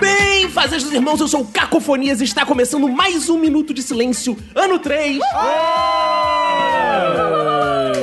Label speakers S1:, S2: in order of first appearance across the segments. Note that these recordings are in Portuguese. S1: Bem, fazes dos irmãos, eu sou o Cacofonias e está começando mais um Minuto de Silêncio, ano 3.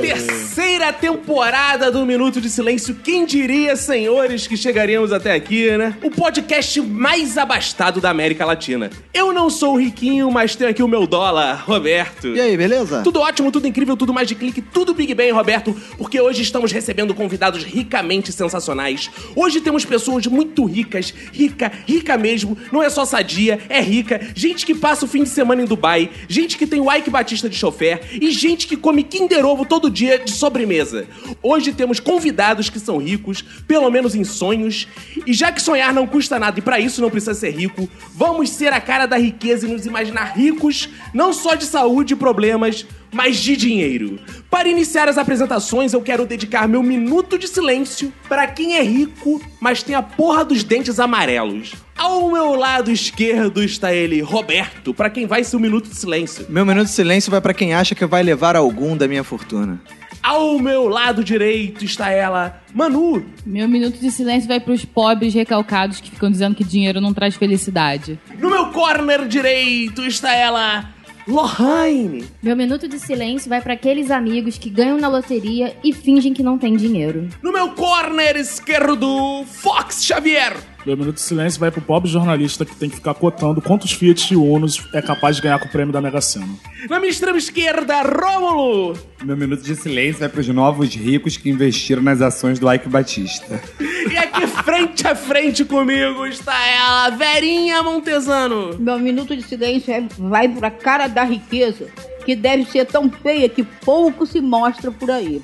S1: Terceira temporada do Minuto de Silêncio. Quem diria, senhores, que chegaríamos até aqui, né? O podcast mais abastado da América Latina. Eu não sou o riquinho, mas tenho aqui o meu dólar, Roberto.
S2: E aí, beleza?
S1: Tudo ótimo, tudo incrível, tudo mais de clique, tudo Big Bang, Roberto, porque hoje estamos recebendo convidados ricamente sensacionais. Hoje temos pessoas muito ricas, rica, rica mesmo, não é só sadia, é rica, gente que passa o fim de semana em Dubai, gente que tem o Ike Batista de chofer e gente que come Kinder Ovo todo dia de sobremesa. Hoje temos convidados que são ricos, pelo menos em sonhos, e já que sonhar não custa nada e pra isso não precisa ser rico, vamos ser a cara da riqueza e nos imaginar ricos, não só de saúde e problemas, mas de dinheiro. Para iniciar as apresentações, eu quero dedicar meu minuto de silêncio para quem é rico, mas tem a porra dos dentes amarelos. Ao meu lado esquerdo está ele, Roberto, para quem vai ser o minuto de silêncio.
S2: Meu minuto de silêncio vai pra quem acha que vai levar algum da minha fortuna.
S1: Ao meu lado direito está ela, Manu.
S3: Meu minuto de silêncio vai pros pobres recalcados que ficam dizendo que dinheiro não traz felicidade.
S1: No meu corner direito está ela, Lohane.
S4: Meu minuto de silêncio vai para aqueles amigos que ganham na loteria e fingem que não tem dinheiro.
S1: No meu corner esquerdo, Fox Xavier.
S5: Meu minuto de silêncio vai pro pobre jornalista que tem que ficar cotando quantos Fiat Unos é capaz de ganhar com o prêmio da Mega Sena.
S1: Na minha extrema esquerda, Rômulo.
S6: Meu minuto de silêncio vai para os novos ricos que investiram nas ações do Ike Batista.
S1: E aqui frente a frente comigo está ela, Verinha Montesano.
S7: Meu minuto de silêncio é- vai pra cara da riqueza, que deve ser tão feia que pouco se mostra por aí.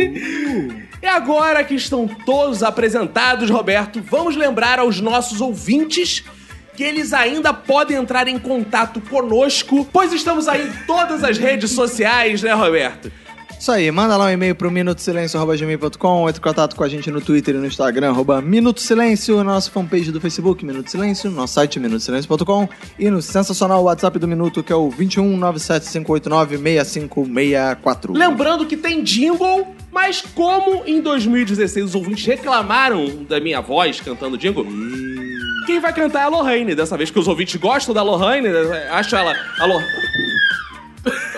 S1: E agora que estão todos apresentados, Roberto, vamos lembrar aos nossos ouvintes que eles ainda podem entrar em contato conosco, pois estamos aí em todas as redes sociais, né, Roberto?
S2: Isso aí, manda lá um e-mail pro minutosilêncio.com, entre em contato com a gente no Twitter e no Instagram, arroba Minuto Silêncio, na nossa fanpage do Facebook, Minuto Silêncio, no nosso site minutosilêncio.com e no sensacional WhatsApp do Minuto, que é o 21 97589 6564.
S1: Lembrando que tem jingle, mas como em 2016 os ouvintes reclamaram da minha voz cantando jingle, hum, quem vai cantar é a Lohane. Dessa vez que os ouvintes gostam da Lohane, acho ela. A Lo...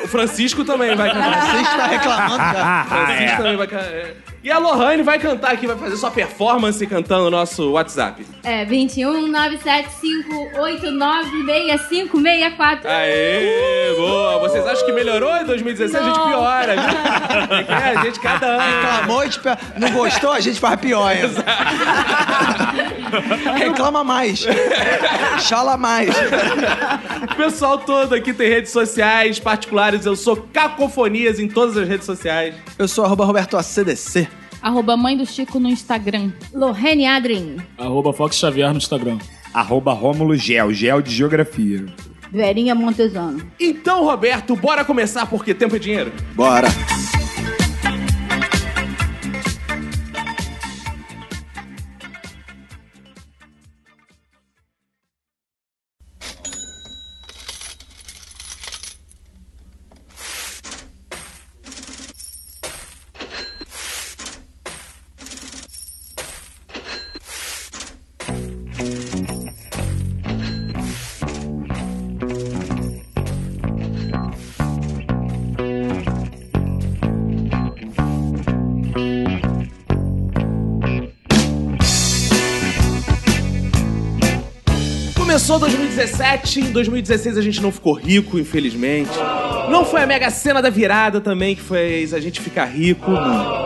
S1: O Francisco também vai cantar.
S2: Você está tá reclamando, cara?
S1: Francisco também vai cantar. é. E a Lohane vai cantar aqui, vai fazer sua performance cantando o nosso WhatsApp.
S4: É, 21
S5: Ah,
S4: 975896564.
S5: é.
S1: Aê, boa! Vocês acham que melhorou em 2016? A gente
S4: Não.
S1: piora. gente. É, a gente cada ano.
S2: Reclamou, a gente pe- não gostou, a gente faz pior ainda. Reclama mais. Chala mais.
S1: O pessoal todo aqui tem redes sociais particulares. Eu sou Cacofonias em todas as redes sociais.
S2: Eu sou arroba Roberto ACDC.
S3: Arroba mãe do Chico no Instagram.
S4: Lorraine Adrien.
S5: Arroba Fox Xavier no Instagram.
S6: Arroba Rômulo Gel, Gel de Geografia.
S7: Verinha Montesano.
S1: Então, Roberto, bora começar porque tempo é dinheiro.
S2: Bora.
S1: Começou 2017, em 2016 a gente não ficou rico, infelizmente. Não foi a mega cena da virada também que fez a gente ficar rico.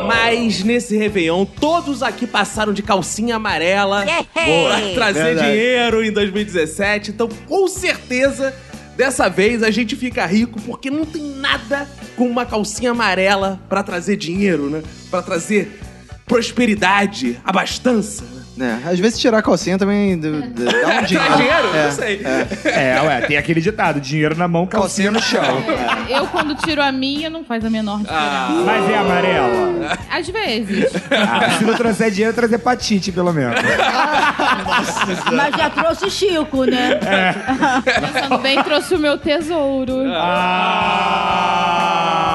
S1: Mas nesse Réveillon, todos aqui passaram de calcinha amarela pra trazer
S2: Verdade.
S1: dinheiro em 2017. Então, com certeza, dessa vez a gente fica rico porque não tem nada com uma calcinha amarela pra trazer dinheiro, né? Pra trazer prosperidade, abastança. né?
S2: É, às vezes tirar a calcinha também d- d- dá um dinheiro.
S1: Traz dinheiro?
S2: É,
S1: Não sei.
S6: É, ué, tem aquele ditado: dinheiro na mão, calcinha no chão.
S3: Eu, quando tiro a minha, não faz a menor diferença.
S6: Mas é amarela.
S3: Às vezes.
S6: Ah, se não trouxer dinheiro, traz hepatite, pelo menos.
S7: Mas já trouxe o Chico, né?
S3: Pensando bem, trouxe o meu tesouro.
S6: Ah!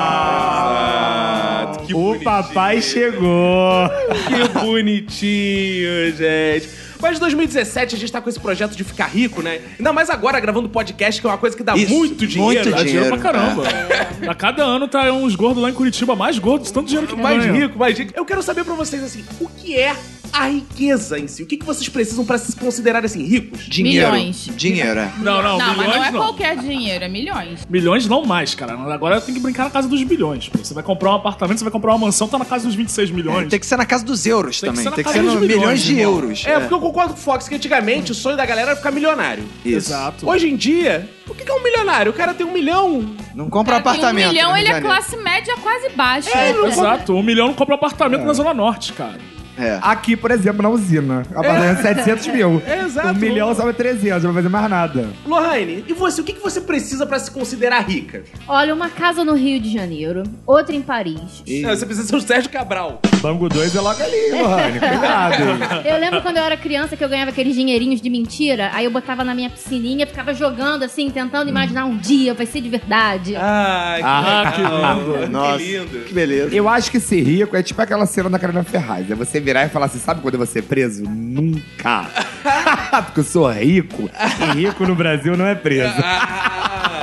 S1: que
S6: o
S1: bonitinho.
S6: papai chegou.
S1: Que bonitinho, gente. Mas 2017 a gente tá com esse projeto de ficar rico, né? Ainda mais agora gravando podcast, que é uma coisa que dá
S2: Isso,
S1: muito É, dinheiro. né? É.
S2: muito
S5: Dá dinheiro pra
S2: Dinheiro,
S5: caramba. A cada ano tá uns gordos lá em Curitiba, mais gordos, tanto dinheiro que
S1: Mais
S5: ganha.
S1: rico, mais rico. Eu quero saber pra vocês, assim, o que é a riqueza em si? O que, que vocês precisam pra se considerar, assim, ricos?
S2: Dinheiro.
S3: Milhões.
S2: Dinheiro, é.
S5: Não,
S3: Não,
S5: não,
S3: mas
S5: milhões
S3: não é
S5: não.
S3: qualquer dinheiro, é milhões.
S5: Milhões não mais, cara. Agora tem que brincar na casa dos bilhões. pô. Você vai comprar um apartamento, você vai comprar uma mansão, tá na casa dos 26 milhões.
S2: Tem que ser na casa dos euros
S5: Tem que
S2: também.
S5: ser na
S2: Tem que ser
S5: casa
S2: no
S5: dos
S2: milhões,
S5: milhões,
S2: de
S5: irmão.
S2: euros.
S1: É, porque eu concordo com o Fox, que antigamente o sonho da galera era ficar milionário.
S2: Isso.
S5: Exato.
S1: Hoje em dia, o que, que é um milionário? O cara tem um milhão.
S2: Não compra
S3: Cara, tem
S2: apartamento.
S3: Um milhão,
S2: né,
S3: ele é
S2: Janeiro?
S3: classe média quase baixa.
S5: Exato. Um milhão não compra apartamento na Zona Norte, cara.
S2: É.
S6: Aqui, por exemplo, na usina. A barra é 700 mil.
S1: É, exato.
S6: Um milhão sobe 300, não vai fazer mais nada.
S1: Lohane, e você? O que, que você precisa pra se considerar rica?
S4: Olha, uma casa no Rio de Janeiro, outra em Paris.
S1: Não, Você precisa ser o Sérgio Cabral.
S6: Bango 2 é logo ali, Lohane. Cuidado.
S4: Eu lembro quando eu era criança que eu ganhava aqueles dinheirinhos de mentira, aí eu botava na minha piscininha, ficava jogando assim,
S5: Hum.
S4: tentando imaginar um dia, vai ser de verdade.
S1: Ai,
S6: Ah, que
S1: lindo.
S2: Nossa, que beleza.
S6: Eu acho que ser rico é tipo aquela cena da Carolina Ferraz. É você virar e falar assim, sabe quando eu vou ser preso? Nunca. Porque eu sou rico. E rico no Brasil não é preso.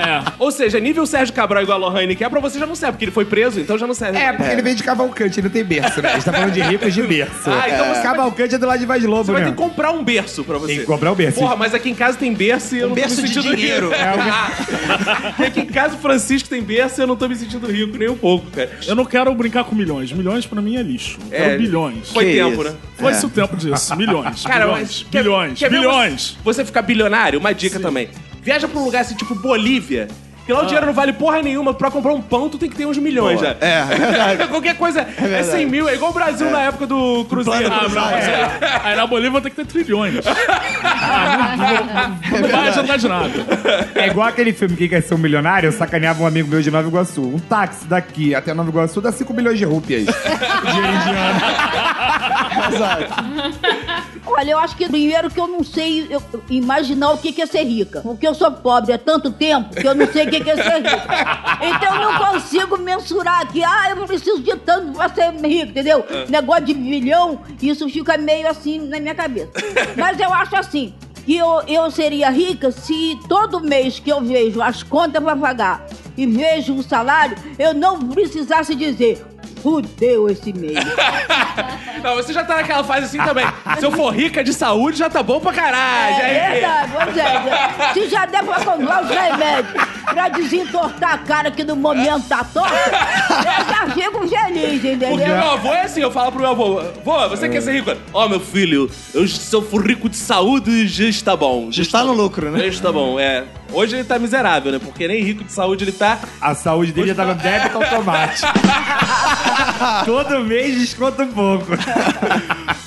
S1: Ah. Ou seja, nível Sérgio Cabral igual a Lohane que é pra você já não serve, porque ele foi preso, então já não serve.
S6: É, porque ele veio de Cavalcante, ele não tem berço, né? A gente tá falando de ricos de berço.
S1: Ah, então você vai-
S6: Cavalcante é do lado de Vaz Lobo,
S1: Você
S6: né?
S1: vai ter que comprar um berço pra você.
S6: Tem que comprar um berço. É, um
S1: Porra, mas aqui em casa tem berço e eu não tô
S2: Um berço
S1: me
S2: de
S1: sentindo
S2: dinheiro.
S1: rico. E aqui em casa o Francisco tem berço e eu não tô me sentindo rico nem um pouco, cara.
S5: Eu não quero brincar com milhões. Milhões pra mim é lixo. Eu
S1: É.
S5: quero bilhões.
S1: Foi
S2: Que
S1: tempo,
S2: isso?
S1: né?
S5: Foi se o tempo disso. Milhões.
S1: Cara,
S5: bilhões.
S1: mas. quer-
S5: bilhões.
S1: quer ver
S5: bilhões.
S1: Você, você ficar bilionário? Uma dica também. Viaja pra um lugar assim, tipo Bolívia. Que
S5: Ah.
S1: lá o dinheiro não vale porra nenhuma. Pra comprar um pão, tu tem que ter uns milhões já.
S2: É, verdade.
S1: Qualquer coisa é, 100 mil. É igual o Brasil na época do Cruzeiro.
S5: Ah, não, mas aí- aí na Bolívia tem que ter trilhões. Ah, não, não- não vai adiantar de nada.
S6: É igual aquele filme Quem Quer Ser Um Milionário, eu sacaneava um amigo meu de Nova Iguaçu. Um táxi daqui até Nova Iguaçu dá 5 milhões de rupias.
S7: Olha, eu acho que primeiro que eu não sei eu- imaginar o que que é ser rica. Porque eu sou pobre há tanto tempo que eu não sei o que que é ser rica. Então eu não consigo mensurar aqui. Ah, eu preciso de tanto pra ser rico, entendeu? Negócio de bilhão, isso fica meio assim na minha cabeça. Mas eu acho assim. Que eu, eu seria rica se todo mês que eu vejo as contas pra pagar e vejo o salário, eu não precisasse dizer, fudeu esse mês.
S1: Não, você já tá naquela fase assim também. Se eu for rica de saúde, já tá bom pra caralho.
S7: É
S1: Aí,
S7: verdade, pois é. Se já der pra comprar os remédios pra desentortar a cara que no momento tá torta, eu já fico feliz,
S1: Porque
S7: entendeu?
S1: meu avô é assim, eu falo pro meu avô, vô, você
S5: É.
S1: quer ser rico? Ó, meu filho, eu, se eu for rico de saúde, já está bom.
S2: Já está no lucro, né?
S1: Já está bom, é. Hoje ele tá miserável, né? Porque nem rico de saúde ele tá.
S6: A saúde dele já tá no débito automático. Todo mês desconta um pouco.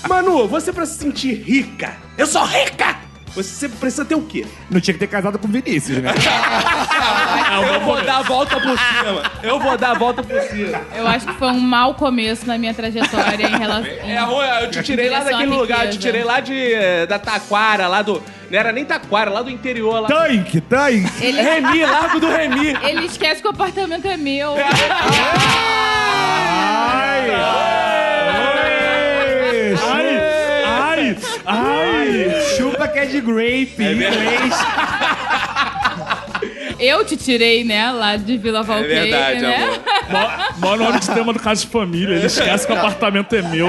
S1: Manu, você pra se sentir rica, eu sou rica! Você precisa ter o quê?
S6: Não tinha que ter casado com Vinícius, né?
S5: Ah,
S1: Ah, eu vou dar um a volta por cima. Eu vou dar a volta por cima.
S3: Eu acho que foi um mau começo na minha trajetória em relação.
S1: É ruim, eu te tirei lá
S3: Direção à
S1: daquele lugar, eu te
S3: riqueza.
S1: tirei lá de, eh, da Taquara, lá do... Não era nem Taquara, lá do interior, lá...
S6: Tanque, tanque.
S3: Ele,
S1: Remi, Largo do Remi.
S3: ele esquece que o apartamento é meu.
S6: Ai! Ai!
S5: Ai, ai, ai.
S6: Chupa que é de grape, em inglês.
S3: Eu te tirei, né, lá de Vila Valqueira,
S1: verdade,
S3: né?
S1: amor.
S5: Mó- Mó nome de tema do caso de família. Ele esquece que o apartamento é meu.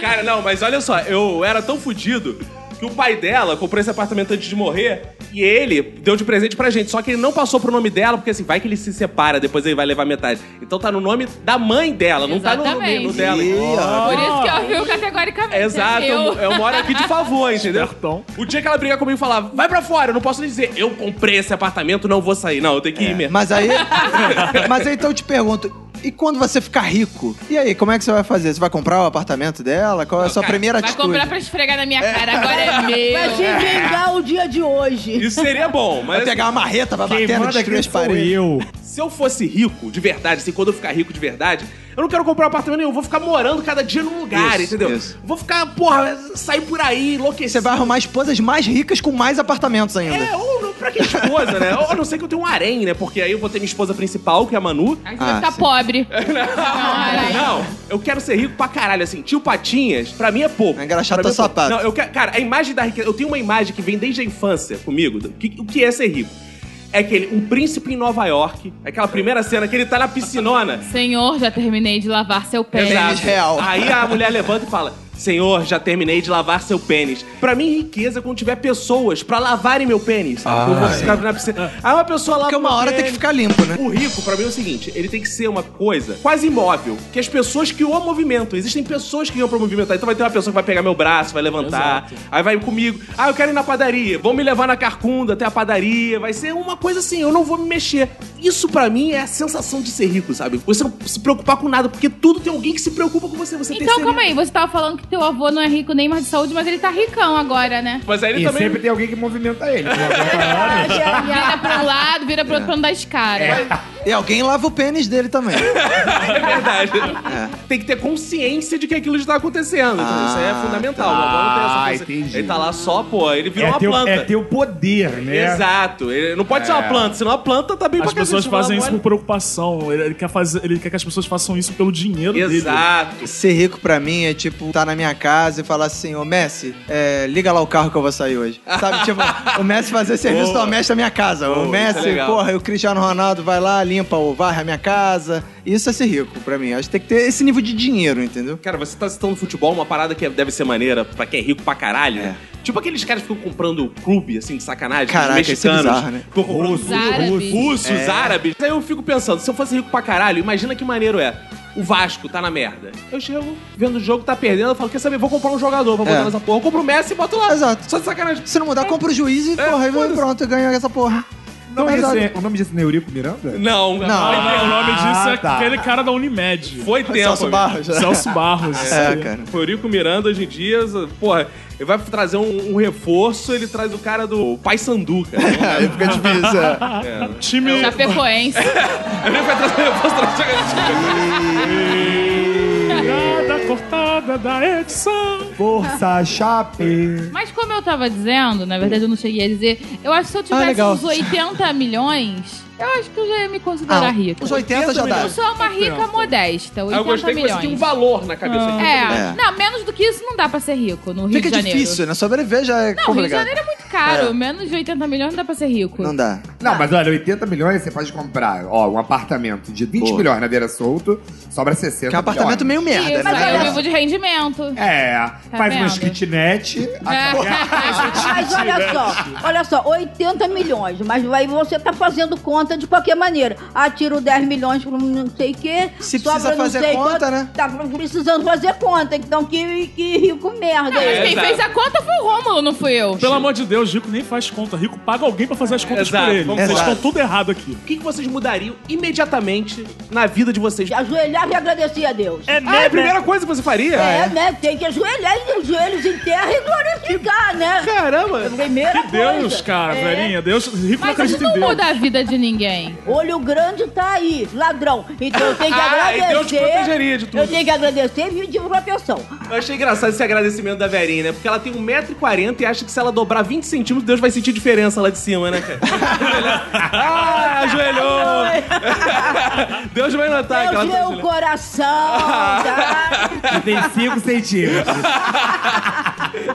S1: Cara, não, mas olha só, eu era tão fudido que o pai dela comprou esse apartamento antes de morrer e ele deu de presente pra gente. Só que ele não passou pro nome dela, porque assim, vai que ele se separa, depois ele vai levar metade. Então tá no nome da mãe dela, não tá no nome
S3: Exatamente.
S1: no dela.
S2: Ih, ó.
S3: Por isso que eu afirmo categoricamente.
S1: Exato, eu,
S3: Eu,
S1: eu moro aqui de favor, entendeu?
S5: Espertão.
S1: O dia que ela briga comigo e falar, vai pra fora, eu não posso nem dizer,
S2: é.
S1: eu comprei esse apartamento, não vou sair. Não, eu tenho que ir mesmo.
S2: Mas aí. mas aí então eu te pergunto: E quando você ficar rico? E aí, como é que você vai fazer? Você vai comprar o apartamento dela? Qual é a sua primeira
S3: Vai
S2: atitude?
S3: comprar pra esfregar na minha cara, agora é
S7: Vai se
S3: meu.
S7: vingar o dia de hoje.
S1: Isso seria bom,
S2: Vai
S1: mas
S2: pegar uma marreta, vai
S5: Quem
S2: bater nas
S5: manda aqui
S2: três
S5: sou
S2: paredes.
S5: eu.
S1: se eu fosse rico de verdade, assim, quando eu ficar rico de verdade, eu não quero comprar um apartamento nenhum, eu vou ficar morando cada dia num lugar,
S2: Isso,
S1: entendeu?
S2: isso.
S1: Vou ficar, porra, sair por aí, enlouquecido.
S2: Você vai arrumar esposas mais ricas com mais apartamentos ainda.
S1: É, ou não, pra que esposa, né? Ou a não ser que eu tenha um harém, né? Porque aí eu vou ter minha esposa principal, que é a Manu.
S3: Aí você vai
S2: Ah,
S3: ficar
S2: sim.
S3: pobre. aí-
S1: Não, eu quero ser rico pra caralho, assim. Tio Patinhas, pra mim é pouco.
S2: É engraxar
S1: Pra mim
S2: teu
S1: é pouco.
S2: sapato.
S1: Não, eu quero. Cara, a imagem da riqueza. Eu tenho uma imagem que vem desde a infância comigo. do que- o que é ser rico? É aquele, um príncipe em Nova York, aquela primeira cena que ele tá na piscinona.
S3: Senhor, já terminei de lavar seu pé.
S2: Exato. Pênis real.
S1: Aí a mulher levanta e fala: Senhor, já terminei de lavar seu pênis. Pra mim, riqueza é quando tiver pessoas pra lavarem meu pênis. sabe? eu vou ficar na piscina. Aí uma pessoa lava.
S2: Porque uma
S1: meu
S2: hora tem
S1: pênis.
S2: que ficar limpo, né?
S1: O rico, pra mim, é o seguinte: ele tem que ser uma coisa quase imóvel, que as pessoas que o movimento. Existem pessoas que iam pro movimento. Então vai ter uma pessoa que vai pegar meu braço, vai levantar, aí vai comigo. Ah, eu quero ir na padaria. Vão me levar na carcunda até a padaria. Vai ser uma coisa assim, eu não vou me mexer. Isso pra mim é a sensação de ser rico, sabe? Você não se preocupar com nada, porque tudo tem alguém que se preocupa com você. Você tem que
S3: Então,
S1: ser
S3: calma
S1: rico.
S3: aí, você tava falando que teu avô não é rico nem mais de saúde, mas ele tá ricão agora, né?
S1: Mas aí ele
S6: E
S1: também.
S6: sempre tem alguém que movimenta ele.
S7: Tá,
S3: Vira pra um lado, vira pro outro pra não dar escara.
S2: E alguém lava o pênis dele também.
S1: É verdade.
S6: É.
S1: Tem que ter consciência de que aquilo está acontecendo. Então, isso aí é fundamental.
S6: tá.
S1: O avô não tem essa
S6: Ah,
S1: consciência.
S6: entendi.
S1: Ele tá lá só, pô, ele virou
S6: É
S1: uma
S6: teu,
S1: planta.
S6: é teu poder, né?
S1: Exato. Ele não pode ser
S6: É.
S1: uma planta, senão a planta tá bem
S5: As
S1: pra cacete,
S5: pessoas fazem
S1: vai
S5: isso
S1: lá
S5: por preocupação. Ele, ele quer fazer, ele quer que as pessoas façam isso pelo dinheiro
S1: fora.
S5: dele.
S1: Exato.
S2: Ser rico pra mim é tipo tá na minha casa e falar assim, ô Messi, é, liga lá o carro que eu vou sair hoje. Sabe, tipo, o Messi fazer serviço doméstico na minha casa.
S1: Boa,
S2: o
S1: isso é
S2: Messi,
S1: legal.
S2: porra, e o Cristiano Ronaldo vai lá, limpa ou varre a minha casa. Isso é ser rico pra mim. Acho que tem que ter esse nível de dinheiro, entendeu?
S1: Cara, você tá citando futebol, uma parada que deve ser maneira pra quem é rico pra caralho. né? Tipo aqueles caras que ficam comprando clube, assim, de sacanagem, os
S2: Caraca, isso é
S1: mexicanos.
S2: bizarro, né? É.
S1: Ficam comprando
S6: Russo,
S3: Os árabes.
S1: russos, árabes. Aí eu fico pensando, se eu fosse rico pra caralho, imagina que maneiro é. O Vasco tá na merda. Eu chego vendo o jogo, tá perdendo, eu falo, quer saber, vou comprar um jogador pra botar
S2: É.
S1: nessa porra. Eu compro o Messi e boto lá.
S2: Exato.
S1: Só de sacanagem.
S2: Se não mudar, compra o juiz e,
S1: É,
S2: porra, e
S1: foda-se.
S2: pronto, ganha essa porra.
S6: O nome
S2: Exato.
S6: desse- o nome disso não é Eurico Miranda?
S1: Não,
S2: Não.
S5: Ah, o nome disso é
S6: tá.
S5: aquele cara da Unimed.
S1: Foi tempo.
S2: Celso
S1: amigo.
S2: Barros. né?
S5: Celso Barros.
S2: É, cara.
S1: Eurico Miranda hoje em dia, porra, ele vai trazer um, um reforço, ele traz o cara do Pai Sandu, cara.
S2: Aí fica difícil. é.
S5: Time.
S3: Chapecoense.
S1: ele vai trazer um reforço, traz o cara
S5: Nada cortada da edição.
S6: Força Chape.
S3: Mas como eu tava dizendo, na verdade eu não cheguei a dizer, eu acho que se eu tivesse
S2: Ah, legal.
S3: uns 80 milhões, eu acho que eu já ia me considerar
S2: Ah,
S3: rica.
S2: os 80 já dá.
S3: Eu sou uma rica modesta,
S1: Eu
S3: 80
S1: gostei que você tinha um
S3: milhões.
S1: valor na cabeça.
S3: É.
S2: É.
S3: Não, menos do que isso não dá pra ser rico no Rio
S2: Fica
S3: de Janeiro.
S2: difícil, né? Sobreviver já é
S3: Não, Rio de
S2: complicado.
S3: Janeiro é muito caro.
S2: É.
S3: Menos de 80 milhões não dá pra ser rico.
S2: Não dá.
S5: é
S6: Não, mas olha, 80 milhões você pode comprar, ó, um apartamento de 20
S2: Boa.
S6: milhões na beira solto, sobra 60
S2: Que é um apartamento
S6: milhões.
S2: meio merda,
S3: Isso, aí eu
S2: né?
S3: vivo de rendimento. Tá
S6: É, faz umas
S3: vendo?
S6: kitnet.
S2: É.
S7: Mas olha só, olha só, 80 milhões, mas vai, você tá fazendo conta de qualquer maneira. Atiro 10 milhões pra um não sei o quê.
S2: Se
S7: sobra
S2: precisa
S7: não
S2: fazer
S7: sei
S2: conta,
S7: quanto,
S2: né?
S7: Tá precisando fazer conta, então que, que rico merda.
S3: Não, mas
S1: É,
S3: quem
S1: exato.
S3: fez a conta foi o Rômulo, não fui eu.
S5: Pelo amor de Deus, Rico nem faz conta. Rico paga alguém pra fazer as contas
S1: Exato,
S5: por ele.
S1: vamos
S5: Vocês
S2: falar.
S5: estão tudo errado aqui.
S1: O que, que vocês mudariam imediatamente na vida de vocês?
S7: Ajoelhar e agradecer a Deus. É,
S1: Ah, é a primeira coisa que você faria?
S7: né? Tem que ajoelhar e os joelhos em terra e glorificar, né?
S1: Caramba!
S7: Primeira
S5: Que Deus,
S7: coisa.
S5: cara,
S7: É.
S5: velhinha. Deus, Rico não
S3: Mas isso
S5: acredita em
S3: não
S5: Deus.
S3: muda a vida de ninguém.
S7: Olho grande tá aí, ladrão. Então eu tenho que
S1: Ah, e
S7: agradecer.
S1: Deus te protegeria de tudo.
S7: Eu tenho que agradecer e pedir proteção.
S1: Eu achei engraçado esse agradecimento da Verinha, né? Porque ela tem 1,40m e acha que se ela dobrar 20 centímetros, Deus vai sentir diferença lá de cima, né, cara? ah, ajoelhou! Deus vai notar que
S7: Deus
S1: ela tá
S7: meu
S1: ajoelhada.
S7: coração, tá?
S6: Tem 5 centímetros.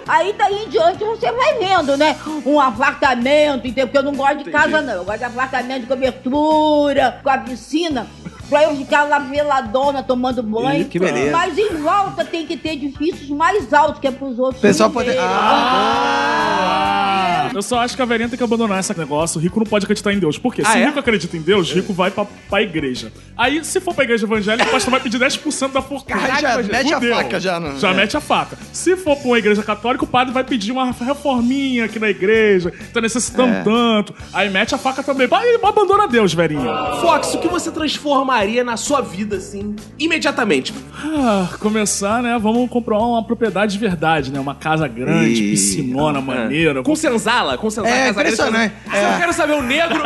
S7: Aí daí em diante você vai vendo, né? Um apartamento, entendeu? Porque eu não gosto de casa, não. Eu gosto de apartamento de cobertura, com a piscina. Pra eu ficar lá veladona, tomando banho.
S2: Ih, que beleza.
S7: Mas em volta tem que ter edifícios mais altos, que é pros outros.
S2: Pessoal
S7: não
S2: poder-
S7: verem.
S2: Ah,
S7: Ah,
S5: Eu só acho que a velhinha tem que abandonar esse negócio. O rico não pode acreditar em Deus. Por quê?
S1: Ah,
S5: se
S1: é?
S5: o rico acredita em Deus, o rico vai pra, pra igreja. Aí, se for pra igreja evangélica, o pastor vai pedir 10% da fortuna.
S2: Caraca, já
S5: Fudeu.
S2: mete a faca já no-
S5: Já
S2: é.
S5: mete a faca. Se for pra uma igreja católica, o padre vai pedir uma reforminha aqui na igreja. Tá necessitando
S2: É.
S5: tanto. Aí mete a faca também. Vai, abandona Deus, velhinha.
S1: Fox, o que você transformaria na sua vida, assim, imediatamente?
S5: Ah, começar, né? Vamos comprar uma propriedade de verdade, né? Uma casa grande,
S2: Ih,
S5: piscinona, maneira.
S1: Com senzala? Com senzala?
S2: É,
S1: casa grande,
S2: impressionante. É.
S1: senzala. Se eu quero saber o negro,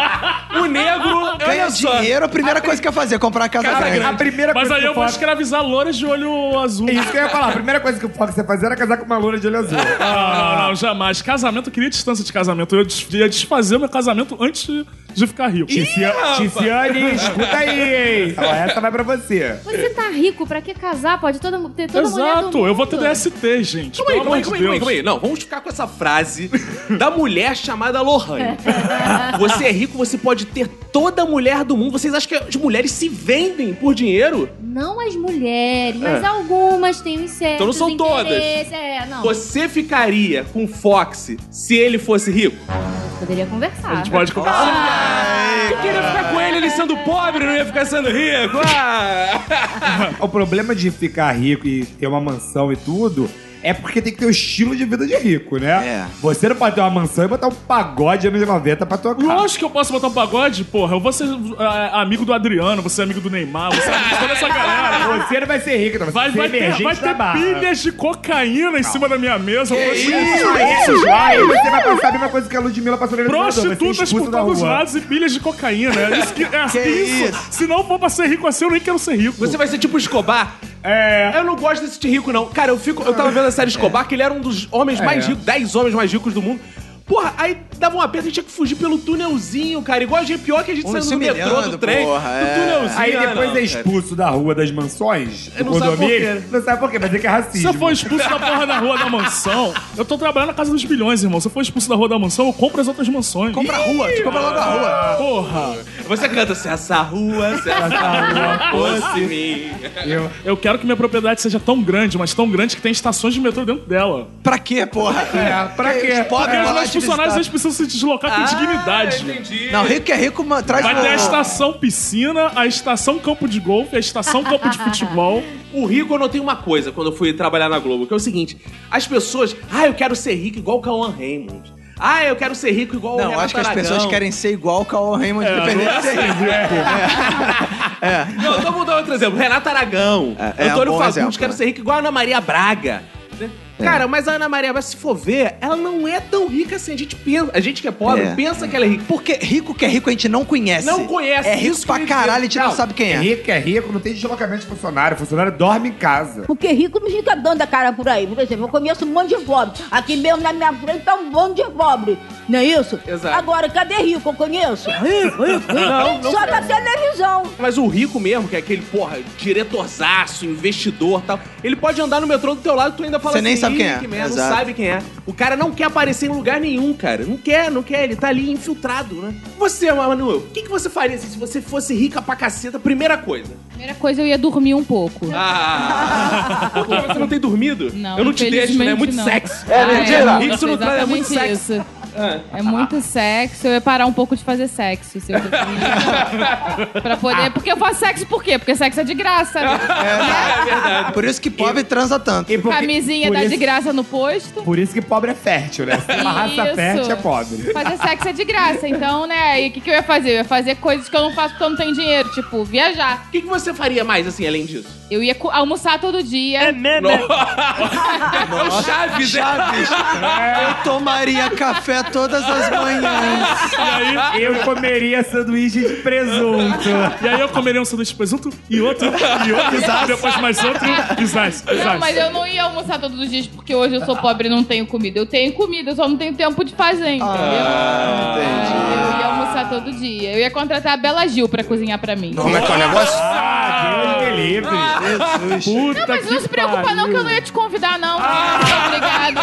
S1: o negro,
S2: Ganha
S1: olha só.
S2: dinheiro, a primeira coisa que eu ia fazer é comprar a casa, grande.
S6: A primeira
S5: Mas
S6: coisa
S5: aí
S6: que
S5: eu vou
S6: Fox-
S5: escravizar louras de olho azul.
S6: É Isso que eu ia falar. A primeira coisa que o Fox ia fazer era casar com uma loura de olho azul.
S5: Ah, Não, não, não, jamais. Casamento, eu queria distância de casamento. Eu des- ia desfazer o meu casamento antes de ficar rico.
S6: Ticia- Ticiane, escuta aí, hein? Ó, Essa vai pra você.
S4: Você tá rico, pra que casar? Pode toda, mu- ter toda mulher do
S5: é. Exato, eu vou ter
S4: mundo.
S5: DST, gente.
S1: Calma aí, calma
S5: pelo
S1: aí,
S5: amor
S1: calma
S5: de
S1: aí, calma aí,
S5: Deus.
S1: calma aí. Não, vamos ficar com essa frase da mulher chamada Lohane. Você é rico, você pode ter toda a mulher do mundo. Vocês acham que as mulheres se vendem por dinheiro?
S4: Não as mulheres, mas algumas têm uns certos
S1: É. Então não são todas.
S4: interesses. É, não.
S1: Você ficaria com o Fox se ele fosse rico?
S4: Poderia conversar.
S5: A gente pode conversar.
S6: Ah.
S1: Eu queria ficar com ele, ele sendo pobre, não ia ficar sendo rico. Ah.
S6: O problema de ficar rico e ter uma mansão e tudo é porque tem que ter o estilo de vida de rico, né?
S2: É.
S6: Você não pode ter uma mansão e botar um pagode anos 90 pra tocar.
S5: Lógico que eu posso botar um pagode, porra. Eu vou ser ah, amigo do Adriano, você é amigo do Neymar, você é amigo de toda essa galera.
S6: Ah, Você não vai ser rico, não. Você
S5: Vai,
S6: ser
S5: vai ter,
S6: emergente
S5: vai
S6: da
S5: ter
S6: barra.
S5: pilhas de cocaína em cima da minha mesa. Eu vou ser
S6: Isso, isso, aí você vai passar a mesma coisa que a Ludmilla passou na Elevador, você é
S5: Prostitutas
S6: expulso
S5: por
S6: da
S5: todos os
S6: rua.
S5: lados e pilhas de cocaína. É isso. Que, é isso.
S2: isso?
S5: Se não for pra ser rico assim, eu nem quero ser rico.
S1: Você vai ser tipo Escobar? É. Eu não gosto desse de rico, não. Cara, eu fico. Eu tava vendo a série Escobar, que ele era um dos homens mais ricos, 10 homens mais ricos do mundo. Porra, aí dava um aperto, a gente tinha que fugir pelo túnelzinho, cara. Igual a gente pior que a gente
S2: Um
S1: saindo
S2: se
S1: do metrô, do
S2: humilhando,
S1: trem.
S2: porra,
S1: do
S2: é.
S1: túnelzinho.
S6: Aí
S1: ah,
S6: depois
S1: não.
S6: é expulso da rua das mansões, do
S1: não sabe por
S6: condomínio. Não sabe por quê, mas é que é
S5: Se
S6: racismo.
S5: eu for expulso da porra da rua da mansão, eu tô trabalhando na casa dos bilhões, irmão. Se eu for expulso da rua da mansão, eu compro as outras mansões.
S2: Compra a rua, tu compra logo a rua.
S5: Porra!
S1: Você canta se essa rua, se essa rua fosse minha.
S6: Eu-
S5: Eu quero que minha propriedade seja tão grande, mas tão grande que tem estações de metrô dentro dela.
S2: Pra quê, porra?
S6: É, pra
S2: Que
S6: quê?
S2: os pobres
S5: Porque
S2: vão
S5: os
S2: lá
S5: meus
S2: te
S5: funcionários eles
S2: visitar.
S5: precisam se deslocar com dignidade.
S1: Entendi.
S2: Não, rico que é rico, ma- traz
S5: Vai
S2: o-
S5: ter
S6: Ah.
S5: a estação piscina, a estação campo de golfe, a estação campo de futebol.
S1: O rico eu notei uma coisa quando eu fui trabalhar na Globo, que é o seguinte: as pessoas. Ah, eu quero ser rico igual o Cauan Raymond. Ah, eu quero ser rico igual o
S2: Não,
S1: Renato
S2: acho que as
S1: Aragão.
S2: pessoas querem ser igual o Carl Raymond, independente de ser rico.
S1: Não, então vou dar outro exemplo. Renato Aragão,
S2: É, é um
S1: Antônio
S2: bom
S1: Fagundes,
S2: exemplo,
S1: quero
S2: né? É.
S1: ser rico igual a Ana Maria Braga. né? Cara, mas a Ana Maria, Braga, se for ver, ela não é tão rica assim. A gente pensa, a gente que é pobre
S2: É.
S1: pensa que ela é rica.
S2: Porque rico que é rico a gente não conhece.
S1: Não conhece,
S2: É
S1: isso
S2: rico
S1: que eu
S2: pra
S1: ia dizer.
S2: caralho, a gente não
S1: Não,
S2: sabe
S6: É
S2: quem é.
S6: rico, é rico, não tem deslocamento de funcionário. Funcionário dorme em casa.
S7: Porque rico não fica dando a cara por aí. Por exemplo, eu conheço um monte de pobre. Aqui mesmo na minha frente tá um monte de pobre. Não é isso?
S1: Exato.
S7: Agora, cadê rico? Eu conheço.
S1: Não, não
S7: Só na televisão.
S1: Mas o rico mesmo, que é aquele, porra, diretorzaço, investidor e tal, ele pode andar no metrô do teu lado e tu ainda fala
S2: Você
S1: assim,
S2: nem sabe
S1: "Ih,
S2: quem é."
S1: que merda, não
S2: Exato.
S1: sabe quem é. O cara não quer aparecer em lugar nenhum, cara. Não quer, não quer. Ele tá ali infiltrado, né? Você, Manu, o que, que você faria assim, se você fosse rica pra caceta? Primeira coisa.
S3: Primeira coisa, eu ia dormir um pouco.
S1: Ah! Por que você não tem dormido?
S3: Não,
S1: Eu não te deixo, né? É muito
S3: infelizmente
S1: sexo.
S3: não. Ah,
S1: Isso
S3: eu
S1: não
S3: sei
S1: traz, é muito
S3: exatamente
S1: sexo.
S3: isso. É muito sexo. Eu ia parar um pouco de fazer sexo. Se eu fosse rica. pra poder. Porque eu faço sexo por quê? Porque sexo é de graça.
S2: Por isso que pobre transa tanto.
S6: E por-
S3: Camisinha
S6: por
S3: dá
S6: isso-
S3: de graça no posto.
S6: Por isso que pobre é fértil, né? Se tem uma raça
S3: Isso.
S6: fértil é pobre.
S3: Fazer sexo é de graça. Então, né? E o que, que eu ia fazer? Eu ia fazer coisas que eu não faço porque eu não tenho dinheiro. Tipo, viajar.
S1: O que, que você faria mais, assim, além disso?
S3: Eu ia co- almoçar todo dia.
S1: Não. É o Chaves, né?
S2: Chaves, eu tomaria café todas as manhãs.
S5: E aí,
S6: Eu comeria sanduíche de presunto.
S5: E aí eu comeria um sanduíche de presunto e outro, e outro, depois mais outro, e zaz,
S3: Não,
S5: zaz.
S3: mas eu não ia almoçar todos os dias porque hoje eu sou pobre e não tenho comida. Eu tenho comida, eu só não tenho tempo de fazer, entendeu? Eu ia almoçar todo dia. Eu ia contratar a Bela Gil pra cozinhar pra mim. Não,
S2: Como é que é o negócio?
S6: Ah, Deus me livre.
S2: Jesus.
S5: Puta
S3: mas não
S5: que
S3: se preocupa
S5: pariu. Ah.
S3: não que eu não ia te convidar não. Obrigada.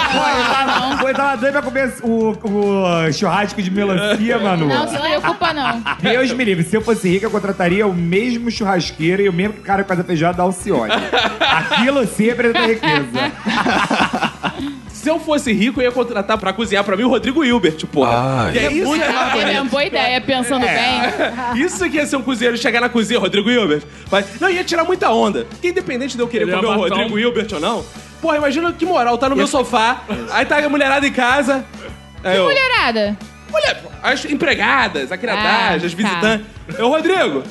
S3: Não, não.
S6: Vou entrar lá dentro pra comer o, o churrasco de melancia, Manu.
S3: Não, se preocupa não.
S6: Deus me livre. Se eu fosse rica, eu contrataria o mesmo churrasqueiro e o mesmo cara que faz a feijoada da Alcione. Aquilo sempre é da riqueza.
S1: Se eu fosse rico, eu ia contratar pra cozinhar pra mim o Rodrigo Hilbert, porra.
S8: Ah,
S1: Que é isso,
S3: Ah, é uma boa ideia, pensando
S5: É.
S3: bem.
S1: Isso que ia ser um cozinheiro chegar na cozinha, Rodrigo Hilbert. Mas, não, ia tirar muita onda. Porque independente de eu querer
S5: Ele ia
S1: comer o
S5: matar
S1: Rodrigo
S5: um-
S1: Hilbert ou não, porra, imagina que moral, tá no meu sofá, aí tá a mulherada em casa. Aí eu,
S3: Mulherada.
S1: mulher, as empregadas, a criadagem,
S3: Ah,
S1: as
S3: tá.
S1: visitantes. Eu, Rodrigo,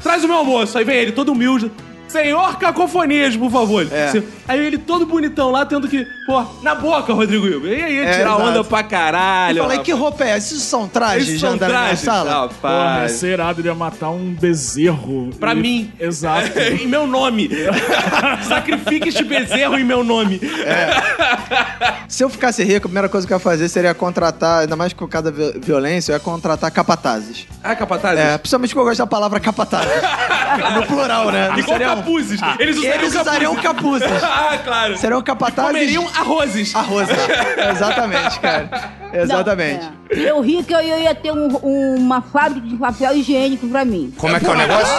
S1: traz o meu almoço. Aí vem ele, todo humilde. Senhor Cacofonias, por favor.
S2: É.
S1: Sen- Aí ele todo bonitão lá, tendo que. Pô, na boca, Rodrigo Hilbert. E aí ia
S2: É,
S1: tirar
S2: exato.
S1: onda pra caralho.
S2: Eu falei, que
S1: rapaz.
S2: roupa é essa? Isso são trajes
S1: Esses
S2: de
S1: são
S2: andar na
S1: trajes,
S2: sala?
S5: Porra, ia
S1: rapaz.
S5: ser irado, ele ia matar um bezerro.
S1: Pra
S5: Ele-
S1: mim.
S5: Exato.
S1: em meu nome. Sacrifique este bezerro em meu nome.
S2: É. Se eu ficasse rico, a primeira coisa que eu ia fazer seria contratar, ainda mais com cada vi- violência, eu ia contratar capatazes.
S1: Ah, capataz?
S2: É, principalmente que eu gosto da palavra capatazes. no plural, né?
S1: Igual
S2: Seriam-
S1: capuzes. Eles usariam
S2: Ah. Eles
S1: capuzes.
S2: usariam capuzes.
S1: Ah, claro.
S2: Serão capatazes...
S1: Comeriam arrozes.
S2: Arroz. né? Exatamente, cara.
S7: Não,
S2: Exatamente.
S7: é. Eu rica, eu ia ter um- um- uma fábrica de papel higiênico pra mim.
S6: Como é que é o negócio?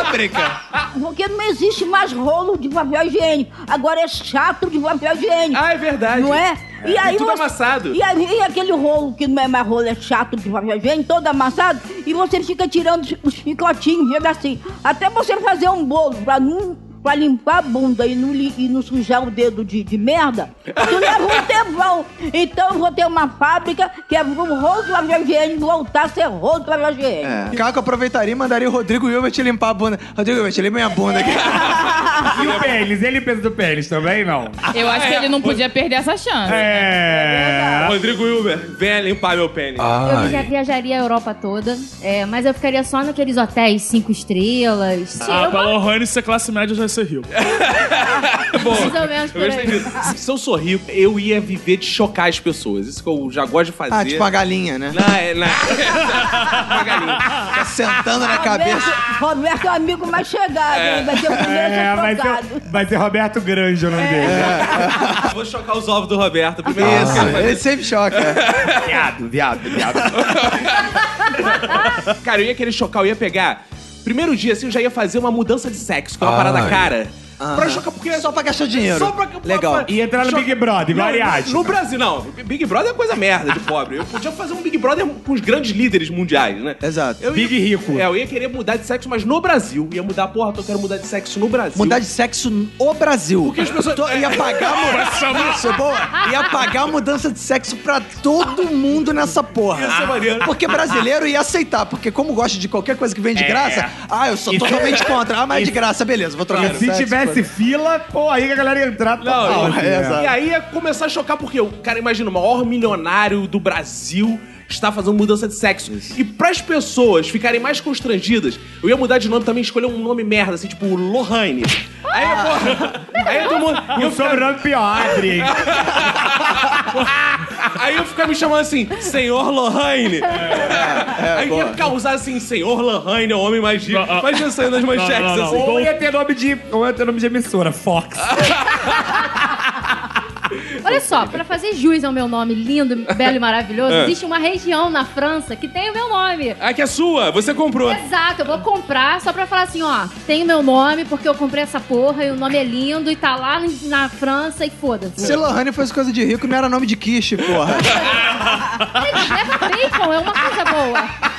S7: Porque não existe mais rolo de papel higiênico. Agora é chato de papel higiênico.
S1: Ah, é verdade.
S7: Não é? E aí
S1: tudo
S7: você-
S1: amassado.
S7: E aí e aquele rolo que não é mais rolo, é chato de papel higiênico, todo amassado, e você fica tirando os- os picotinhos, vendo assim. Até você fazer um bolo pra não. Pra limpar a bunda e não, li- e não sujar o dedo de, de merda, tu leva um tempão. Então eu vou ter uma fábrica que é um rolo de papel higiênico voltar a ser rolo de papel higiênico.
S2: É. Caco aproveitaria e mandaria o Rodrigo Hilbert limpar a bunda. Rodrigo Hilbert, limpa minha bunda aqui.
S6: E o pênis? Ele pensa do pênis também, não?
S3: Eu acho que ele
S5: É.
S3: não podia perder essa chance.
S6: É.
S1: Rodrigo Wilber, venha limpar meu pênis.
S2: Ah.
S4: Eu já viajaria a Europa toda, é, mas eu ficaria só naqueles hotéis cinco estrelas.
S5: Ah, pra Lohane ser classe média já ia ser rico.
S4: mais ou menos por
S1: tá Eu gostei
S4: aí.
S1: disso. Se eu sou rico, eu ia viver de chocar as pessoas. Isso que eu já gosto de fazer.
S2: Ah, tipo uma galinha, né?
S1: Não, é, não. Uma galinha.
S2: Fica sentando
S7: Ah,
S2: na cabeça.
S7: Roberto, Roberto é o amigo mais chegado, hein? vai ter o primeiro
S6: É, vai
S7: advogado.
S6: ser, vai ser Roberto Granja o nome dele.
S1: Ah, Vou chocar os ovos do Roberto. Primeiro assim, que ele
S2: Isso,
S1: vai
S2: Assim, ele sempre choca.
S6: Viado, viado, viado.
S1: Cara, eu ia querer chocar, eu ia pegar. Primeiro dia, assim, eu já ia fazer uma mudança de sexo, que é uma parada
S2: Ah,
S8: Ai.
S1: cara. Pra chocar, porque é
S2: Só pra gastar dinheiro.
S1: Só pra-
S2: Legal.
S6: E entrar no Big Brother, igual a Ariadne.
S1: No Brasil, não. Big Brother é coisa merda de pobre. Eu podia fazer um Big Brother com os grandes líderes mundiais, né?
S2: Exato.
S1: Eu
S6: Big
S1: ia-
S6: rico.
S1: É, eu ia querer mudar de sexo, mas no Brasil. Ia mudar, porra, eu quero mudar de sexo no Brasil.
S2: Mudar de sexo no Brasil. Porque
S1: as pessoas-
S2: Ia pagar a
S5: chamar-
S2: mudança... Isso é boa. Ia pagar a mudança de sexo pra todo mundo nessa porra.
S1: Ia ser maneiro.
S2: Porque brasileiro ia aceitar. Porque como gosta de qualquer coisa que vem de graça... Ah, eu sou totalmente contra. Ah, mas é de graça, beleza. Vou trocar
S6: E
S2: de
S6: se
S2: sexo,
S6: tivesse fila, pô, aí que a galera ia entrar
S5: Ah,
S6: total.
S1: Não,
S6: assim,
S2: é,
S6: né?
S2: exato.
S1: E aí ia começar a chocar, porque o cara, imagina, o maior milionário do Brasil está fazendo mudança de sexo. E pras pessoas ficarem mais constrangidas, eu ia mudar de nome também, escolher um nome merda, assim, tipo Lohane. Aí,
S2: Ah.
S1: pô, aí todo mundo.
S6: Um E
S1: Eu
S6: o sobrenome pior, Adri.
S1: Aí eu ficava me chamando assim, Senhor Lohane.
S2: É,
S1: aí ia causar assim, Senhor Lohane é o homem mais rico.
S5: Não, ah.
S1: Imagina saindo das manchetes
S5: Não, não, não.
S1: assim.
S6: Ou ia ter nome de. Ou ia ter nome de emissora, Fox.
S4: Olha só, pra fazer jus ao meu nome lindo, belo e maravilhoso,
S1: É.
S4: existe uma região na França que tem o meu nome.
S1: Ah, que é sua, você comprou.
S4: Exato, eu vou comprar só pra falar assim, ó, tem o meu nome porque eu comprei essa porra e o nome é lindo e tá lá na França e foda-se.
S2: Se Lohane fosse coisa de rico, não era nome de quiche, porra.
S4: Eles levam bacon, é uma coisa boa.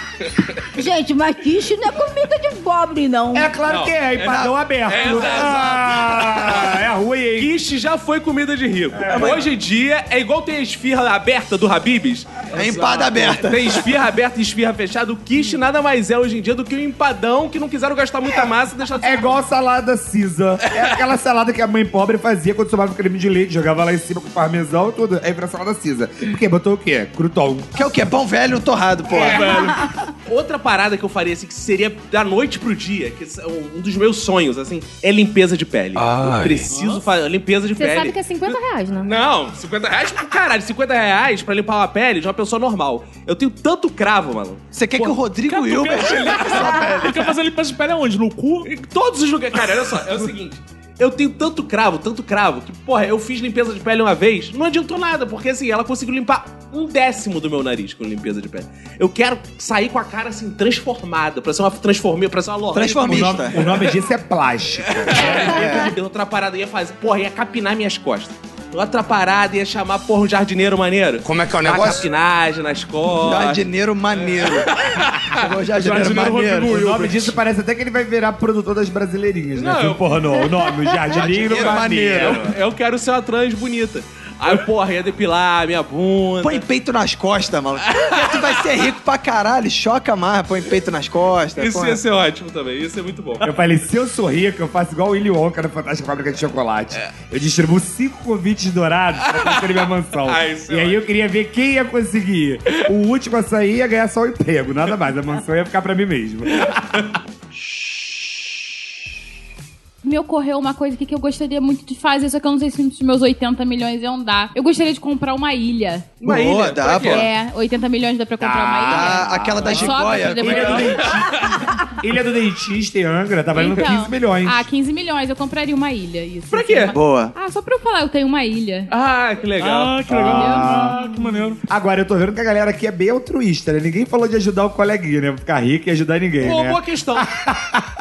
S7: Gente, mas quiche não é comida de pobre, não.
S6: É claro
S1: Não,
S6: que é, e padrão aberto.
S1: É, exato.
S6: ah, é ruim, hein?
S1: Quiche já foi comida de rico. Hoje em dia é igual tem a esfirra aberta do Habibs.
S2: É empada aberta.
S1: Tem esfirra aberta e esfirra fechada. O quiche nada mais é hoje em dia do que o empadão que não quiseram gastar muita massa e deixar de
S6: É igual salada Caesar. É aquela salada que a mãe pobre fazia quando tomava creme de leite, jogava lá em cima com parmesão e tudo. É Aí pra salada Caesar. Porque botou o quê? Crouton.
S2: Que é o quê? Pão velho torrado, porra.
S1: Outra parada que eu faria, assim, que seria da noite pro dia, que é um dos meus sonhos, assim, é limpeza de pele. Eu
S8: Ai.
S1: preciso fazer limpeza de
S4: Você
S1: pele.
S4: sabe que é 50 reais, né?
S1: Não, 50 reais pro caralho. 50 reais pra limpar uma pele de uma pessoa normal. Eu tenho tanto cravo, mano.
S2: Você quer que o Rodrigo Hilbert...
S5: Ah, Ele quer fazer limpeza de pele aonde? No cu?
S1: Em todos os lugares. Cara, olha só, é o seguinte. Eu tenho tanto cravo, tanto cravo, que, porra, eu fiz limpeza de pele uma vez, não adiantou nada, porque assim, ela conseguiu limpar um décimo do meu nariz com limpeza de pele. Eu quero sair com a cara assim, transformada, pra ser uma transformista, pra ser uma loja.
S6: O nome,
S2: Transformista.
S6: o nome disso é plástica.
S1: Outra parada eu ia fazer, porra, ia capinar minhas costas. Outra parada ia chamar, porra, um jardineiro maneiro.
S6: Como é que é o
S1: Dá
S6: negócio?
S1: capinagem nas costas.
S2: Jardineiro um maneiro. Chegou o jardineiro
S5: Jardineiro
S2: maneiro.
S5: Rodrigo
S6: O nome disso parece até que ele vai virar produtor das brasileirinhas, né? Não, porra, não. O nome, o jardineiro maneiro.
S1: É, Eu, eu quero ser uma trans bonita. Aí, porra, ia depilar a minha bunda.
S2: Põe peito nas costas, maluco. Porque tu vai ser rico pra caralho, choca mais, põe peito nas costas.
S1: Isso
S2: põe-
S1: ia ser ótimo também, isso é muito bom.
S6: Eu falei, se eu sou rico, eu faço igual o Willy Wonka na Fantástica Fábrica de Chocolate. É. Eu distribuo cinco convites dourados pra construir minha mansão.
S1: Ah, isso é
S6: e aí eu queria ver quem ia conseguir. O último a sair ia ganhar só o emprego, nada mais. A mansão ia ficar pra mim mesmo.
S3: me ocorreu uma coisa aqui que eu gostaria muito de fazer, só que eu não sei se nos meus 80 milhões iam dar. Eu gostaria de comprar uma ilha.
S1: Uma
S2: Boa,
S1: ilha,
S2: dá,
S1: pra quê?
S2: pô.
S3: É, 80 milhões dá pra comprar uma ilha?
S2: Ah, aquela da é
S3: Sobra
S2: jiboia.
S3: pra depois-
S6: Ilha do, dentista, Ilha do Dentista em Angra tá valendo
S3: Então,
S6: 15 milhões.
S3: Ah, 15 milhões, eu compraria uma ilha. Isso.
S1: Pra quê?
S2: Boa.
S3: Ah, só pra eu falar, eu tenho uma ilha.
S1: Ah, que legal.
S5: Ah, que legal. Ah, que maneiro.
S6: Agora, eu tô vendo que a galera aqui é bem altruísta, né? Ninguém falou de ajudar o coleguinha, né? Ficar rico e ajudar ninguém,
S1: Pô,
S6: né?
S1: boa questão.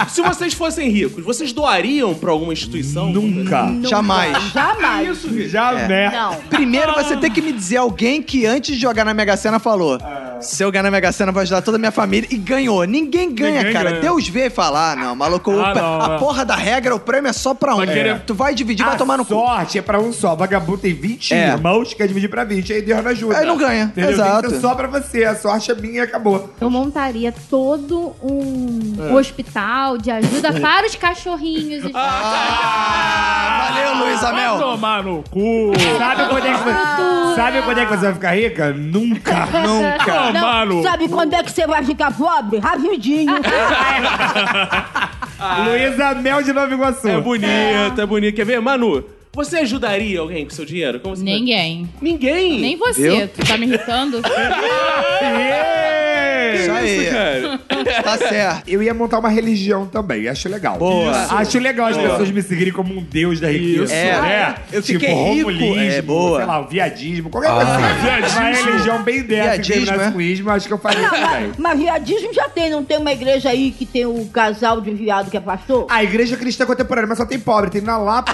S1: Se vocês fossem ricos, vocês doariam pra alguma instituição?
S6: Nunca.
S2: Jamais.
S7: Jamais. É.
S6: Jamais.
S7: Não.
S2: Primeiro
S6: Ah.
S2: você tem que me dizer alguém que antes de jogar na Mega Sena falou:
S6: É.
S2: Se eu ganhar na Mega Sena, eu vou ajudar toda a minha família. E ganhou. Ninguém ganha,
S5: Ninguém
S2: cara.
S5: ganha.
S2: Deus vê e fala: ah, não, maluco, o
S5: Ah,
S2: pre-
S5: não,
S2: a
S5: é.
S2: porra da regra, o prêmio é só pra um.
S5: querer-
S2: Tu vai dividir, vai
S6: a
S2: tomar no cu.
S6: sorte é pra um só. Vagabundo tem 20
S2: É.
S6: irmãos, quer dividir pra 20, aí Deus não ajuda.
S2: Aí não ganha.
S6: Entendeu?
S2: Exato.
S6: Tem que ser só pra você. A sorte é minha e acabou.
S4: Eu montaria todo um hospital de ajuda para os cachorrinhos. e
S2: Ah, valeu, Luiz
S5: Vai
S2: Amel.
S5: tomar no cu.
S6: Sabe quando, é que você... Sabe quando é que você vai ficar rica? Nunca.
S5: Ah,
S7: Não,
S5: mano.
S7: sabe quando é que você vai ficar pobre? Rapidinho. Ah,
S6: Luísa Mel de Nova Iguaçu.
S1: É bonito, é bonito. Quer ver? Manu, você ajudaria alguém com seu dinheiro? Como você-
S3: Ninguém.
S1: Ninguém?
S3: Nem você. Tu tá me irritando?
S2: Isso aí.
S1: Cara,
S2: Tá certo.
S6: Eu ia montar uma religião também, acho legal.
S2: Boa.
S6: Isso. Acho legal as pessoas me seguirem como um deus da riqueza.
S2: É.
S6: né?
S2: Eu fiquei
S6: tipo,
S2: rico.
S6: romulismo,
S2: É, boa. Ah.
S6: sei lá, o viadismo, qualquer coisa assim. Uma religião bem dessa, que
S2: Viadismo,
S6: terminasse
S2: é?
S6: com ismo, acho que eu faria
S7: Não,
S6: também.
S7: mas, mas viadismo já tem, não tem uma igreja aí que tem o casal de viado que é pastor?
S6: A igreja cristã contemporânea, mas só tem pobre, tem na Lapa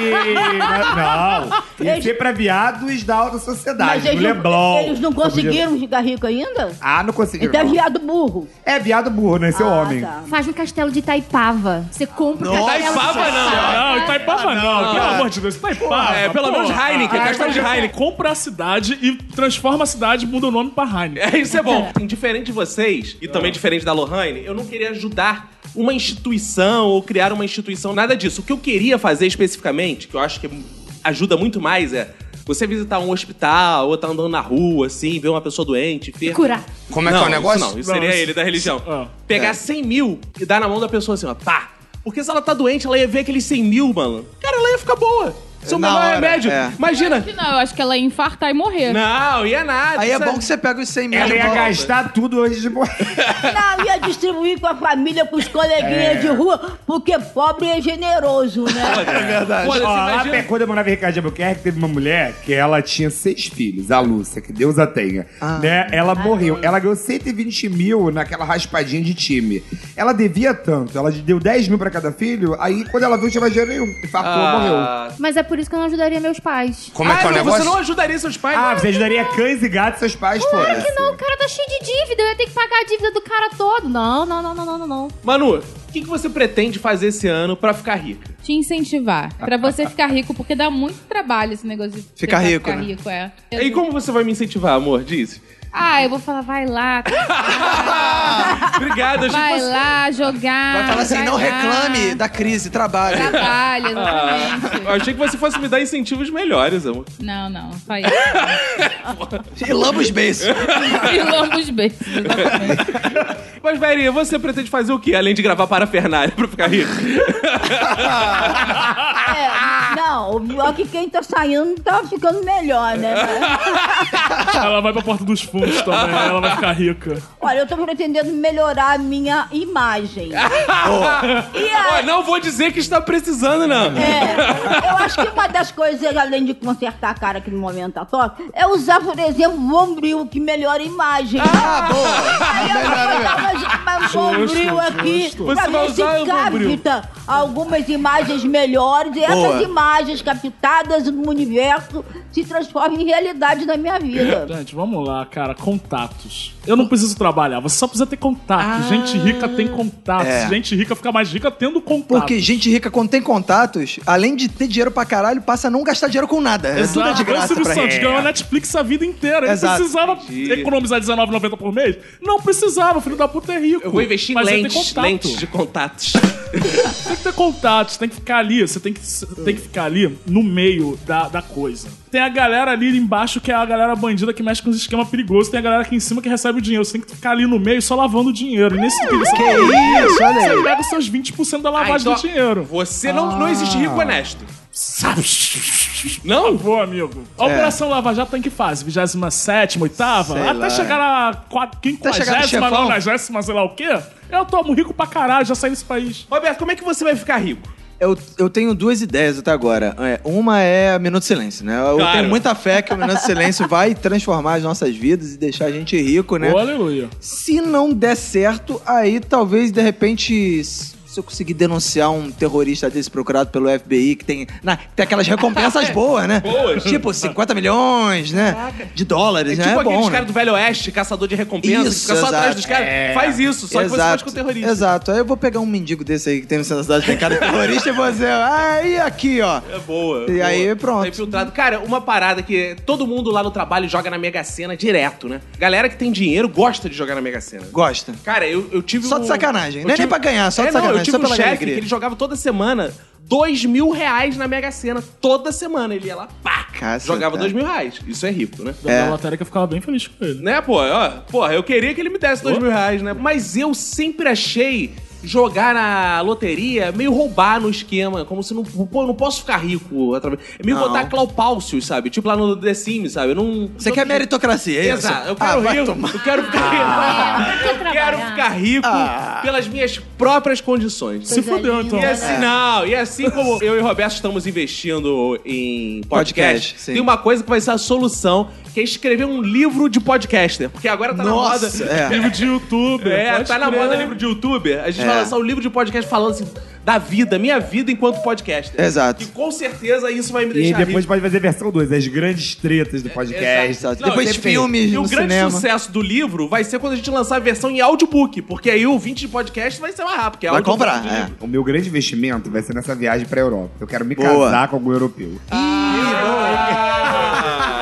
S6: e Não. Tem que ser pra viados da alta
S7: mas
S6: sociedade,
S7: eles
S6: do
S7: não,
S6: Leblon.
S7: eles não conseguiram ficar rico ainda?
S6: Ah, não conseguiram.
S7: Então é viado burro.
S6: É viado burro, né? Seu
S7: Ah,
S6: homem.
S7: tá.
S4: Faz um castelo de Itaipava. Você compra o
S1: Tá
S2: Nossa.
S4: castelo
S1: Itaipava,
S4: de Itaipava.
S5: Não, Itaipava Ah, não, Ah. pelo
S2: cara.
S5: amor de Deus, Itaipava.
S1: É, pelo menos Heineken,
S6: Ah,
S1: castelo de Heineken.
S5: Compra a cidade e transforma a cidade, muda o nome pra Heineken.
S1: É, isso é bom. Indiferente de vocês, e também diferente da Lohane, eu não queria ajudar uma instituição ou criar uma instituição, nada disso. O que eu queria fazer especificamente, que eu acho que ajuda muito mais, é você visitar um hospital ou tá andando na rua, assim, ver uma pessoa doente, enferma.
S4: Curar.
S1: Como é que é o negócio? Não, isso é. seria
S5: Não,
S1: ele da religião.
S5: ah.
S1: Pegar 100 mil e dar na mão da pessoa assim, ó, pá. Porque se ela tá doente, ela ia ver aqueles 100 mil, mano. Cara, ela ia ficar boa. Seu
S2: Na
S1: melhor
S2: hora,
S1: um remédio.
S2: é.
S1: Imagina.
S3: Não, eu acho que ela ia infartar e morrer.
S1: Não, ia nada.
S2: Aí é
S1: Isso
S2: bom que você pega os 100 mil.
S6: É, Ela
S2: de
S6: ia
S2: volta.
S6: gastar tudo antes de morrer.
S7: Não, ia distribuir com a família, com os coleguinhas
S6: É.
S7: de rua, porque pobre é generoso, né?
S2: É verdade.
S1: Pô, você
S6: Ó, lá
S1: imagina-
S6: pe- quando eu morava em Ricardo de Albuquerque, teve uma mulher que ela tinha seis filhos, a Lúcia, que Deus a tenha.
S5: Ah.
S6: Né? Ela morreu. Ela ganhou 120 mil naquela raspadinha de time. Ela devia tanto, ela deu 10 mil pra cada filho, aí quando ela viu, não tinha mais dinheiro nenhum. Infartou, morreu.
S1: Ah,
S4: Mas é por isso que eu não ajudaria meus pais.
S1: Como é que é o negócio? Você não ajudaria seus pais? né?
S6: Ah, você ajudaria cães e gatos seus pais, pô.
S4: Claro que não, o cara tá cheio de dívida, eu ia ter que pagar a dívida do cara todo. Não, não, não, não, não, não, não.
S1: Manu, o que, que você pretende fazer esse ano pra ficar rica?
S3: Te incentivar. Pra você ficar rico, porque dá muito trabalho esse negócio de
S2: Ficar
S3: tentar
S2: rico,
S3: Ficar
S2: né?
S3: rico, é.
S1: E como você vai me incentivar, amor? Diz.
S3: Ah, eu vou falar, vai lá,
S1: Obrigado, gente.
S3: vai
S1: Você-
S3: lá jogar.
S2: Tipo assim, Vai falar assim,
S3: vai
S2: não
S3: lá,
S2: reclame Ah. da crise, trabalho.
S3: Trabalha,
S1: Eu
S3: exatamente.
S1: achei que você fosse me dar incentivos melhores, amor.
S3: Não, não, só isso.
S2: E lamba os beijos.
S3: E lamba os beijos, exatamente.
S1: Mas, Verinha, você pretende fazer o quê? Além de gravar para a Fernália pra ficar rico?
S7: É, não, o pior é que quem tá saindo tá ficando melhor, né?
S5: Ela vai pra porta dos fundos também, ela vai ficar rica.
S7: Olha, eu tô pretendendo melhorar a minha imagem. E
S1: Ó,
S7: aí,
S1: não vou dizer que está precisando, não.
S7: É, eu acho que uma das coisas, além de consertar a cara que no momento tá top, é usar, por exemplo, bombril, que melhora a imagem.
S2: Ah, boa.
S7: Aí eu vou botar uma, uma bombril aqui
S1: Você
S7: pra
S1: vai
S7: ver se
S1: usar o Bombril?
S7: capta algumas imagens melhores e
S2: Boa.
S7: essas imagens captadas no universo se transformam em realidade na minha vida.
S5: Gente, vamos lá, cara. Contatos. Eu não preciso trabalhar, você só precisa ter contatos. Gente rica tem contatos.
S2: É.
S5: Gente rica fica mais rica tendo contatos.
S2: Porque gente rica, quando tem contatos, além de ter dinheiro pra caralho, passa a não gastar dinheiro com nada. É tudo é de
S5: Olha o
S2: graça
S5: Silvio
S2: pra
S5: Santos
S2: ele.
S5: ganhou a Netflix a vida inteira. Ele
S2: Exato.
S5: precisava economizar R$19,90 por mês? Não precisava, o filho da puta é rico.
S1: Eu vou investir em
S5: Mas ele tem
S1: lentes,
S5: contato.
S1: lentes de contatos.
S5: Tem que ter contatos, tem que ficar ali, você tem que, tem que ficar ali no meio da, da coisa. Tem a galera ali embaixo que é a galera bandida que mexe com os esquemas perigosos, tem a galera aqui em cima que recebe o dinheiro. Você tem que ficar ali no meio só lavando o dinheiro. E nesse período,
S2: Que
S5: você,
S2: isso, olha
S5: você
S2: aí.
S5: pega os seus 20% da
S1: Ah,
S5: lavagem
S1: então
S5: do dinheiro.
S1: Você não, não existe rico honesto. Não?
S5: Pô, amigo. A Operação Lava Jato tá em que fase? 27, 8?
S2: É. Sei
S5: Até
S2: lá.
S5: chegar na
S2: chegar no
S5: 50,
S2: chefão.
S5: 90, sei lá o quê? Eu tomo rico pra caralho, já saí desse país.
S1: Roberto, como é que você vai ficar rico?
S2: Eu, eu tenho duas ideias até agora. É, uma é a Minuto de Silêncio, né? Eu
S1: Claro.
S2: tenho muita fé que o Minuto de Silêncio vai transformar as nossas vidas e deixar a gente rico, né?
S5: Ô, aleluia.
S2: Se não der certo, aí talvez de repente. Se eu conseguir denunciar um terrorista desse procurado pelo FBI, que tem, na- tem aquelas recompensas boas, né?
S1: Boas.
S2: Tipo 50 milhões, né? De
S1: É
S2: dólares, né?
S1: tipo
S2: é
S1: aqueles
S2: bom, né?
S1: caras do Velho Oeste, caçador de recompensas,
S2: Isso,
S1: que fica só atrás
S2: exato.
S1: dos caras. Faz isso, só que você faz com o terrorista.
S2: Exato. Aí eu vou pegar um mendigo desse aí que tem necessidade tem cara de terrorista e vou dizer, aí aqui, ó.
S1: É boa.
S2: E
S1: boa.
S2: aí, pronto.
S1: Tá infiltrado. Cara, uma parada que todo mundo lá no trabalho joga na Mega Sena direto, né? Galera que tem dinheiro gosta de jogar na Mega Sena.
S2: Gosta.
S1: Cara, eu, eu tive
S2: Só de
S1: um-
S2: sacanagem.
S1: eu
S2: Não é nem pra ganhar, só de
S1: É, não,
S2: sacanagem,
S1: Eu tive
S2: só pela
S1: um chefe que
S2: alegria.
S1: ele jogava toda semana dois mil reais na Mega Sena. Toda semana ele ia lá, pá,
S2: Caceta.
S1: jogava dois mil reais. Isso é rico, né?
S5: Da
S2: É.
S5: lotérica eu ficava bem feliz com ele.
S1: Né, pô? Ó, porra, eu queria que ele me desse dois mil reais, né? Mas eu sempre achei jogar na loteria meio roubar no esquema. Como se não. Pô, eu não posso ficar rico através. É meio
S2: Não.
S1: botar Claupalcius, sabe? Tipo lá no The Sims, sabe? Eu não.
S2: Você quer meritocracia, é isso?
S1: Exato, eu
S2: Ah,
S1: quero
S2: vai
S1: rico.
S2: tomar.
S1: Eu quero ficar
S4: É, pra
S1: rico.
S4: que
S1: eu quero
S4: trabalhar?
S1: ficar rico
S2: Ah.
S1: pelas minhas próprias condições.
S5: Se fudeu, então.
S1: E assim, não, e assim como eu e o Roberto estamos investindo em podcast,
S2: Podcast, sim.
S1: tem uma coisa que vai ser a solução, que é escrever um livro de podcaster. Porque agora tá
S2: Nossa,
S1: na moda.
S2: é.
S5: Livro de YouTube.
S1: É,
S5: pode
S1: tá na
S5: crer.
S1: moda livro de youtuber. A gente
S2: É.
S1: vai lançar um livro de podcast falando assim, da vida, minha vida enquanto podcaster.
S2: Exato.
S1: E com certeza isso vai me
S6: E aí
S1: deixar
S6: depois
S1: rico.
S6: pode fazer versão 2, as grandes tretas do podcast.
S2: Exato.
S1: Não,
S2: Depois
S1: e-
S2: filmes
S1: E o
S2: no
S1: grande
S2: cinema.
S1: sucesso do livro vai ser quando a gente lançar a versão em audiobook, porque aí o ouvinte de podcast vai ser mais rápido. porque é
S2: Vai
S1: audiobook
S2: comprar,
S1: de
S2: é.
S1: livro.
S6: O meu grande investimento vai ser nessa viagem pra Europa. Eu quero me
S2: Boa.
S6: casar com algum europeu.
S1: Ah,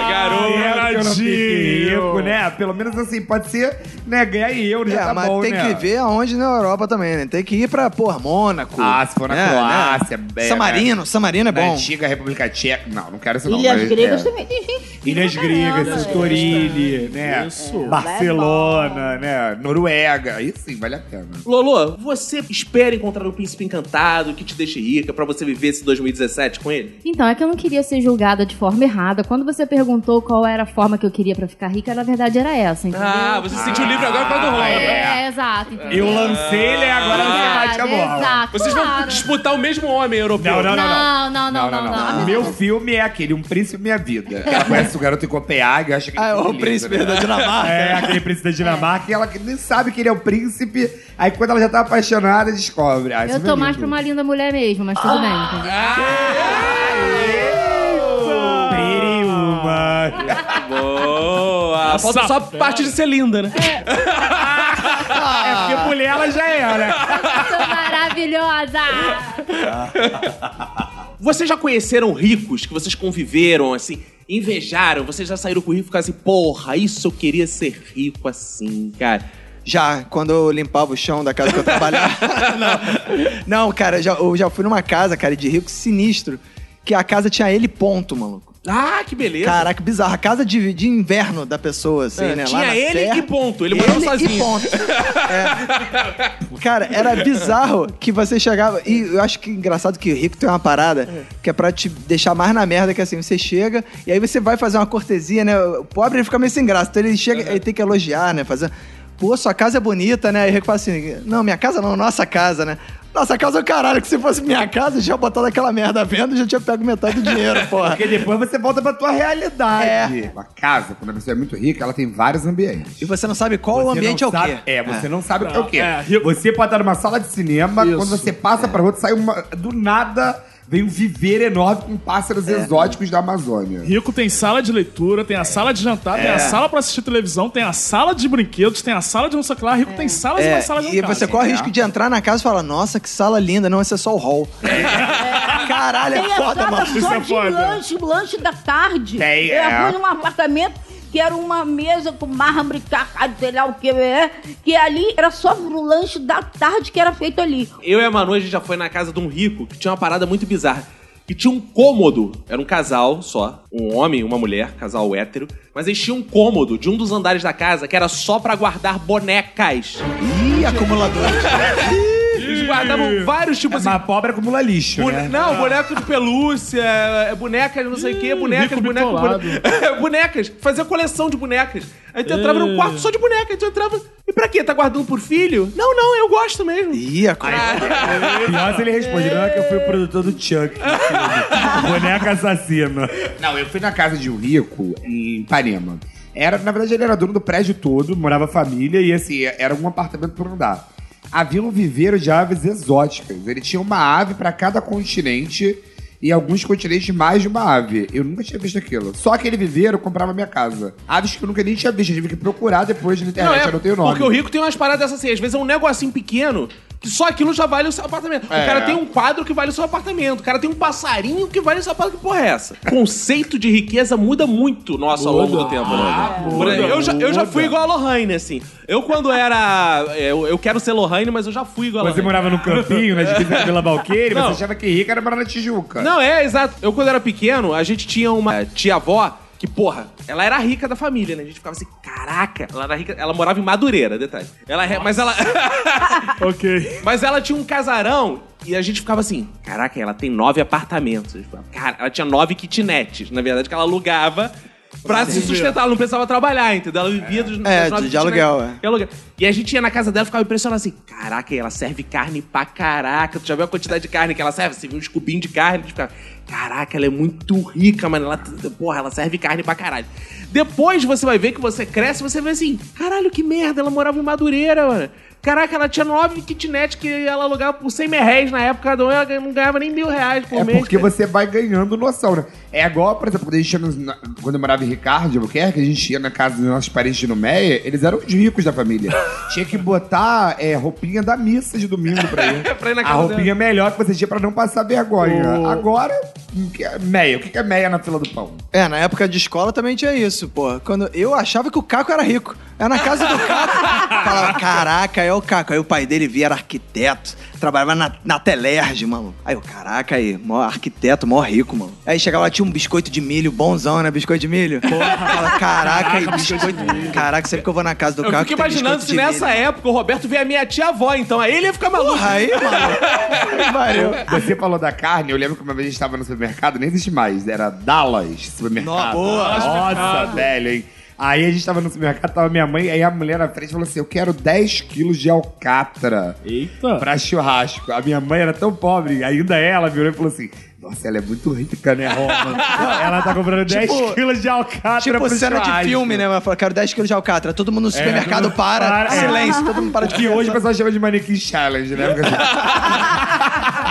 S1: garoto.
S6: Pena que eu não fiquei
S5: Garotinho.
S6: rico, né? Pelo menos assim, pode ser, né? Ganhar em euro, já
S2: É,
S6: tá
S2: mas
S6: bom,
S2: tem
S6: né?
S2: que ver aonde na Europa também, né? Tem que ir pra, porra, Mônaco.
S6: Ah, se for na
S2: né,
S6: Croácia,
S2: né?
S6: é,
S2: Samarino, Samarino é
S6: Na
S2: bom.
S6: antiga República Tcheca. Não, não quero isso não.
S7: Ilhas
S6: mas,
S7: gregas
S6: é.
S7: também tem gente. rica
S6: Ilhas
S7: pra caramba,
S6: gregas,
S7: né?
S6: Santorini, né? Barcelona, né? Noruega. Isso sim, vale a pena.
S1: Lolo, você espera encontrar um príncipe encantado que te deixe rica pra você viver esse 2017 com ele?
S4: Então, é que eu não queria ser julgada de forma errada. Quando você perguntou qual era a forma que eu queria pra ficar rica, na verdade era essa, entendeu?
S1: Ah, você sentiu livre agora por causa do Rola.
S4: é. exato. entendeu?
S6: Eu lancei ele e é agora você
S4: Obrigada,
S6: bate a bola.
S4: Exato,
S1: Vocês vão
S4: claro.
S1: disputar o mesmo homem europeu.
S6: Não, não, não, não.
S4: Não, não, não, não, não.
S6: Meu filme é aquele, Um Príncipe e Minha Vida. Ela conhece o garoto em Copenhague, acha que ele
S2: Ah, é
S6: tudo
S2: o
S6: lindo,
S2: príncipe
S6: né?
S2: da Dinamarca.
S6: É, aquele príncipe da Dinamarca, e ela que nem sabe que ele é o príncipe. Aí quando ela já tá apaixonada, descobre. Ah,
S4: Eu tô mais pra uma linda mulher mesmo, mas tudo bem, entendeu?
S6: Pretty woman.
S1: Boa! Falta só a parte de ser linda, né?
S6: É porque mulher ela já é, né?
S4: Sou maravilhosa!
S1: Vocês já conheceram ricos que vocês conviveram, assim, invejaram? Vocês já saíram com o rico e ficaram assim, porra, isso eu queria ser rico assim, cara.
S2: Já, quando eu limpava o chão da casa que eu trabalhava. não. não, cara, já- eu já fui numa casa, cara, de rico sinistro, que a casa tinha ele ponto, maluco.
S1: Ah, que beleza!
S2: Caraca, bizarro. A casa de, de inverno da pessoa, assim,
S1: É,
S2: né?
S1: tinha
S2: Lá na
S1: ele
S2: serra.
S1: e ponto. Ele morava
S2: E
S1: sozinho.
S2: ponto. É. Cara, era bizarro que você chegava... E eu acho que é engraçado que o rico tem uma parada
S1: Uhum.
S2: que é pra te deixar mais na merda, que assim, você chega e aí você vai fazer uma cortesia, né? O pobre, ele fica meio sem graça. Então ele
S1: Uhum.
S2: chega ele tem que elogiar, né? Fazer... Pô, sua casa é bonita, né? Aí o rico fala assim... Não, minha casa não, nossa casa, né? Nossa casa é o caralho, que se fosse minha casa, eu já botado aquela merda à venda e já tinha pego metade do dinheiro, porra.
S6: Porque depois você volta pra tua realidade. A casa, quando a pessoa é muito rica, ela tem vários ambientes.
S2: E você não sabe qual o
S6: Você
S2: ambiente é
S6: não
S2: o
S6: sabe-
S2: quê.
S6: É, você não sabe o que é o quê.
S5: É, rico.
S6: Você pode estar numa sala de cinema,
S5: Isso.
S6: quando você
S2: É.
S6: passa pra outra, sai uma. Do nada vem um viver enorme com
S2: É.
S6: pássaros exóticos da É. Amazônia.
S5: Rico tem sala de leitura, tem a sala de jantar,
S2: É.
S5: tem a sala pra assistir televisão, tem a sala de brinquedos, tem a sala de não sei o que lá. Rico tem salas e
S2: É,
S5: mais salas de
S2: e
S6: né?
S2: você corre o risco de entrar na casa e falar, nossa, que sala linda, não, esse é só o hall. Caralho,
S7: Tem
S2: é
S7: a
S2: foda,
S7: sala
S2: mano.
S5: Isso
S7: só
S5: é
S7: de
S5: foda.
S7: lanche, lanche da tarde.
S6: Tem,
S7: Eu
S6: é.
S7: fui num apartamento que era uma mesa com mármore, cacá, sei lá o que é, que ali era só o lanche da tarde que era feito ali.
S1: Eu e a Manu, a gente já foi na casa de um rico que tinha uma parada muito bizarra. Que tinha um cômodo, era um casal só, um homem e uma mulher, casal hétero, mas eles tinham um cômodo de um dos andares da casa que era só pra guardar bonecas.
S2: Ih, acumulador.
S1: Eles guardavam vários tipos de.
S6: Mas é pobre acumula lixo,
S1: Bone-
S6: né?
S1: Não, boneco de pelúcia, é, bonecas, não sei o quê, bonecas,
S5: rico
S1: bonecas,
S5: bitolado.
S1: bone- bonecas. Fazia coleção de bonecas. Aí tu entrava num quarto só de boneca, aí tu entrava. E pra quê? Tá guardando por filho? Não, não, eu gosto mesmo.
S2: Ih, acumulador.
S6: Pior se ele responde, não é que eu fui o produtor do Chuck. Boneca assassina. Não, eu fui na casa de um rico em Ipanema. Era, na verdade, ele era dono do prédio todo, morava a família e assim, era um apartamento por andar. Havia um viveiro de aves exóticas. Ele tinha uma ave pra cada continente e alguns continentes mais de uma ave. Eu nunca tinha visto aquilo. Só aquele viveiro comprava minha casa. Aves que eu nunca nem tinha visto. Eu tive que procurar depois na internet, eu não tenho nome.
S1: é, Porque o rico tem umas paradas dessas assim, às vezes é um negocinho pequeno que só aquilo já vale o seu apartamento. O cara tem um quadro que vale o seu apartamento, o cara tem um passarinho que vale o seu apartamento. Que porra é essa? O conceito de riqueza muda muito nosso ao longo do tempo, né? Por aí, eu, já, eu já fui igual a Lohane, assim. Eu quando era... é, Eu, eu quero ser Lohane, mas eu já fui igual a
S6: Você
S1: Lohane.
S6: morava no campinho, né? na divisa da Vila Valqueire, você
S1: Não.
S6: achava que rico era morar na Tijuca.
S1: Não, é, exato. Eu, quando era pequeno, a gente tinha uma tia-avó que, porra, ela era rica da família, né? A gente ficava assim, caraca, ela era rica. Ela morava em Madureira, detalhe. Ela, re- mas ela.
S5: Ok.
S1: Mas ela tinha um casarão e a gente ficava assim: caraca, ela tem nove apartamentos. A gente ficava, Cara, ela tinha nove kitnets, na verdade, que ela alugava. Pra se sustentar, ela não precisava trabalhar, entendeu? Ela vivia dos
S2: É,
S1: das
S2: de- de
S1: kitnets
S2: aluguel, é.
S1: que aluguel. E a gente ia na casa dela e ficava impressionado assim: caraca, ela serve carne pra caraca. Tu já viu a quantidade de carne que ela serve? Você viu uns cubinhos de carne? A gente ficava, caraca, ela é muito rica, mano. Ela, porra, ela serve carne pra caralho. Depois você vai ver que você cresce e você vê assim: caralho, que merda, ela morava em Madureira, mano. Caraca, ela tinha nove kitnet que ela alugava por 100 mil reais na época, cada um, ela não ganhava nem mil reais por
S6: É
S1: mês.
S6: porque
S1: cara.
S6: você vai ganhando noção, né? É igual, por exemplo, quando, a gente ia nos- na- quando eu morava em Ricardo, de Albuquerque, a gente ia na casa dos nossos parentes de Nomeia, eles eram os ricos da família. tinha que botar é, roupinha da missa de domingo pra ir.
S1: Pra ir na
S6: a
S1: casa
S6: roupinha melhor que você tinha pra não passar vergonha. Agora, o que é meia. O que que é meia na fila do pão?
S2: É, na época de escola também tinha isso, pô. Quando eu achava que o Caco era rico. Era na casa do Caco. Falava, caraca, é o Caco. Aí o pai dele via, era arquiteto. Trabalhava na, na Telerge, mano. Aí eu, caraca, aí, mó arquiteto, mó rico, mano. Aí chegava lá, tinha um biscoito de milho, bonzão, né? Biscoito de milho. Fala, caraca, aí, biscoito. Caraca, sempre que eu vou na casa do
S1: Eu
S2: Caco.
S1: fico
S2: tem
S1: imaginando
S2: biscoito
S1: se
S2: de
S1: nessa
S2: milho.
S1: época o Roberto vê a minha tia-avó, então. Aí ele ia ficar maluco.
S2: Porra, aí, mano. Valeu.
S6: Você falou da carne, eu lembro que uma vez a gente tava no supermercado, nem existe mais, era Dallas Supermercado.
S2: Nó, boa.
S6: Nossa, velho, hein? Aí a gente tava no supermercado, tava minha mãe, aí a mulher na frente falou assim: Eu quero 10 quilos de alcatra
S5: Eita.
S6: pra churrasco. A minha mãe era tão pobre, ainda ela virou e falou assim: Nossa, ela é muito rica, né, Roma? ela tá comprando 10
S2: Tipo-
S6: quilos de alcatra
S2: Tipo
S6: pro
S2: cena de
S6: churrasco."
S2: filme, né? Mas fala, quero 10 quilos de alcatra. Todo mundo no supermercado
S6: todo mundo
S2: para,
S6: para, é.
S2: silêncio, todo mundo para de
S6: Que hoje o
S2: conversar.
S6: pessoal chama de Manequim Challenge, né? Porque assim,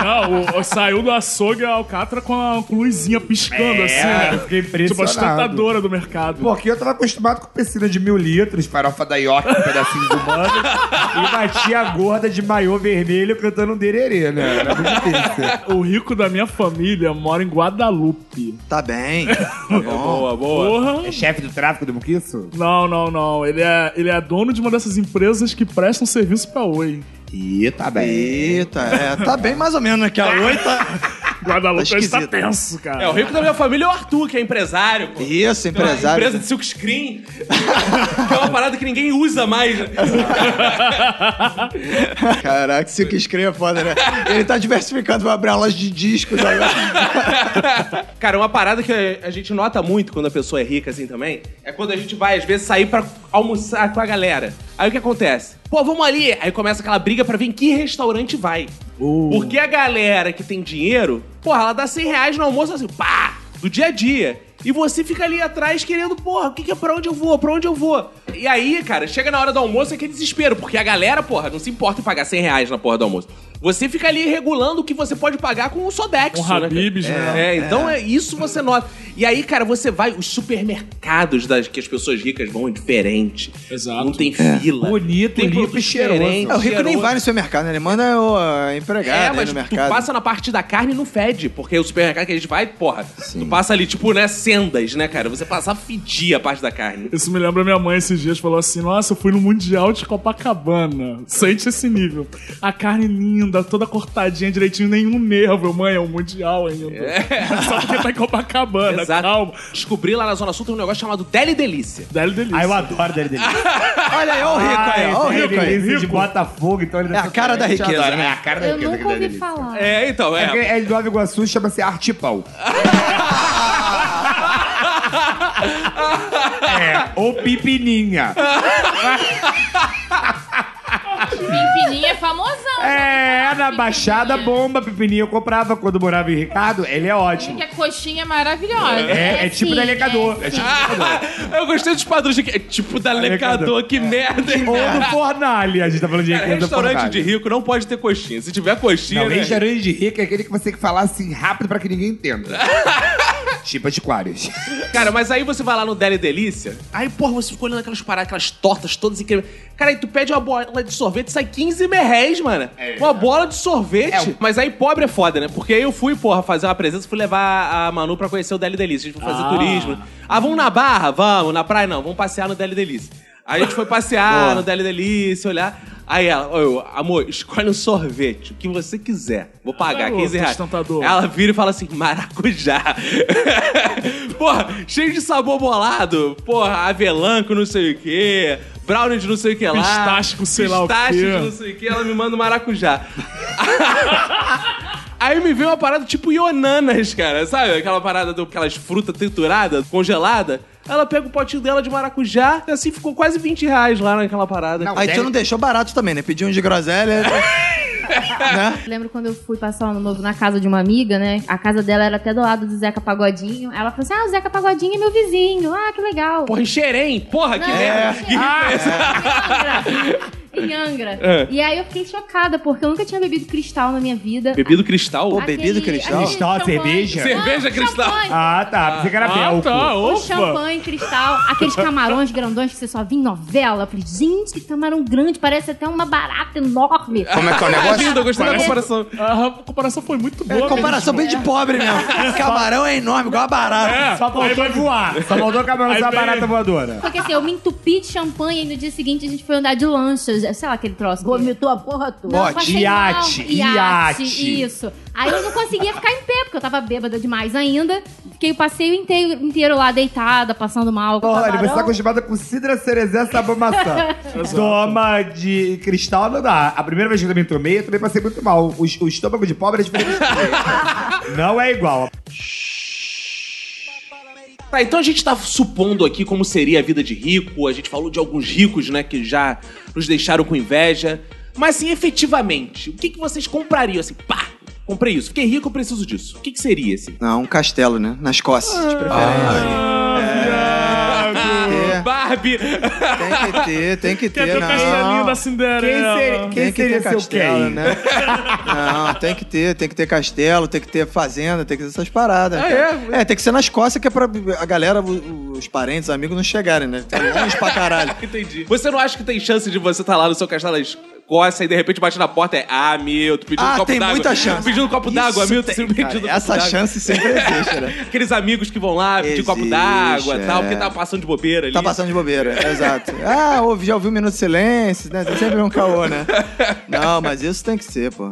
S5: Não, o- o- saiu do açougue a Alcatra com a com luzinha piscando,
S6: É,
S5: assim, né?
S6: eu fiquei
S5: Tipo, a
S6: impressionado.
S5: sustentadora do mercado.
S6: Porque eu tava acostumado com piscina de mil litros, farofa da York, um pedacinhos humanos, e batia a gorda de maiô vermelho cantando um dererê, né? Era muito difícil.
S5: O rico da minha família mora em Guadalupe.
S2: Tá bem. Tá bom.
S1: Boa, boa.
S5: Porra! um
S6: É chefe do tráfico do Muquiço?
S5: Não, não, não. Ele é, ele é dono de uma dessas empresas que prestam serviço pra Oi.
S6: Ih, tá
S2: Eita, é, tá bem mais ou menos, né? Que a oita.
S5: Guadalupe
S2: Tá
S5: tá, tá
S2: esquisito.
S5: tenso, cara.
S1: É, o rico da minha família é o Arthur, que é empresário, pô.
S2: Isso,
S1: Tem uma
S2: empresário. tá?
S1: Empresa de silkscreen. que é uma parada que ninguém usa mais.
S2: Caraca, se que escreve é foda, né? Ele tá diversificando, vai abrir uma loja de discos agora.
S1: Cara, uma parada que a gente nota muito quando a pessoa é rica assim também é quando a gente vai, às vezes, sair pra almoçar com a galera. Aí o que acontece? Pô, vamos ali. Aí começa aquela briga pra ver em que restaurante vai. Porque a galera que tem dinheiro, porra, ela dá 100 reais no almoço assim, pá, do dia a dia. E você fica ali atrás querendo, porra, o que, que é pra onde eu vou? Pra onde eu vou? E aí, cara, chega na hora do almoço é aquele desespero, porque a galera, porra, não se importa em pagar 100 reais na porra do almoço. Você fica ali regulando o que você pode pagar com o Sodexo.
S5: Com
S1: né, cara?
S5: Habib's, né?
S1: É, é, então é isso você nota. E aí, cara, você vai, os supermercados das que as pessoas ricas vão é diferente.
S5: Exato.
S1: Não tem fila.
S5: Bonito,
S1: tem
S5: hein?
S1: produto
S5: Cheiroso.
S1: diferente,
S2: É, o rico nem
S1: cheiroso.
S2: vai no supermercado, né? Ele manda o ah,
S1: É,
S2: empregado aí
S1: mas
S2: no
S1: tu
S2: mercado.
S1: passa na parte da carne e não fede, porque o supermercado que a gente vai, porra, tu passa ali, tipo, né, sendas, né, cara? Você passa a fedir a parte da carne.
S5: Isso me lembra minha mãe esses dias, falou assim: Nossa, eu fui no Mundial de Copacabana. Sente esse nível. A carne é linda, toda cortadinha direitinho, nenhum nervo. Eu, Mãe, é um Mundial ainda. Só que tá em Copacabana, calma.
S1: Descobri lá na Zona Sul tem um negócio chamado Deli Delícia.
S5: Dele delícia.
S9: Ah, eu adoro Deli Delícia.
S2: Olha aí, ó o rico aí, Ah, é, ó o
S9: Deli
S2: rico
S5: é
S2: aí.
S9: Delícia de Botafogo, então ele
S2: É a cara da riqueza,
S6: Adoro,
S2: né?
S6: É a cara da
S4: Eu
S6: riqueza
S4: nunca
S6: que dá
S4: ouvi
S6: delícia.
S4: falar.
S1: É, então,
S6: É, porque
S1: é.
S6: é de Nova Iguaçu, chama-se Artipão. é, ou Pipininha.
S3: Pimpininha é famosão.
S6: É, na Baixada
S3: bom.
S6: bomba, Pipininha eu comprava quando morava em Ricardo, ele é ótimo.
S3: Que a coxinha é maravilhosa.
S6: É, é tipo
S4: sim,
S6: delecador. É, tipo
S1: Ah, eu gostei dos padrões aqui. É tipo da Lecador, que merda, hein?
S6: ou do Fornalha, a gente tá falando de
S1: Cara,
S6: riqueza do
S1: restaurante
S6: Fornalha.
S1: de rico não pode ter coxinha. Se tiver coxinha,
S6: Não,
S1: né?
S6: restaurante de rico é aquele que você tem que falar assim rápido pra que ninguém entenda. tipo antiquários.
S1: Cara, mas aí você vai lá no Deli Delícia, aí, porra, você fica olhando aquelas paradas, aquelas tortas todas incríveis. Cara, aí tu pede uma bola de sorvete, sai 15 merréis, mano. uma bola de sorvete. Mas aí pobre é foda, né? Porque aí eu fui, porra, fazer uma presença, fui levar a Manu pra conhecer o Deli Delícia. A gente foi fazer turismo. Ah, vamos na Barra? Vamos. Na praia não, vamos passear no Deli Delícia. Aí a gente foi passear no Deli Delícia, olhar. Aí ela, ó, eu, amor, escolhe um sorvete, o que você quiser. Vou pagar
S5: Garoto
S1: 15 reais.
S5: ostentador.
S1: Ela ela vira e fala assim, maracujá. porra, cheio de sabor bolado. Porra, avelã com não sei o quê. Brownie de não sei o que lá.
S5: Pistache com sei lá o
S1: pistache
S5: quê.
S1: de não sei o que. Ela me manda um maracujá. Aí me veio uma parada tipo ionanas, cara. Sabe? Aquela parada do aquelas frutas trituradas, congelada. Ela pega o potinho dela de maracujá. E assim ficou quase 20 reais lá naquela parada.
S2: Aí tu não é- deixou barato também, né? Pediu um de groselha. né?
S4: é, Lembro quando eu fui passar o ano novo na casa de uma amiga, né? A casa dela era até do lado do Zeca Pagodinho. Ela falou assim: Ah, o Zeca Pagodinho é meu vizinho. Ah, que legal.
S1: Porra, em Xerém. Porra, que
S4: Não,
S1: merda.
S4: não,
S1: Que
S4: Em Angra. Em Angra.
S1: É.
S4: E aí eu fiquei chocada, porque eu nunca tinha bebido cristal na minha vida.
S1: Bebido cristal?
S2: Pô, bebido cristal?
S9: Cristal,
S4: champanhe.
S9: cerveja?
S1: Cerveja
S4: Ah,
S1: cristal.
S4: champanhe.
S9: Ah, tá. Pensei que era
S5: Ah,
S9: belco.
S5: tá.
S4: O
S5: Opa.
S4: champanhe cristal, aqueles camarões grandões que você só vê em novela. Eu falei, gente, que camarão grande, parece até uma barata enorme.
S2: Como é que é o negócio?
S1: Lindo, eu gostei da comparação.
S5: A comparação foi muito
S2: É
S5: boa.
S2: comparação bem de pobre mesmo. Camarão é enorme, igual a barata.
S5: mesmo. É,
S9: Só
S5: aí
S9: faltou
S5: vai-
S9: voar.
S6: Só mandou camarão
S5: Aí
S6: só
S5: vem-
S6: barata voadora.
S4: Porque assim, eu me entupi de champanhe e no dia seguinte a gente foi andar de lanchas, É, sei lá, aquele troço.
S7: Vomitou a porra toda.
S4: Não, eu passei
S9: iate,
S4: mal. iate,
S9: iate.
S4: Isso. Aí eu não conseguia ficar em pé, porque eu tava bêbada demais ainda. Fiquei o passeio inteiro, inteiro lá, deitada, passando mal.
S6: Olha, você tá acostumada com cidra cerezé sabor maçã. Toma de cristal não dá. A primeira vez que eu também tomei, eu também passei muito mal. O, es- o estômago de pobre é diferente. do estômago. não é igual.
S1: Tá, então a gente tá supondo aqui como seria a vida de rico, a gente falou de alguns ricos, né, que já nos deixaram com inveja. Mas assim, efetivamente, o que, que vocês comprariam assim? Pá! Comprei isso, fiquei rico, eu preciso disso. O que, que seria assim?
S2: Não, um castelo, né? Na Escócia, de preferência. É.
S1: Barbie!
S2: Tem que ter, tem que
S5: Quer
S2: ter,
S5: ter o castelinho
S6: Ah.
S2: não.
S5: da
S6: Quem,
S5: é Cinderela?
S6: seria, quem
S2: Tem que
S6: seria
S2: ter
S6: seu
S2: castelo,
S6: quem?
S2: né? Não, tem que ter, tem que ter castelo, tem que ter fazenda, tem que ter essas paradas. cara. é? tem que ser na Escócia, que é pra a galera, o- os parentes, os amigos não chegarem, né? Tá longe pra caralho.
S1: Entendi. Você não acha que tem chance de você tá lá no seu castelo da Escócia e de repente bate na porta e é, ah, meu, tu pediu um
S2: Ah,
S1: copo
S2: tem
S1: d'água.
S2: muita chance.
S1: Pediu um copo d'água,
S2: Isso
S1: meu, tu
S2: tem,
S1: pediu um
S2: cara.
S1: copo
S2: Essa
S1: d'água.
S2: chance sempre existe, né?
S1: Aqueles amigos que vão lá pedir copo
S2: Existe,
S1: d'água e tal, porque
S2: é.
S1: tá passando de bobeira ali.
S2: Tá passando de bobeira, exato. Ah, ouve, já ouviu um Minuto de Silêncio, né? Tem sempre um caô, né? Não, mas isso tem que ser, pô.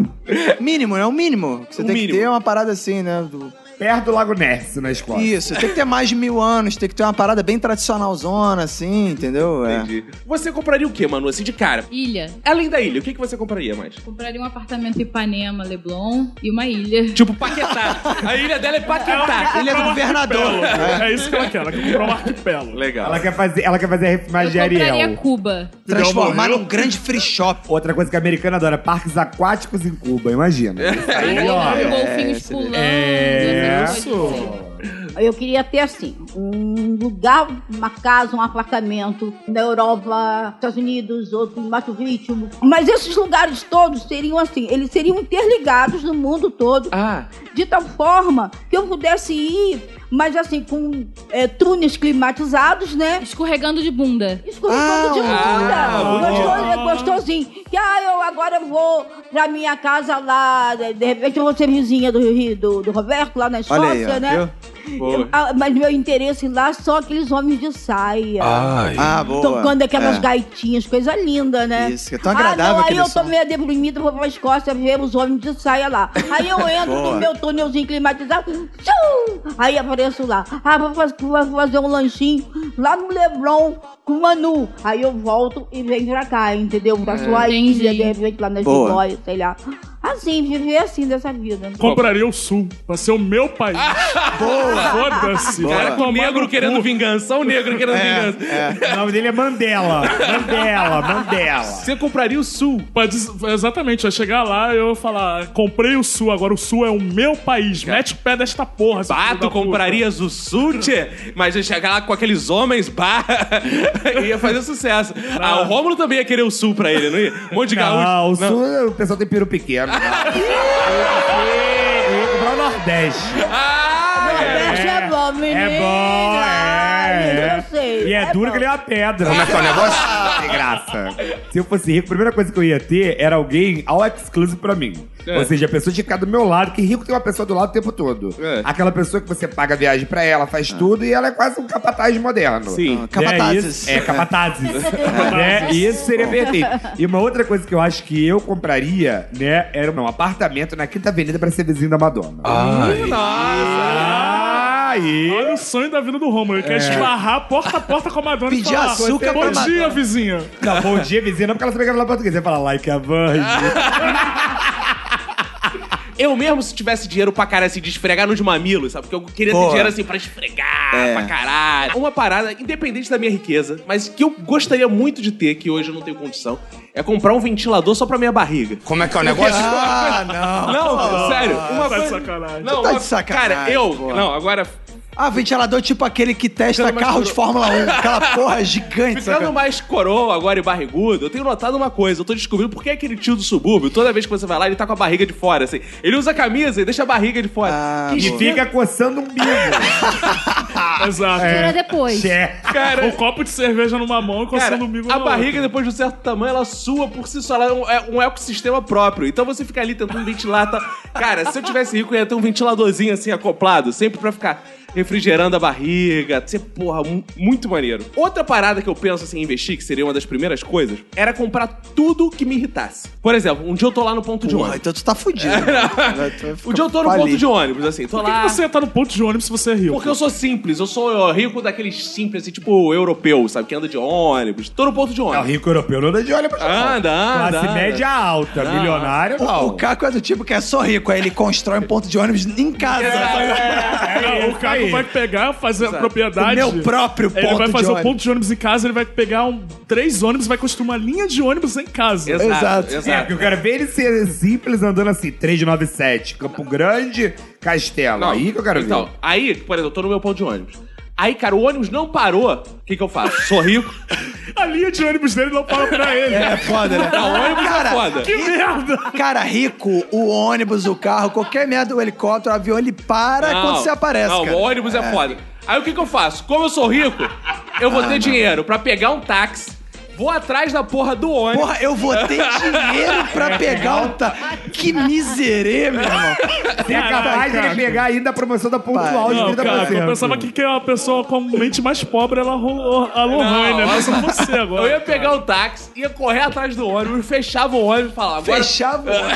S2: Mínimo, né? O mínimo. que Você
S1: O
S2: tem
S1: mínimo.
S2: que ter uma parada assim, né? Do...
S6: É perto do Lago Ness, na escola.
S2: Isso, tem que ter mais de mil anos, tem que ter uma parada bem tradicionalzona, assim, entendeu? É.
S1: Entendi. Você compraria o quê, Manu? Assim, de cara.
S3: Ilha.
S1: Além da ilha, o que, que você compraria mais?
S3: Compraria um apartamento em Ipanema, Leblon e uma ilha.
S1: Tipo, Paquetá. A ilha dela é Paquetá.
S2: Ele é do
S7: um
S2: governador.
S5: É. isso que ela quer, ela quer comprar um arquipélago.
S1: Legal.
S6: Ela quer fazer, ela quer fazer a refilmagem de
S3: Eu compraria
S6: Ariel.
S3: Cuba.
S1: um
S2: Transformar num grande free shop.
S6: Outra coisa que a americana adora, parques aquáticos em Cuba, imagina. Isso aí, ó.
S3: Aí, golfinhos pulando.
S6: É,
S3: essas coisas assim.
S7: Eu queria ter, assim, um lugar, uma casa, um apartamento na Europa, Estados Unidos, outro em Mato Ritmo. Mas esses lugares todos seriam assim, eles seriam interligados no mundo todo,
S1: Ah,
S7: de tal forma que eu pudesse ir, mas assim, com é, túneis climatizados, né?
S3: Escorregando de bunda.
S7: Escorregando de
S1: ah,
S7: bunda. Gostoso, é gostosinho. Que ah, eu agora vou pra minha casa lá. De de repente eu vou ser vizinha do, Rio- do, do Roberto, lá na Escócia,
S2: Olha aí, ó,
S7: né?
S2: viu?
S1: boa.
S7: Ah, mas meu interesse lá são aqueles homens de saia.
S10: Ai,
S2: Ah,
S1: Então,
S2: boa.
S7: Tocando aquelas
S2: É.
S7: gaitinhas, coisa linda, né?
S2: Isso, que é tão agradável
S7: ah, não, aí
S2: aquele
S7: eu
S2: som.
S7: tô meio deprimida, vou pra Escócia ver os homens de saia lá. Aí eu entro
S2: Boa.
S7: no meu túnelzinho climatizado, tchum! aí apareço lá. Ah, vou, faz- vou fazer um lanchinho lá no Leblon com o Manu. Aí eu volto e venho pra cá, entendeu?
S6: É.
S7: Pra sua
S3: Entendi.
S7: ilha, de repente lá na
S2: Boa.
S7: Jiboia, sei lá. Assim, viver assim dessa vida.
S5: Compraria o sul, pra ser o meu país. Boa! Foda-se.
S1: Cara, com
S5: Tomar
S1: Um negro
S5: no
S1: querendo
S5: cu.
S1: vingança. Olha o negro querendo vingança.
S6: O nome dele é Mandela. Mandela, Mandela.
S1: Você compraria o sul.
S5: Pra diz- Exatamente, vai chegar lá e eu vou falar: comprei o Sul, agora o Sul é o meu país. Mete o pé desta porra. seu filho da
S1: Bato,
S5: puta.
S1: comprarias o sul, tchê? Mas ia chegar lá com aqueles homens, bah, ia fazer sucesso. Ah, o Rômulo também ia querer o sul pra ele, não ia? Um monte de
S6: Ah,
S1: gaúcho.
S6: o sul, o pessoal tem peru pequeno. Eu ia comprar o Nordeste.
S1: Ah, é.
S7: Nordeste é bom, menino.
S6: É bom, é.
S7: Eu sei.
S6: E é, duro
S7: bom.
S6: que nem uma pedra. Como é que é o negócio? Tem graça. Se eu fosse rico, a primeira coisa que eu ia ter era alguém all exclusive pra mim.
S1: É.
S6: Ou seja, a pessoa tinha que ficar do meu lado, que rico tem uma pessoa do lado o tempo todo.
S1: É.
S6: Aquela pessoa que você paga a viagem pra ela, faz tudo e ela é quase um capataz moderno.
S1: Sim.
S6: É,
S2: Ah, Capatazes.
S6: isso, é capatazes.
S5: É.
S7: É.
S6: né? Isso seria perfeito. E uma outra coisa que eu acho que eu compraria, né, era um apartamento na Quinta Avenida pra ser vizinho da Madonna. Ah, e...
S5: Olha o sonho da vida do Romulo. Ele quer esbarrar porta a porta com a Madonna
S2: Pedir
S5: e falar,
S2: açúcar
S5: Bom
S2: pra
S5: dia,
S2: Madonna."
S5: vizinha.
S6: Não, bom dia, vizinha, não porque ela sabia que ela falava português. Você fala like a virgin.
S1: Eu mesmo, se tivesse dinheiro pra caralho, assim, de esfregar nos mamilos, sabe? Porque eu queria
S2: Boa.
S1: ter dinheiro, assim, pra esfregar,
S2: É.
S1: pra caralho. Uma parada, independente da minha riqueza, mas que eu gostaria muito de ter, que hoje eu não tenho condição, é comprar um ventilador só pra minha barriga.
S10: Como é que é o negócio?
S2: Ah, não.
S1: Não, sério. Uma
S5: tá de
S1: coisa...
S5: sacanagem.
S1: Não,
S2: tá de
S1: uma-
S2: sacanagem,
S1: Cara, eu...
S2: porra.
S1: Não, agora...
S2: Ah, ventilador tipo aquele que testa
S1: Ficando mais
S2: carro de
S1: coroa.
S2: Fórmula 1. Aquela porra gigante. saca?
S1: Ficando mais coroa agora e barrigudo, eu tenho notado uma coisa. Eu tô descobrindo por que aquele tio do subúrbio, toda vez que você vai lá, ele tá com a barriga de fora, assim. Ele usa a camisa e deixa a barriga de fora.
S2: Ah,
S1: que
S6: E
S1: esquerda,
S6: fica coçando um bico.
S5: Exato.
S4: Tira depois.
S6: É.
S1: cara.
S5: Um copo de cerveja numa mão e
S1: Cara,
S5: coçando o umbigo
S1: a
S5: um na outra.
S1: barriga, depois de um certo tamanho, ela sua por si só. Ela é um, é um ecossistema próprio. Então você fica ali tentando ventilar. Tá... Cara, se eu tivesse rico, eu ia ter um ventiladorzinho assim, acoplado. Sempre pra ficar refrigerando a barriga. Ser, porra, mu- muito maneiro. Outra parada que eu penso assim, em investir, que seria uma das primeiras coisas, era comprar tudo que me irritasse. Por exemplo, um dia eu tô lá no ponto de
S2: Porra,
S1: ônibus.
S2: então tu tá
S1: É,
S2: fudido.
S1: Um dia eu tô no ponto de ônibus, assim. Tô
S5: Por que,
S1: lá...
S5: que você é ia estar tá no ponto de ônibus se você é rico?
S1: Porque eu sou simples, eu sou ó, rico daqueles simples, assim, tipo europeu, sabe? Que anda de ônibus. Tô no ponto de
S6: Não,
S1: ônibus.
S6: É um rico europeu não anda de olho pra Japão.
S1: Anda, anda.
S6: Classe
S1: anda.
S6: média alta,
S1: Não.
S6: milionário não.
S2: O Caco é do tipo que é só rico, aí ele constrói um ponto de ônibus em casa.
S1: É,
S5: Não,
S6: isso
S5: É o Caco
S6: aí.
S5: vai pegar, fazer a propriedade.
S2: O meu próprio
S5: Ele
S2: ponto
S5: vai
S2: de
S5: fazer o
S2: ônibus.
S5: ponto de ônibus em casa, ele vai pegar um, três ônibus, vai construir uma linha de ônibus em casa.
S1: Exato.
S2: Exato.
S1: Exato.
S6: É, porque eu quero ver ele ser simples andando assim, 397, Campo Grande, Castelo. Aí que eu quero
S1: então,
S6: ver.
S1: aí, por exemplo, eu tô no meu ponto de ônibus. Aí, cara, o ônibus não parou. O que, que eu faço? Sou rico.
S5: A linha de ônibus dele não para pra ele.
S2: É foda, né?
S1: Não, ônibus
S2: cara,
S1: é foda.
S5: Que merda!
S2: Cara, rico, o ônibus, o carro, qualquer merda, o helicóptero, o avião, ele para
S1: Não,
S2: é quando você aparece,
S1: Não,
S2: cara.
S1: o ônibus é.
S2: Ah,
S1: foda. Aí o que, que eu faço? Como eu sou rico, eu vou ter dinheiro pra pegar um táxi. Vou atrás da porra do ônibus.
S2: Porra, eu vou ter dinheiro pra pegar o tá. Que miserê, meu irmão.
S6: Você é capaz de ele pegar ainda a promoção da pontual de 30%.
S5: Não, cara, eu pensava que, que a pessoa com mente mais pobre era a Lo- a Lohane, né? Só você agora.
S1: Eu ia pegar o táxi, ia correr atrás do ônibus, fechava o ônibus e falava. Agora...
S2: Fechava. o olho.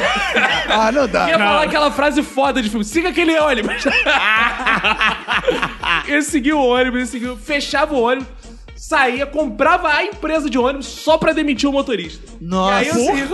S2: Ah, não dá.
S1: Ia falar aquela frase foda de filme: siga aquele ônibus. eu segui o ônibus, eu segui, fechava o ônibus, saía, comprava a empresa de ônibus só pra demitir o motorista.
S2: Nossa.
S1: E aí eu, segui,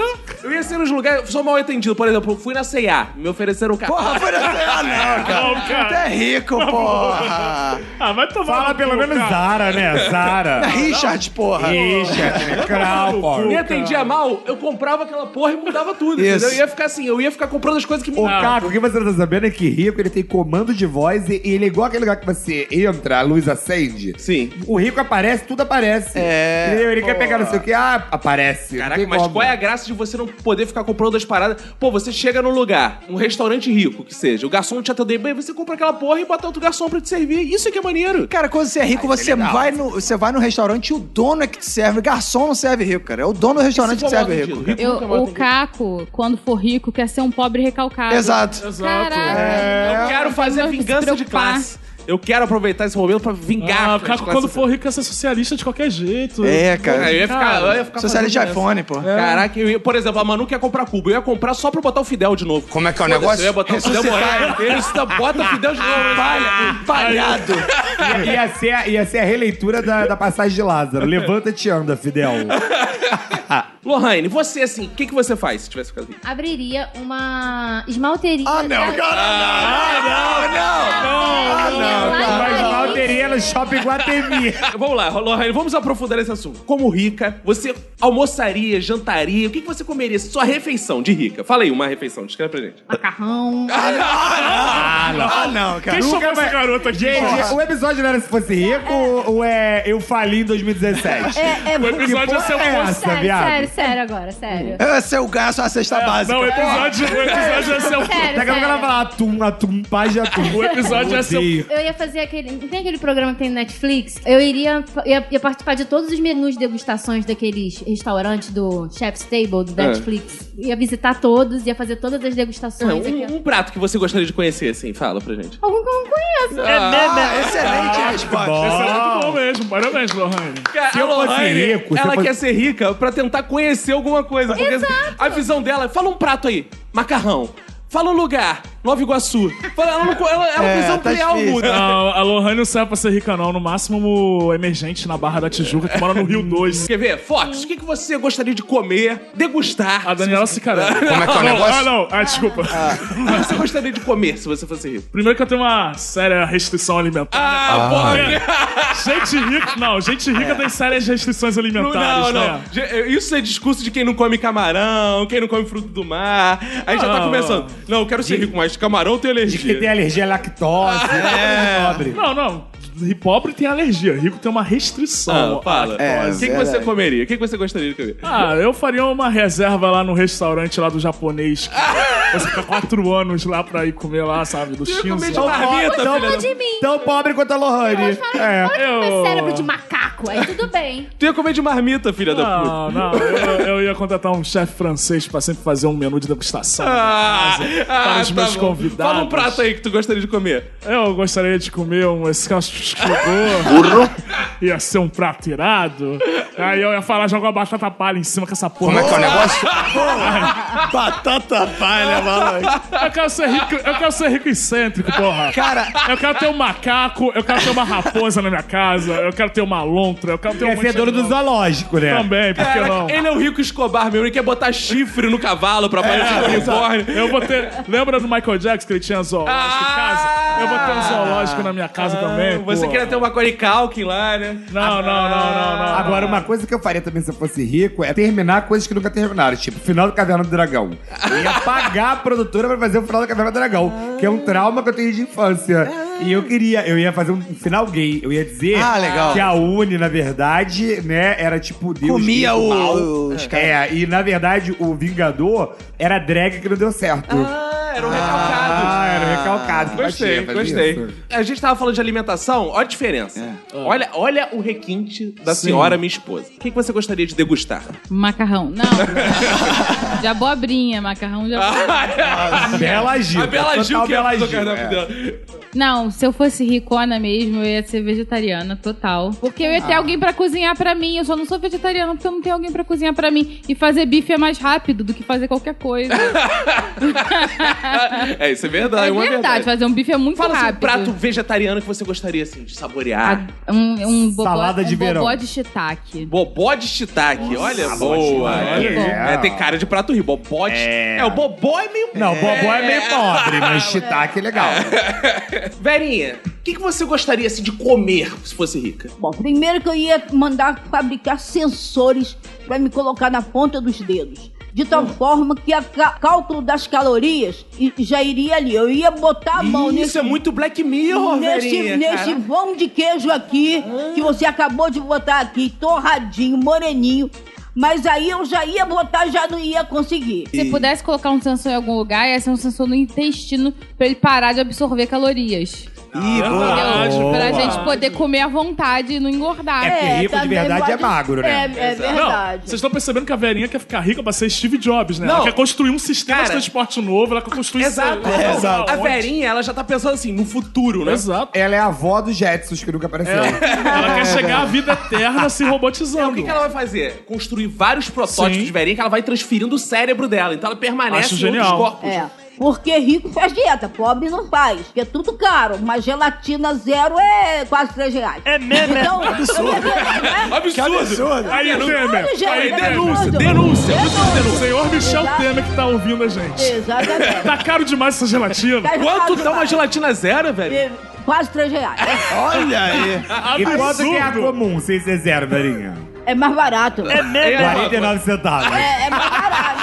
S1: eu ia ser nos lugares, eu sou mal entendido. Por exemplo, eu fui na CA, me ofereceram um carro.
S2: Porra, foi nessa. Ah, não, cara.
S5: Não, cara.
S2: Tu é rico, porra.
S5: Ah, vai tomar
S9: Fala
S5: no
S9: pelo
S5: cu,
S9: menos
S5: cara.
S9: Zara, né? Zara.
S2: Richard, porra.
S9: Richard, Crawford.
S1: me atendia mal, eu comprava aquela porra e mudava tudo.
S2: Isso.
S1: Entendeu? Eu ia ficar assim, eu ia ficar comprando as coisas que me
S6: Ô, Caco, o que você não tá sabendo é que Rico ele tem comando de voz e ele é igual aquele lugar que você entra, a luz acende.
S1: Sim.
S6: O Rico aparece, tudo aparece.
S2: É,
S6: Entendeu? Ele quer
S2: pô.
S6: pegar não sei o que, ah, aparece. Não
S1: Caraca,
S6: tem
S1: mas
S6: como.
S1: qual é a graça de você não poder ficar comprando as paradas? Pô, você chega num lugar, um restaurante rico que seja, o garçom te atender bem, você compra aquela porra e bota outro garçom pra te servir. Isso é que é maneiro.
S2: Cara, quando você é rico,
S1: Ah,
S2: você vai, no, você vai no restaurante e o dono é que te serve. O garçom não serve rico, cara. É o dono do restaurante que
S1: Isso é
S2: serve
S1: mal
S2: rico.
S1: entendido.
S3: Eu-
S1: nunca mal
S3: o
S1: entendido.
S3: Caco, quando for rico, quer ser um pobre recalcado.
S2: Exato.
S5: Exato.
S3: Caraca.
S1: Eu quero fazer a
S3: Não se
S1: vingança de
S3: preocupar.
S1: classe. Eu quero aproveitar esse momento pra vingar.
S5: Ah,
S1: as
S5: o Caco,
S1: classes.
S5: quando for rico, quer ser socialista de qualquer jeito.
S2: É,
S1: Cara, eu
S2: cara.
S1: ia ficar. Eu ia ficar
S2: Socialista de
S1: fazendo isso. É.
S2: iPhone, pô.
S1: Caraca, eu ia- por exemplo, a Manu quer comprar Cuba. Eu ia comprar só pra botar o Fidel de novo.
S6: Como é que é o
S1: Foda-se,
S6: negócio?
S1: Eu ia botar o Fidel morrer. Ele está- bota o Fidel de novo. Palha,
S2: Palhado.
S6: Ia ser, a- ia ser a releitura da, da passagem de Lázaro. Levanta-te e anda, Fidel.
S1: Lohane, você assim, o que, que você faz se tivesse ficado rico?
S4: Abriria uma esmalteria.
S2: Ah, não, cara.
S4: Ah, não,
S9: Mas mal teria no Shopping Guatemi.
S1: Vamos lá, Lohane, vamos aprofundar esse assunto. Como rica, você almoçaria, jantaria, o que, que você comeria? Sua refeição de rica. Fala aí, uma refeição, descreve pra gente.
S4: Macarrão.
S2: Ah, não, cara.
S5: Quem chamou essa é garota aqui?
S6: Gente, o episódio não era se fosse rico ou ou é eu fali em 2017?
S7: É, é,
S5: O
S6: porra
S5: episódio é
S4: um
S5: seu
S6: é
S5: fosse.
S6: essa,
S4: sério,
S6: viado?
S4: sério, sério agora, sério.
S2: Eu ia ser o ganho só a
S1: É,
S2: cesta básica.
S5: Não, o episódio, o episódio é seu
S4: Sério,
S6: Daqui a pouco ela
S4: sério.
S6: fala atum, atum, paz de atum.
S5: O episódio é seu-
S6: Odeio.
S4: Eu ia fazer aquele. Não tem aquele programa que tem no Netflix? Eu iria ia, ia participar de todos os menus de degustações daqueles restaurantes do Chef's Table do Netflix. Ia visitar todos, ia fazer todas as
S1: Não,
S4: degustações. aqui.
S1: um, um prato que você gostaria de conhecer, assim, fala pra gente.
S4: Algum que eu não conheço.
S6: É,
S4: é
S1: né?
S2: Ah, excelente resposta.
S5: Isso é muito bom mesmo. Parabéns, Lohane.
S1: Se
S6: eu fosse rico, se
S1: ela
S6: eu fosse-
S1: quer ser rica pra tentar conhecer alguma coisa. Porque assim, a visão dela, fala um prato aí, macarrão. Fala um lugar, Nova Iguaçu. Fala, ela não, co- ela, ela
S2: É,
S1: precisa
S2: tá
S1: ampliar o
S2: difícil.
S1: mundo.
S5: Não, a Lohane não serve pra ser rica, não. No máximo, o emergente na Barra da Tijuca, que mora no Rio 2.
S1: Quer ver? Fox, o que, que você gostaria de comer, degustar?
S5: A Daniela
S6: Como
S5: Cicarelli.
S6: é que é o
S5: não,
S6: negócio?
S5: Ah, não. Ah, desculpa.
S1: O que você gostaria de comer se você fosse rico?
S5: Primeiro que eu tenho uma séria restrição alimentar.
S1: Ah,
S2: é.
S5: Gente rica... Não, gente rica tem sérias restrições
S1: Não, não,
S5: alimentares,
S1: não.
S5: né?
S1: Je- Isso é discurso de quem não come camarão, quem não come fruto do mar. Aí já tá
S5: Não,
S1: começando. Não, eu quero ser rico, mas camarão eu tenho
S6: Que tem
S1: alergia.
S6: alergia à lactose,
S5: né,
S6: é. pobre.
S5: Não, não. Ri- Pobre tem alergia. Rico tem uma restrição.
S1: Ah, fala.
S2: É,
S1: o que, que você
S2: verdade.
S1: comeria? O que, que você gostaria de comer?
S5: Ah, eu faria uma reserva lá no restaurante lá do japonês. Que você fica quatro anos lá pra ir comer lá, sabe? Do
S1: ia comer
S5: Shinzo.
S1: de marmita,
S6: tão,
S4: Fala de mim.
S6: tão pobre quanto a Lohane.
S4: Mas fala,
S6: É.
S4: pode comer
S5: eu-
S4: cérebro de macaco, aí tudo bem.
S1: Tu ia comer de marmita, filha da puta.
S5: Não, não. Eu, eu ia contratar um chefe francês pra sempre fazer um menu de degustação.
S1: Ah,
S5: para os tá meus
S1: bom.
S5: convidados.
S1: Fala um prato aí que tu gostaria de comer.
S5: Eu gostaria de comer um escachugô. ia ser um prato irado. Aí eu ia falar, joga uma batata palha em cima com essa porra.
S6: é o negócio?
S2: Batata palha, maluco.
S5: Eu quero ser rico, eu quero ser rico excêntrico, porra.
S2: Cara,
S5: Eu quero ter um macaco, eu quero ter uma raposa na minha casa, eu quero ter uma lontra, eu quero ter um
S6: Quer
S5: monte
S6: ser
S5: de
S6: dono do
S5: animal.
S6: zoológico, né?
S5: Também, por que
S1: Caraca,
S5: não? É,
S1: ele é o rico Escobar mesmo, ele quer botar chifre no cavalo pra parecer um unicórnio.
S5: Eu vou ter. Lembra do Michael Jackson que ele tinha zoológico em casa? Eu vou ter um zoológico na minha casa também.
S1: Você
S5: pô.
S1: queria ter uma Cory Calkin lá, né?
S5: Não, não, não, não, não.
S6: Agora, uma coisa que eu faria também se eu fosse rico é terminar coisas que nunca terminaram. Tipo, final do Caverna do Dragão. Eu ia pagar a produtora pra fazer o final do Caverna do Dragão, que é um trauma que eu tenho de infância. E eu queria, eu ia fazer um final gay. Eu ia dizer
S2: Ah, legal.
S6: que a Uni, na verdade, né, era tipo Deus.
S2: Comia
S6: Deus do
S2: o-
S6: mal.
S2: os
S1: Ah.
S6: É, e na verdade o Vingador era drag que não deu certo.
S1: eram recalcados.
S6: Ah, era recalcado. que
S1: um Gostei,
S6: batia, fazia
S1: gostei.
S6: isso.
S1: A gente tava falando de alimentação, olha a diferença.
S9: É.
S1: Olha, olha o requinte da senhora, minha esposa. O que, que você gostaria de degustar?
S3: Macarrão. Não. de abobrinha, macarrão de abobrinha.
S9: Bela Gil.
S1: a Bela
S9: Ah, é. Tipo, Total
S1: Gil que
S9: Bela
S1: é do
S9: Gil,
S1: cardápio
S9: é.
S1: dela.
S3: Não, se eu fosse ricona mesmo, eu ia ser vegetariana, total. Porque eu ia ter alguém pra cozinhar pra mim. Eu só não sou vegetariana porque eu não tenho alguém pra cozinhar pra mim. E fazer bife é mais rápido do que fazer qualquer coisa.
S1: É, isso é verdade.
S3: é
S1: uma
S3: verdade, fazer um bife é muito
S1: Fala assim, um
S3: rápido.
S1: prato vegetariano que você gostaria, assim, de saborear.
S3: Ah, Um, um bobó,
S9: Salada de
S3: um bobó
S9: verão.
S3: de shiitake.
S1: Bobó de shiitake, olha, boa.
S6: shiitake,
S1: É,
S6: é.
S1: é, tem cara de prato rico. Bobó de... É. o bobó é meio...
S9: Não, Bobó é meio pobre, mas...
S6: Shiitake é legal.
S1: Verinha, o que, que você gostaria, assim, de comer se fosse rica?
S7: Bom, primeiro que eu ia mandar fabricar sensores para me colocar na ponta dos dedos. De tal forma que o cálculo das calorias i- já iria ali. Eu ia botar a mão
S1: Isso
S7: nesse,
S1: é muito Black Mirror,
S7: nesse,
S1: Verinha.
S7: nesse
S1: cara.
S7: vão de queijo aqui, que você acabou de botar aqui, torradinho, moreninho. Mas aí eu já ia botar, já não ia conseguir.
S3: Se pudesse colocar um sensor em algum lugar, ia ser um sensor no intestino pra ele parar de absorver calorias.
S2: Ih,
S1: É
S5: Ah,
S2: boa.
S3: Entendeu? pra gente poder comer à vontade e não engordar.
S9: É, porque rico de
S7: também
S9: verdade é
S7: pode-
S9: magro, né?
S7: É, é
S5: Não,
S7: verdade.
S5: vocês estão percebendo que a velhinha quer ficar rica pra ser Steve Jobs, né?
S1: Não.
S5: Ela quer construir um sistema de
S1: Cara.
S5: transporte novo, ela quer construir...
S1: Exato.
S6: É,
S5: sei lá,
S1: Não,
S5: exato.
S1: A Verinha, ela já tá pensando assim, no futuro, né?
S5: Exato.
S6: Ela é a avó do Jetsons, que nunca apareceu.
S1: É.
S5: Ela quer chegar à vida eterna se robotizando.
S1: Então, o que, que ela vai fazer? Construir vários protótipos
S5: Sim.
S1: de verinha que ela vai transferindo o cérebro dela. Então ela permanece
S5: Acho
S1: em outros
S5: genial.
S1: corpos.
S7: É. Porque rico faz dieta, pobre não faz. Porque é tudo caro. Mas gelatina zero é quase 3 reais. É mesmo? Então, absurdo.
S1: Absurdo!
S5: Aí,
S1: Não-
S5: Temer.
S7: Olha, gente,
S5: Aí,
S7: é
S5: Temer.
S1: denúncia,
S7: absurdo.
S1: denúncia,
S7: Absurdo.
S5: O senhor Michel
S7: Exato.
S5: Temer que tá ouvindo a gente.
S7: Exatamente.
S5: Tá caro demais essa gelatina.
S7: Tá
S1: Quanto
S7: errado,
S1: tá uma
S7: cara.
S1: gelatina zero, velho?
S7: É, Quase 3 reais.
S2: Olha aí.
S6: E quanto que é a
S5: Absurdo.
S6: comum, sem ser zero, Verinha?
S7: É, mais barato. É,
S1: É,
S9: 49 centavos.
S7: é mais barato.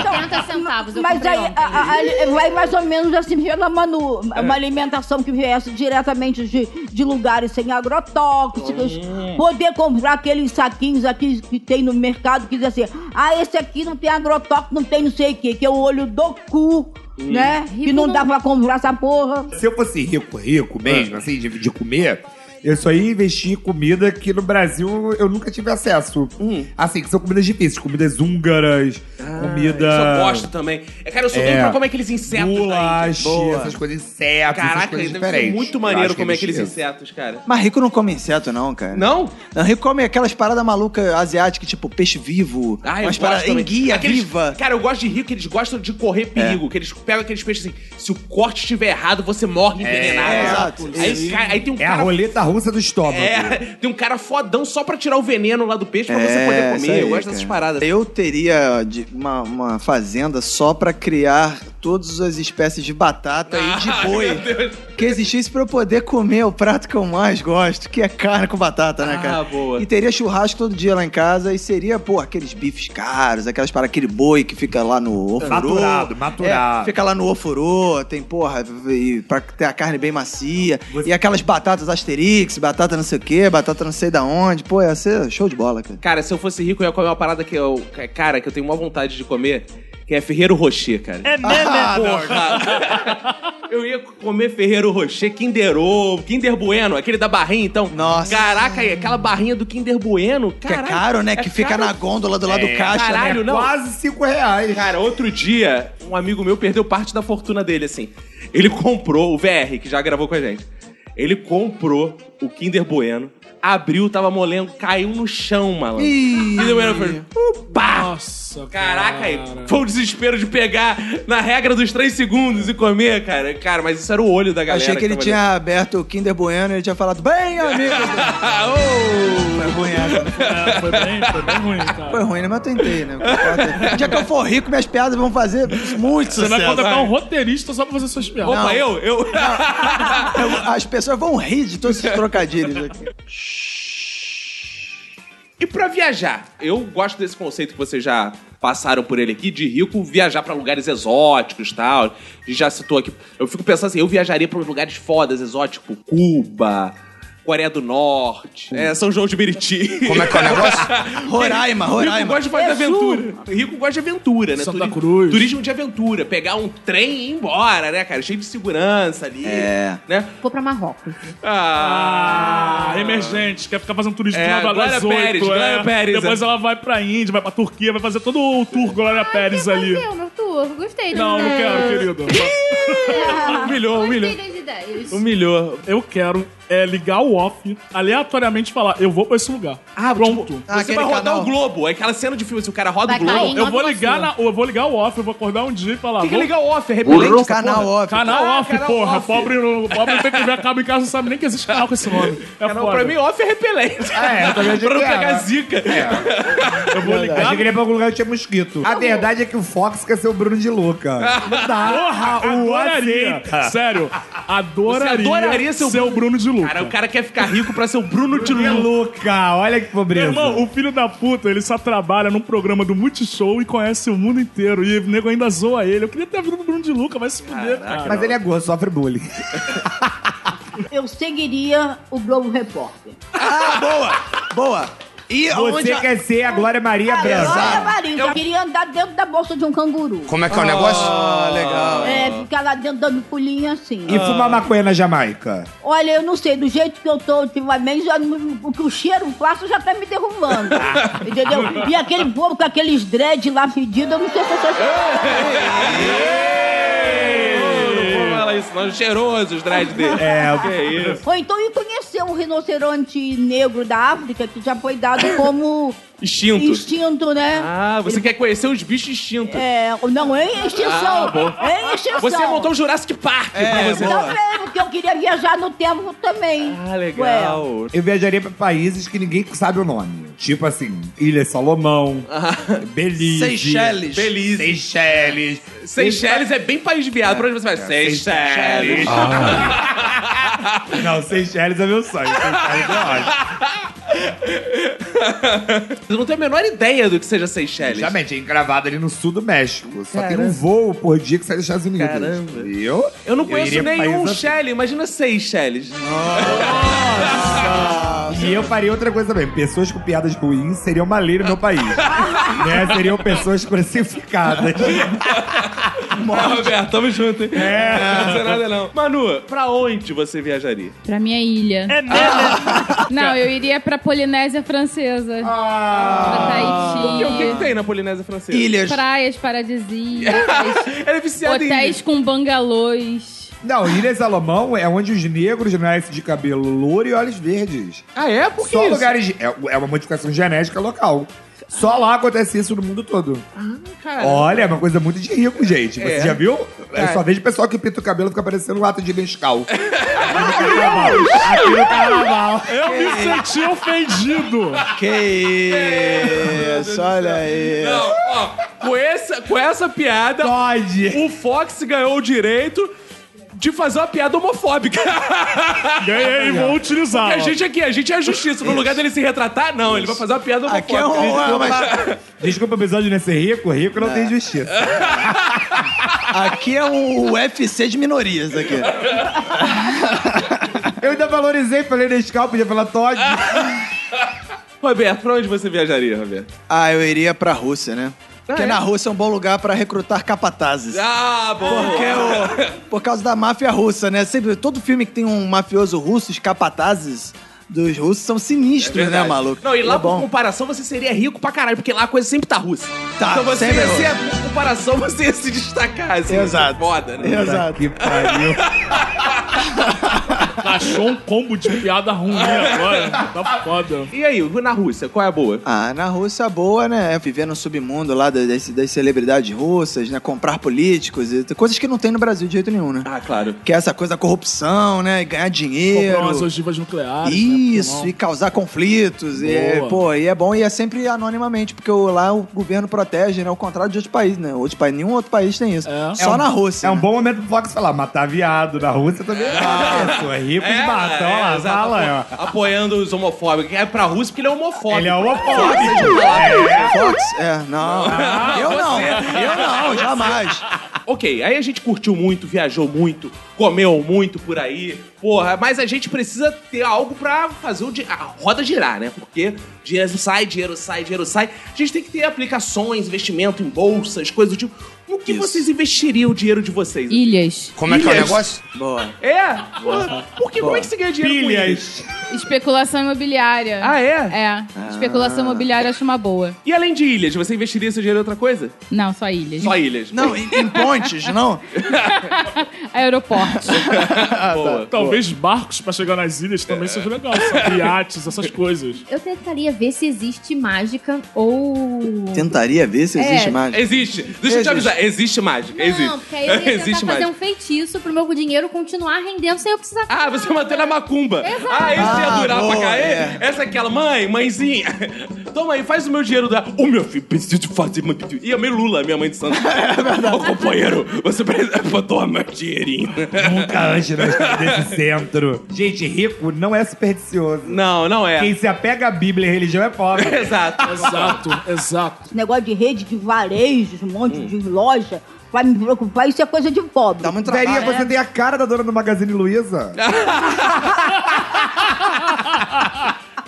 S7: Então,
S4: 80 centavos, eu
S7: mas
S4: comprei
S7: aí
S4: ontem.
S7: a- a- a- vai mais ou menos assim pela Manu. Uma alimentação que viesse diretamente de, de lugares sem agrotóxicos. Poder comprar aqueles saquinhos aqui que tem no mercado que diz assim: ah, esse aqui não tem agrotóxico, não tem não sei o quê, que é o olho do cu, né? Que
S4: Rico
S7: não
S4: não-
S7: dá pra comprar essa porra.
S6: Se eu fosse rico, rico
S1: É.
S6: mesmo, assim, de, de comer, eu só ia investir em comida que no Brasil eu nunca tive acesso.
S1: Hum.
S6: Assim, que são comidas difíceis, comidas húngaras, comida.
S1: Ah, Isso eu gosto também. É, Cara, eu sou
S6: É.
S1: doido pra comer aqueles insetos aí.
S6: Bulache, essas coisas insetos, essas
S1: Caraca,
S6: coisas
S1: deve
S6: diferentes.
S1: ser muito
S6: Eu
S1: maneiro é
S6: acho que é
S1: comer
S6: eles
S1: aqueles
S6: tinham.
S1: insetos, cara.
S2: Mas rico não come inseto, não, cara.
S1: Não?
S2: Não, rico come aquelas paradas malucas asiáticas, tipo peixe vivo,
S1: Ah, eu
S2: umas
S1: gosto
S2: paradas
S1: também.
S2: enguia
S1: Aqueles-
S2: viva. É.
S1: Cara, eu gosto de rio que eles gostam de correr perigo. Que eles pegam aqueles peixes assim, se o corte estiver errado, você morre envenenado.
S6: é,
S2: exato.
S1: Aí,
S2: Isso.
S1: cara, aí tem um
S6: É a
S1: cara...
S6: roleta russa do estômago.
S1: É, tem um cara fodão só pra tirar o veneno lá do peixe pra você
S2: É,
S1: poder
S2: isso
S1: comer.
S2: aí,
S1: eu gosto
S2: cara.
S1: dessas paradas.
S2: Eu teria de- uma, uma fazenda só pra criar todas as espécies de batata e de
S1: Ah, Meu
S2: boi
S1: Deus.
S2: que existisse pra eu poder comer o prato que eu mais gosto, que é carne com batata, né,
S1: Ah,
S2: cara?
S1: boa.
S2: E teria churrasco todo dia lá em casa e seria, pô, aqueles bifes caros, aquelas para aquele boi que fica lá no ofurô.
S6: Maturado, maturado.
S2: É, fica lá no ofurô, tem, porra, e pra ter a carne bem macia. E aquelas batatas asterix, batata não sei o quê, batata não sei da onde. Pô, ia ser show de bola, cara.
S1: Cara, se eu fosse rico, eu ia comer uma parada que eu. Cara, que eu tenho uma vontade de comer, que é Ferreiro Rocher, cara. É
S2: Ah, não,
S1: porra! eu ia comer Ferreiro Rocher, Kinder Ovo, Kinder Bueno, aquele da barrinha, então.
S2: Nossa.
S1: Caraca, aquela barrinha do Kinder Bueno,
S2: Que
S1: cara.
S2: é caro, né? que fica na gôndola do lado do caixa,
S1: Caralho,
S2: né?
S1: não.
S6: É. Quase cinco reais.
S1: Cara, outro dia, um amigo meu perdeu parte da fortuna dele, assim. Ele comprou, o VR, que já gravou com a gente. Ele comprou o Kinder Bueno, abriu, tava molengo, caiu no chão, malandro.
S2: Ih.
S1: Kinder Bueno foi. Opa!
S5: Nossa,
S1: Caraca, aí
S5: cara.
S1: foi o desespero de pegar na regra dos três segundos e comer, cara. Cara, mas isso era o olho da galera.
S2: Achei
S6: então
S2: que ele
S1: tava
S2: tinha aberto o Kinder Bueno e ele tinha falado, bem, amigo. Foi ruim essa, né?
S5: É, foi bem, foi bem ruim, cara.
S2: Foi ruim, né? Mas eu tentei, né? O que importa é- O dia que eu for rico, minhas piadas vão fazer muito
S5: Você vai
S2: sucesso.
S5: contratar um roteirista só pra fazer suas
S1: ali.
S5: piadas.
S1: Opa, eu? Eu.
S2: As pessoas vão rir de todos esses trocadilhos aqui.
S1: E pra viajar? Eu gosto desse conceito que vocês já passaram por ele aqui, de rico viajar pra lugares exóticos e tal. A gente já citou aqui. Eu fico pensando assim, eu viajaria pra uns lugares fodas, exótico, Cuba, Coreia do Norte, é, São João de Meriti.
S11: Hum. Como é que é o negócio?
S2: Roraima,
S1: Rico
S2: Roraima.
S1: gosta de fazer aventura. Rico gosta de aventura, né?
S5: É Santa
S1: Turismo-
S5: Cruz.
S1: Turismo de aventura. Pegar um trem e ir embora, né, cara? Cheio de segurança ali.
S2: É.
S1: Né?
S4: Vou pra Marrocos.
S5: Ah,
S1: Ah,
S5: emergente, quer ficar fazendo turismo
S1: É,
S5: lá das
S1: Glória
S5: 8,
S1: Pérez,
S5: é.
S1: Glória Pérez,
S5: Depois
S1: é.
S5: ela vai pra Índia, vai pra Turquia, vai fazer todo o tour Glória Pérez
S4: Quer
S5: ali.
S4: fazer É o meu tour? Gostei
S5: Não, não quero, querido. Humilhou, humilhou.
S4: Gostei das ideias.
S5: Humilhou. Eu quero é ligar o off, aleatoriamente falar, eu vou pra esse lugar. Ah, pronto.
S1: tipo,
S2: Ah,
S1: Você
S2: aquele
S1: vai rodar
S2: canal.
S1: o globo. É Aquela cena de filme, se o cara roda
S4: Vai
S1: o globo...
S4: cair.
S5: Eu vou
S4: Nova
S5: ligar
S4: Iguaçu.
S5: na, eu vou ligar o off, eu vou acordar um dia e falar.
S1: Tem que
S5: vou-
S1: ligar o off, é repelente
S2: Burro
S1: essa
S2: canal
S1: porra.
S2: off.
S5: Canal
S1: Ah,
S5: off,
S1: canal
S5: porra.
S1: off.
S5: Pobre, pobre tem que ver acaba em casa, não sabe nem que existe canal com esse nome. É
S1: Canal,
S5: foda.
S1: pra mim, off é repelente.
S6: É, eu também achei
S1: pra não
S6: que era.
S1: pegar zica.
S5: eu vou ligar.
S9: Achei que ele ia pra algum lugar que tinha mosquito.
S6: A verdade é que o Fox quer ser o Bruno de Luca. Não dá.
S5: Porra,
S9: o
S5: adoraria. Sério, adoraria,
S1: Você adoraria ser o
S5: ser o Bruno de Luca.
S1: Cara, o cara quer ficar rico pra ser o Bruno de
S9: Que
S1: Lu.
S9: louca, olha que
S5: Meu
S9: pobreza.
S5: é irmão, o filho da puta, ele só trabalha num programa do Multishow e conhece o mundo inteiro. E o nego ainda zoa ele. Eu queria ter a vida do Bruno de Luca, vai se fuder, cara.
S6: Mas ele é gordo, sofre bullying.
S7: Eu seguiria o Globo Repórter.
S2: Ah, boa! Boa! E
S9: Você
S2: aonde.
S9: quer ser a Glória Maria Branca.
S7: Olha, Marinho, eu queria andar dentro da bolsa de um canguru.
S11: Como é que é o negócio?
S2: Ah, legal.
S7: É, ficar lá dentro dando pulinho assim.
S6: E fumar maconha na Jamaica.
S7: Olha, eu não sei, do jeito que eu tô ultimamente, já, não- o que o cheiro passa já tá me derrubando. entendeu? E aquele povo com aqueles dread lá fedido, eu não sei se eu sou.
S1: Não fala isso, não. Cheiroso os dreads dele.
S6: Ah.
S1: É, que é isso.
S7: Ou então ir conhecer um rinoceronte negro da África que já foi dado como
S1: Extinto.
S7: instinto, né?
S1: Ah, você quer conhecer os bichos extintos.
S7: É, não, em extinção.
S1: Ah, bom.
S7: em extinção.
S1: Você é montou o Jurassic Park
S2: É,
S1: pra você.
S2: tá
S7: Também, porque eu queria viajar no tempo também.
S1: Ah, legal.
S6: Eu viajaria pra países que ninguém sabe o nome. Tipo assim, Ilha Salomão, Belize.
S2: Seychelles.
S1: Belize.
S6: Seychelles.
S1: Seychelles é bem país de viado. Pra onde você vai? Seychelles. Ah.
S9: Não, Seychelles é meu sonho. Seychelles é ótimo.
S1: Eu não tenho a menor ideia do que seja Seychelles.
S6: Justamente, é encravado ali no sul do México. Só tem um voo por dia que sai dos Estados Unidos.
S1: Caramba.
S6: Eu?
S1: Eu não conheço
S6: iria pro
S1: nenhum
S6: país assim. da-
S1: Shelley. Imagina Seychelles.
S6: E eu faria outra coisa também. Pessoas com piadas ruins seriam uma lei no meu país. né? Seriam pessoas crucificadas.
S1: Ah, Roberto, tamo junto, hein? É. Não sei nada, não. Manu, pra onde você viajaria?
S3: Pra minha ilha. É Não, eu iria pra Polinésia Francesa.
S1: Ah. E o que,
S3: pra
S1: que
S3: Tahiti.
S1: tem na Polinésia Francesa?
S2: Ilhas.
S3: Praias paradisíacas.
S1: Ela é viciada em
S3: hotéis
S1: ilhas.
S3: com bangalôs.
S6: Não, Ilha Salomão é onde os negros nascem de cabelo louro e olhos verdes.
S1: Ah, é? Por que
S6: Só
S1: isso?
S6: lugares. de- É, é uma modificação genética local. Só lá acontece isso no mundo todo.
S1: Ah, Cara,
S6: Olha, é uma coisa muito de rico, gente. Você
S1: É.
S6: já viu? Eu
S1: Cara.
S6: só vejo pessoal que pinta o cabelo e fica parecendo um ato de Nescau.
S9: Aqui no carnaval.
S5: Eu me senti ofendido.
S2: Que isso, olha aí.
S1: Não, ó, com essa, com essa piada,
S6: Pode!
S1: o Fox ganhou o direito de fazer uma piada homofóbica.
S5: Ganhei e vou utilizar.
S1: A gente aqui, a gente é a justiça. No lugar dele se retratar, não, ele vai fazer uma piada
S2: Aqui é
S1: homofóbica.
S2: um. é uma-
S9: Desculpa o episódio não é ser rico, rico não tem justiça.
S2: aqui é um UFC de minorias aqui.
S6: Eu ainda valorizei, falei Nescau, podia falar Todd.
S1: Ah. Roberto, pra onde você viajaria, Roberto?
S2: Ah, eu iria pra Rússia, né? Porque
S1: é?
S2: na Rússia é um bom lugar pra recrutar capatazes.
S1: Ah, bom.
S2: Porque o- por causa da máfia russa, né? Sempre, todo filme que tem um mafioso russo, os capatazes dos russos são sinistros, né, maluco?
S1: Não, e lá
S2: é
S1: por
S2: bom.
S1: comparação você seria rico pra caralho, porque lá a coisa sempre tá russa.
S2: Tá,
S1: então você
S2: sempre
S1: ia
S2: russa.
S1: ser, por comparação, você ia se destacar, assim.
S2: Exato.
S1: Foda, né?
S2: Exato.
S6: Que pariu.
S5: Achou um combo de piada ruim agora. Tá foda.
S1: E aí, na Rússia, qual é a boa?
S2: Ah, na Rússia boa, né? É viver no submundo lá das, das- das celebridades russas, né? Comprar políticos, e coisas que não tem no Brasil de jeito nenhum, né?
S1: Ah, claro.
S2: Que é essa coisa da corrupção, né? E ganhar dinheiro.
S5: Comprar umas ogivas nucleares.
S2: Isso,
S5: né?
S2: e causar conflitos. E, é,
S5: Boa.
S2: pô, e é bom, e é sempre anonimamente, porque o- lá o governo protege, né? Ao contrário de outros países, né? Outro país, nenhum outro país tem isso.
S5: É.
S2: Só na Rússia.
S6: É um
S2: né?
S6: bom momento pro Fox falar, matar viado na Rússia também. Ah, pô, é rico
S1: Tipo
S6: de mata, olha lá,
S1: é, exato,
S6: fala. ó.
S1: apo- Apoiando os homofóbicos. Que É pra Rússia porque ele é homofóbico.
S9: Ele é homofóbico.
S1: né?
S2: Fox? É, não. eu não. Eu não, jamais.
S1: Ok, aí a gente curtiu muito, viajou muito, comeu muito por aí, Porra, mas a gente precisa ter algo pra fazer o di- a roda girar, né? Porque dinheiro sai, dinheiro sai, dinheiro sai. A gente tem que ter aplicações, investimento em bolsas, coisas do tipo. No que vocês investiriam o dinheiro de vocês?
S3: Ilhas.
S11: Como é que é o
S1: Ilhas.
S11: negócio?
S2: Boa.
S1: É? Porra, porque como é que você ganha dinheiro com isso?
S5: Pilhas.
S3: Especulação imobiliária.
S1: Ah, é?
S3: É. Especulação imobiliária eu acho uma boa.
S1: E além de ilhas, você investiria seu dinheiro em outra coisa?
S3: Não, só ilhas.
S1: Só ilhas.
S2: Não, em, em pontes, não?
S3: Aeroporto.
S1: boa.
S5: Talvez barcos pra chegar nas ilhas também seja legal. sabe? Iates, essas coisas.
S4: Eu tentaria ver se existe mágica ou.
S2: Tentaria ver se existe
S4: É.
S2: mágica.
S1: Existe. Deixa eu
S2: Existe.
S1: te avisar. Existe mágica. existe.
S4: Não, porque aí eu ia tentar
S1: existe
S4: fazer
S1: mágica.
S4: um feitiço pro meu dinheiro continuar rendendo sem eu precisar.
S1: Ah, você mantendo a macumba. Ah, esse ia
S2: Ah,
S1: durar
S2: boa,
S1: pra cá.
S2: é.
S1: Essa é aquela. Mãe, mãezinha. Toma aí, faz o meu dinheiro da. Ô, meu filho, preciso fazer. uma- E eu meio Lula, minha mãe de santo.
S11: É
S1: Ô, companheiro, você precisa. Toma meu dinheirinho.
S6: Nunca antes nós estamos nesse centro. Gente, rico não é supersticioso.
S1: Não, não é.
S6: Quem se apega à Bíblia e religião é pobre.
S1: Exato.
S5: Exato, exato.
S7: Esse negócio de rede de varejos, um monte
S1: Hum.
S7: de loja, vai me preocupar, isso é coisa de pobre.
S2: Dá muito
S6: Daria,
S2: trabalho.
S6: você tem a cara da dona do Magazine Luiza.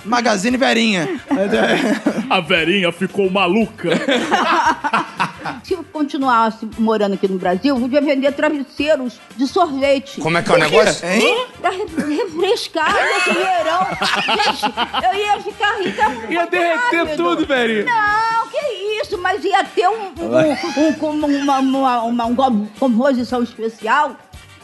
S2: Magazine Verinha.
S5: A verinha ficou maluca.
S7: Se eu continuasse morando aqui no Brasil, eu podia vender travesseiros de sorvete.
S11: Como é que é o negócio?
S2: Hein?
S7: Pra re- refrescar nesse verão. Gente, eu ia ficar rica muito
S1: Ia derreter
S7: rápido.
S1: tudo, velho.
S7: Não, que isso, mas ia ter um, um- um- com uma, uma, uma- uma composição especial.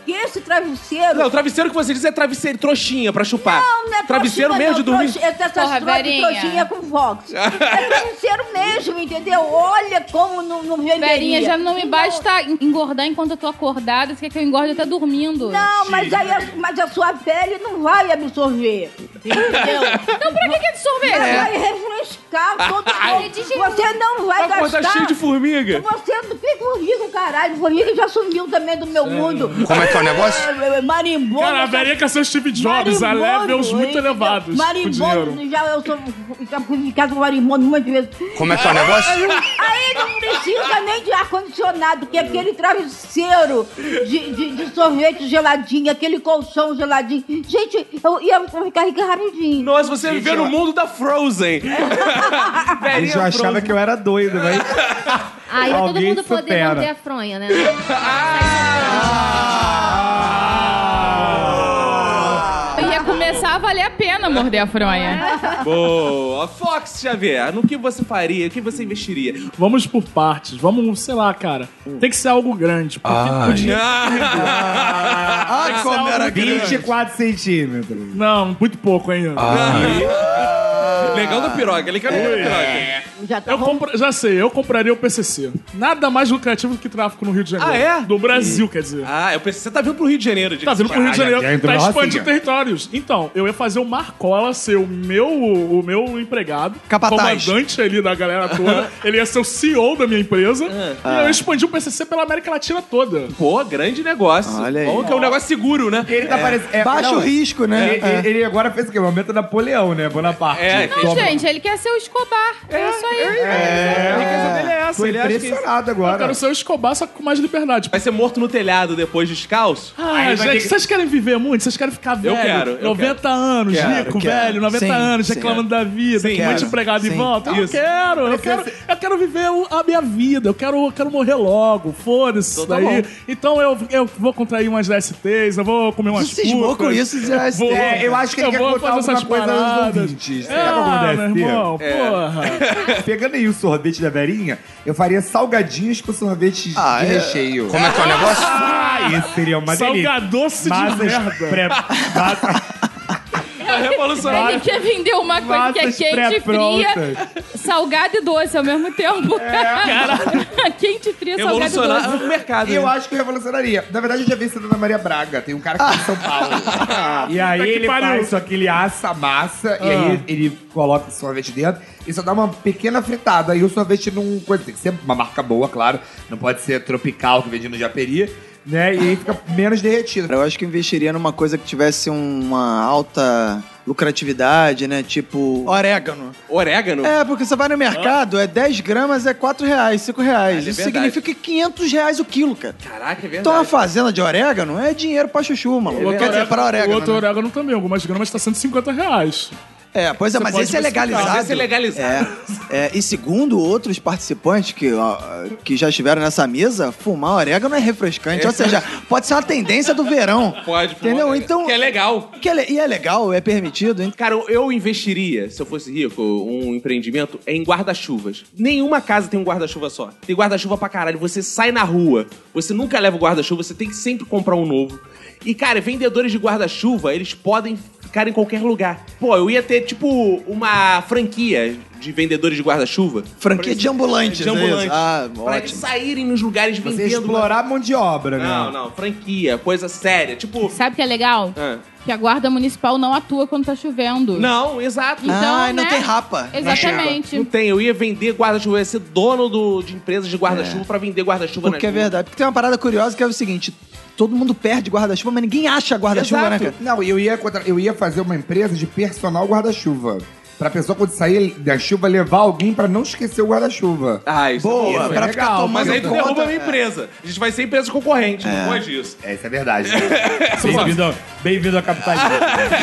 S7: Que esse travesseiro.
S1: Não, o travesseiro que você diz é travesseiro trouxinha pra chupar.
S7: Não, não é
S1: Travesseiro
S7: trouxinha,
S1: mesmo de
S7: não,
S1: dormir.
S7: trouxa- Essa, essa
S3: Porra,
S7: história de
S3: Verinha.
S7: trouxinha com Vox. É travesseiro mesmo, entendeu? Olha como não, não venderia. Então,
S3: Verinha, já não me basta engordar enquanto eu tô acordada. Você quer que eu engorde até dormindo?
S7: Não, mas, aí a, mas a sua pele não vai absorver. Entendeu?
S3: Então pra que que é de sorvete?
S7: Ela vai refrescar todo mundo. Você não vai
S1: Vai acordar
S7: é gastar.
S1: cheio tá de formiga.
S7: Você não fica comigo, caralho. Formiga já sumiu também do meu mundo.
S11: Como é que é o negócio?
S7: É, é, é, Marimbondo.
S5: Cara, a verinha quer ser Steve Jobs, a levels muito elevados. Com dinheiro.
S7: Marimbondo, já eu sou, já fui em casa com marimbondo muitas vezes.
S11: Como é que é o negócio?
S7: Aí não precisa nem de ar-condicionado, que aquele travesseiro de, de- de sorvete geladinho, aquele colchão geladinho. Gente, eu ia ficar rica rapidinho.
S1: Nossa, você viver no mundo da Frozen.
S6: Gente, eu achava que eu era doido, mas...
S4: Aí todo
S6: Alguém
S4: mundo poder
S6: supera.
S4: manter a fronha, né?
S1: Ah!
S3: Ia começar a valer a pena morder a fronha.
S1: Boa. Fox Xavier, no que você faria? O que você investiria?
S5: Vamos por partes. Vamos, sei lá, cara. Tem que ser algo grande. Porque o dinheiro.
S2: Ah, como era grande.
S6: 24 centímetros.
S5: Não, muito pouco ainda.
S1: Legal da piroca, legal da piroca.
S7: Já tá
S5: Eu compra... Já sei, eu compraria o PCC. Nada mais lucrativo do que tráfico no Rio de Janeiro.
S1: Ah, é?
S5: Do Brasil, quer dizer.
S1: Ah, eu pensei, você tá vindo pro Rio de Janeiro, de
S5: Tá vindo pro Rio de Janeiro,
S6: já entrou
S5: tá
S6: na
S5: expandindo
S6: Rocinha.
S5: territórios. Então, eu ia fazer o Marcola ser o meu, o meu empregado,
S2: Capataz.
S5: comandante ali da galera toda. ele ia ser o CEO da minha empresa. E eu expandi o PCC pela América Latina toda.
S1: Pô, grande negócio.
S2: Olha aí.
S1: Bom que é um negócio seguro, né?
S6: Ele tá parecendo... é,
S2: Baixo
S6: não,
S2: risco, né?
S6: Ele, é ele- ele agora fez o quê? O momento Napoleão, né? Bonaparte.
S1: É, que-
S3: Não, gente, ele quer ser o Escobar. É, isso aí.
S1: A riqueza dele é
S6: Tô
S1: essa. Ele acha que
S6: impressionado
S5: Eu
S6: agora.
S5: quero ser o Escobar, só que com mais liberdade.
S1: vai ser morto no telhado depois descalço?
S5: Ah, gente, vocês querem viver muito? Vocês querem ficar velho?
S1: quero, eu
S5: 90 anos,
S2: Quero,
S5: rico,
S2: quero.
S5: velho, 90
S2: Sim,
S5: anos,
S2: sim.
S5: reclamando da vida,
S2: Sim,
S5: com um monte de
S2: quero.
S5: empregado em
S2: Sim.
S5: volta. Eu quero, eu quero, eu quero viver o- a minha vida, eu quero, eu quero morrer logo, foda-se isso
S1: Então tá
S5: daí.
S1: bom.
S5: Então eu, eu vou contrair umas DSTs, eu vou comer umas
S2: Você cismou
S5: putas,
S2: com isso, já é
S5: vou-
S2: estéril.
S6: É, um eu acho que ele
S5: eu
S6: quer
S5: vou
S6: contar
S5: fazer
S6: alguma
S5: essas
S6: coisa aos
S5: paradas.
S6: ouvintes. Você sabe algum
S5: É, meu
S6: DST?
S5: irmão, porra.
S6: Pegando aí o sorvete da Verinha, eu faria salgadinhos com sorvete
S2: Ah,
S6: de
S2: é.
S6: recheio.
S11: Como é que é o negócio?
S6: Ah, isso seria uma delícia.
S5: Salgadoce de
S6: Massas
S5: merda.
S6: pré... Massas
S1: É revolucionário.
S3: Ele quer vender uma coisa que é
S6: Massas
S3: quente e fria,
S6: pré-prontas.
S3: salgada e doce ao mesmo tempo. quente e fria, salgada e doce.
S1: Revolucionário o mercado.
S6: Eu
S1: né?
S6: acho que revolucionaria. Na verdade, eu já vi isso da Ana Maria Braga. Tem um cara que tá em São Paulo.
S1: Ah,
S6: e aí
S5: Puta que
S6: ele
S5: pariu.
S6: faz isso Ah. aqui, ele assa a massa, e aí ele coloca o sorvete dentro e só dá uma pequena fritada. Aí o sorvete não... Coisa, tem que ser uma marca boa, claro. Não pode ser tropical, que vende no Japeri, né? E aí fica menos derretido.
S2: Eu acho que eu investiria numa coisa que tivesse uma alta lucratividade, né? Tipo. Orégano.
S1: Orégano?
S2: É, porque você vai no mercado, é 10 gramas, é 4 reais, 5 reais. Isso
S1: verdade.
S2: significa 500 reais o quilo, cara.
S1: Caraca, é verdade.
S2: Então uma fazenda de orégano é dinheiro pra chuchu, maluco. Quer dizer, pra orégano.
S5: o outro
S2: né?
S5: orégano também, algumas gramas tá 150 reais.
S2: É, pois é,
S5: Você
S2: mas
S5: pode
S2: esse é
S5: diversificar.
S2: legalizado.
S5: Mas esse é legalizado.
S2: É, é, e segundo outros participantes que, ó, que já estiveram nessa mesa, fumar orégano é refrescante. Ou seja, pode ser uma tendência do verão.
S1: Pode, pô.
S2: Entendeu? Então.
S1: Que é legal.
S2: que é le- e é legal, é permitido, hein?
S1: Cara, eu investiria, se eu fosse rico, um empreendimento em guarda-chuvas. Nenhuma casa tem um guarda-chuva só. Tem guarda-chuva pra caralho. Você sai na rua, você nunca leva o guarda-chuva, você tem que sempre comprar um novo. E, cara, vendedores de guarda-chuva, eles podem ficar em qualquer lugar. Pô, eu ia ter, tipo, uma franquia de vendedores de guarda-chuva.
S2: Franquia de ambulantes,
S1: De
S2: é isso?
S1: ambulantes.
S2: Ah,
S1: pra eles
S2: ótimo.
S1: saírem nos lugares
S6: Você
S1: vendendo.
S6: explorar a mão de obra, né?
S1: né? Não, não, franquia, coisa séria. Tipo.
S3: Sabe o que é legal?
S1: Ah.
S3: Que a guarda municipal não atua quando tá chovendo.
S1: Não, exato.
S3: Então,
S2: ah, não
S3: né?
S2: tem rapa.
S3: Exatamente.
S1: Não tem, eu ia vender guarda-chuva, eu ia ser dono do- de empresas de guarda-chuva pra vender guarda-chuva na
S2: Porque é
S1: rua.
S2: verdade. Porque tem uma parada curiosa que é o seguinte: todo mundo perde guarda-chuva, mas ninguém acha guarda-chuva, né,
S1: Exato.
S2: cara?
S6: Não, eu ia, contra- eu ia fazer uma empresa de personal guarda-chuva. Pra pessoa, quando sair da chuva, levar alguém pra não esquecer o guarda-chuva.
S1: Ah, isso é
S2: Boa,
S1: bonito,
S2: pra
S1: né?
S2: ficar tomando.
S1: Mas aí tu
S2: conta.
S1: derruba a minha empresa. A gente vai ser empresa concorrente, não pode disso.
S6: É, isso é verdade.
S9: Bem-vindo ao- Bem-vindo à capital.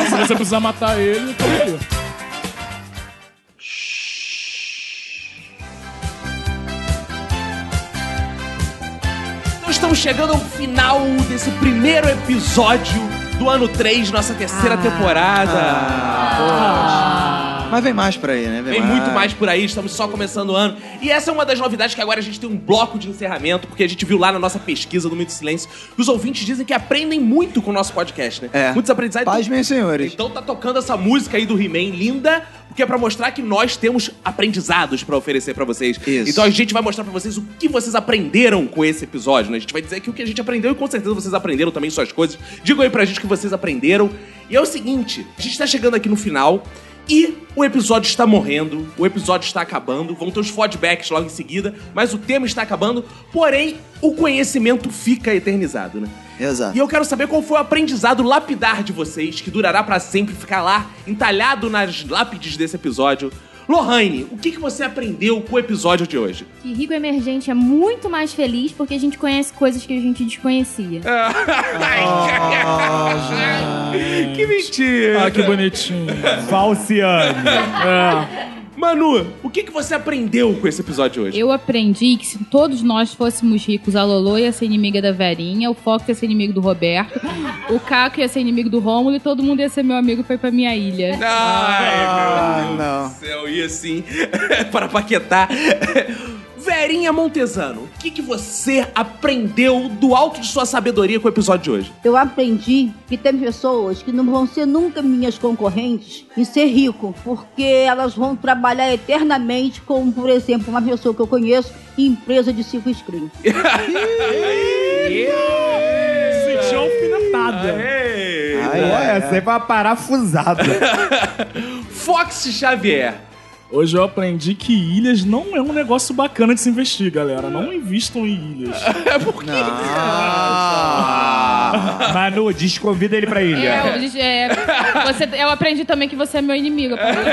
S5: Se você precisar matar ele, então aí.
S1: Então estamos chegando ao final desse primeiro episódio do ano 3, nossa terceira
S2: Ah.
S1: temporada.
S2: Mas vem mais pra aí, né?
S1: Tem muito mais por aí, estamos só começando o ano. E essa é uma das novidades que agora a gente tem um bloco de encerramento, porque a gente viu lá na nossa pesquisa do Mito Silêncio que os ouvintes dizem que aprendem muito com o nosso podcast, né?
S2: É.
S1: Muitos aprendizados.
S2: Paz, meus senhores.
S1: Então tá tocando essa música aí do He-Man, linda, porque é pra mostrar que nós temos aprendizados pra oferecer pra vocês.
S2: Isso.
S1: Então a gente vai mostrar pra vocês o que vocês aprenderam com esse episódio, né? A gente vai dizer aqui o que a gente aprendeu e com certeza vocês aprenderam também suas coisas. Digam aí pra gente o que vocês aprenderam. E é o seguinte, a gente tá chegando aqui no final e o episódio está morrendo, o episódio está acabando, vão ter os feedbacks logo em seguida, mas o tema está acabando, porém o conhecimento fica eternizado, né?
S2: Exato.
S1: E eu quero saber qual foi o aprendizado lapidar de vocês, que durará pra sempre ficar lá, entalhado nas lápides desse episódio. Lohane, o que, que você aprendeu com o episódio de hoje?
S4: Que rico emergente é muito mais feliz porque a gente conhece coisas que a gente desconhecia.
S1: Ah, que mentira!
S5: Ah, que bonitinho.
S9: Falciane.
S5: É.
S1: Manu, o que, que você aprendeu com esse episódio de hoje?
S3: Eu aprendi que se todos nós fôssemos ricos, a Lolo ia ser inimiga da Verinha, o Fox ia ser inimigo do Roberto, o Caco ia ser inimigo do Rômulo e todo mundo ia ser meu amigo e foi pra minha ilha.
S1: Ai, meu Deus
S2: não.
S1: do céu, ia sim. Para paquetar. Verinha Montesano, o que, que você aprendeu do alto de sua sabedoria com o episódio de hoje?
S7: Eu aprendi que tem pessoas que não vão ser nunca minhas concorrentes em ser rico, porque elas vão trabalhar eternamente com, por exemplo, uma pessoa que eu conheço em empresa de cinco screens.
S5: Sentiu
S1: um
S5: alfinetada.
S1: Ei.
S9: É,
S6: Pô, é, essa aí foi uma parafusada.
S1: Fox Xavier.
S5: Hoje eu aprendi que ilhas não é um negócio bacana de se investir, galera. Não invistam em ilhas.
S9: Manu, desconvida ele pra ilha.
S3: É, eu, é, você, eu aprendi também que você é meu inimigo. eu aprendi.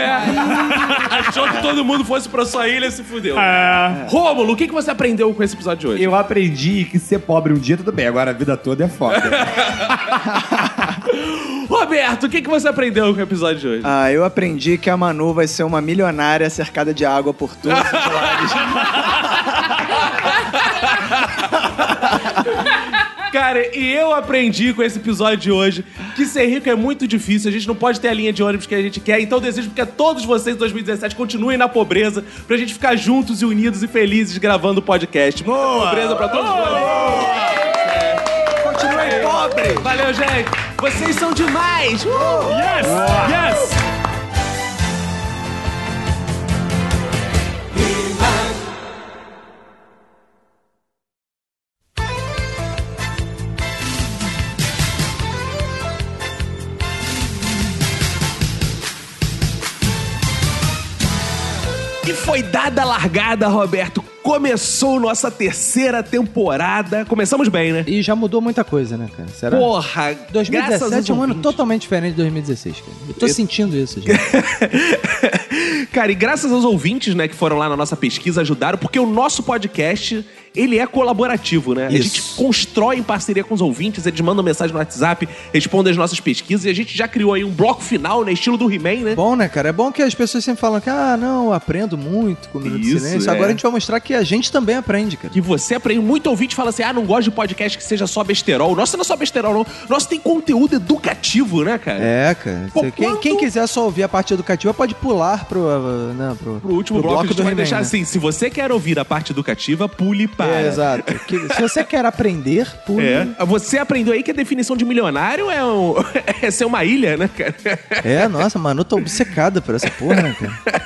S1: Achou que todo mundo fosse pra sua ilha e se fudeu.
S9: É.
S1: Rômulo, o que, que você aprendeu com esse episódio de hoje?
S6: Eu aprendi que ser pobre um dia tudo bem, agora a vida toda é foda.
S1: Roberto, o que, que você aprendeu com o episódio de hoje?
S2: Ah, eu aprendi que a Manu vai ser uma milionária cercada de água por todos os lados.
S1: Cara, e eu aprendi com esse episódio de hoje que ser rico é muito difícil, a gente não pode ter a linha de ônibus que a gente quer, então desejo que a todos vocês em 2017 continuem na pobreza pra gente ficar juntos e unidos e felizes gravando o podcast. Muita pobreza pra todos vocês.
S5: é
S2: Continuem pobre!
S1: Valeu, gente! Vocês são demais! Uh!
S5: Yes! Yes!
S1: E foi dada a largada, Roberto. Começou nossa terceira temporada. Começamos bem, né?
S2: E já mudou muita coisa, né, cara? Será?
S1: Porra,
S2: 2017
S1: graças
S2: é
S1: a
S2: um ano
S1: ouvintes.
S2: totalmente diferente de 2016, cara. Eu tô
S1: Eu-
S2: sentindo isso, já.
S1: Cara, e graças aos ouvintes, né, que foram lá na nossa pesquisa, ajudaram, porque o nosso podcast, ele é colaborativo, né? A gente constrói em parceria com os ouvintes, eles mandam mensagem no WhatsApp, respondem as nossas pesquisas, e a gente já criou aí um bloco final, né, estilo do He-Man, né?
S2: Bom, né, cara? É bom que as pessoas sempre falam que, ah, não, eu aprendo muito com o Minuto
S1: Isso,
S2: de Silêncio.
S1: é.
S2: Agora a gente vai mostrar que a gente também aprende, cara.
S1: Que você aprende. Muito ouvinte fala assim: ah, não gosto de podcast que seja só besterol. O Nosso não é só besterol, não. O Nosso tem conteúdo educativo, né, cara?
S2: É, cara.
S1: Pô,
S2: Você- quem,
S1: quando-
S2: quem quiser só ouvir a parte educativa pode pular pro, uh, né, pro,
S1: Pro último bloco, a gente vai
S2: He-Man,
S1: deixar
S2: né?
S1: assim: se você quer ouvir a parte educativa, pule para.
S2: É, exato. Que- se você quer aprender, pule.
S1: É. Você aprendeu aí que a definição de milionário é, um- é ser uma ilha, né, cara?
S2: É, nossa, mano, eu tô obcecada por essa porra, né, cara?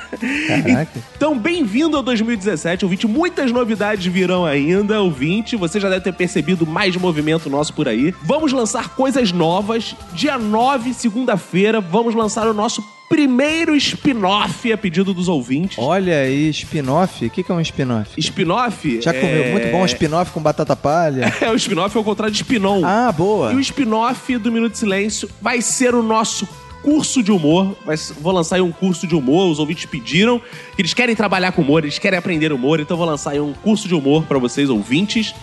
S2: Caraca.
S1: Então, bem-vindo ao 2017, ouvinte. Muitas novidades virão ainda, ouvinte. Você já deve ter percebido mais movimento nosso por aí. Vamos lançar coisas novas. Dia 9, segunda-feira, vamos lançar o nosso primeiro spin-off a pedido dos ouvintes.
S2: Olha aí, spin-off. O que, que é um spin-off?
S1: Spin-off?
S2: Já comeu
S1: é-
S2: muito bom um spin-off com batata palha?
S1: É, o spin-off é o contrário de spin-on.
S2: Ah, boa.
S1: E o spin-off do Minuto de Silêncio vai ser o nosso curso de humor. Vai s- vou lançar aí um curso de humor. Os ouvintes pediram que eles querem trabalhar com humor, eles querem aprender humor. Então eu vou lançar aí um curso de humor pra vocês, ouvintes.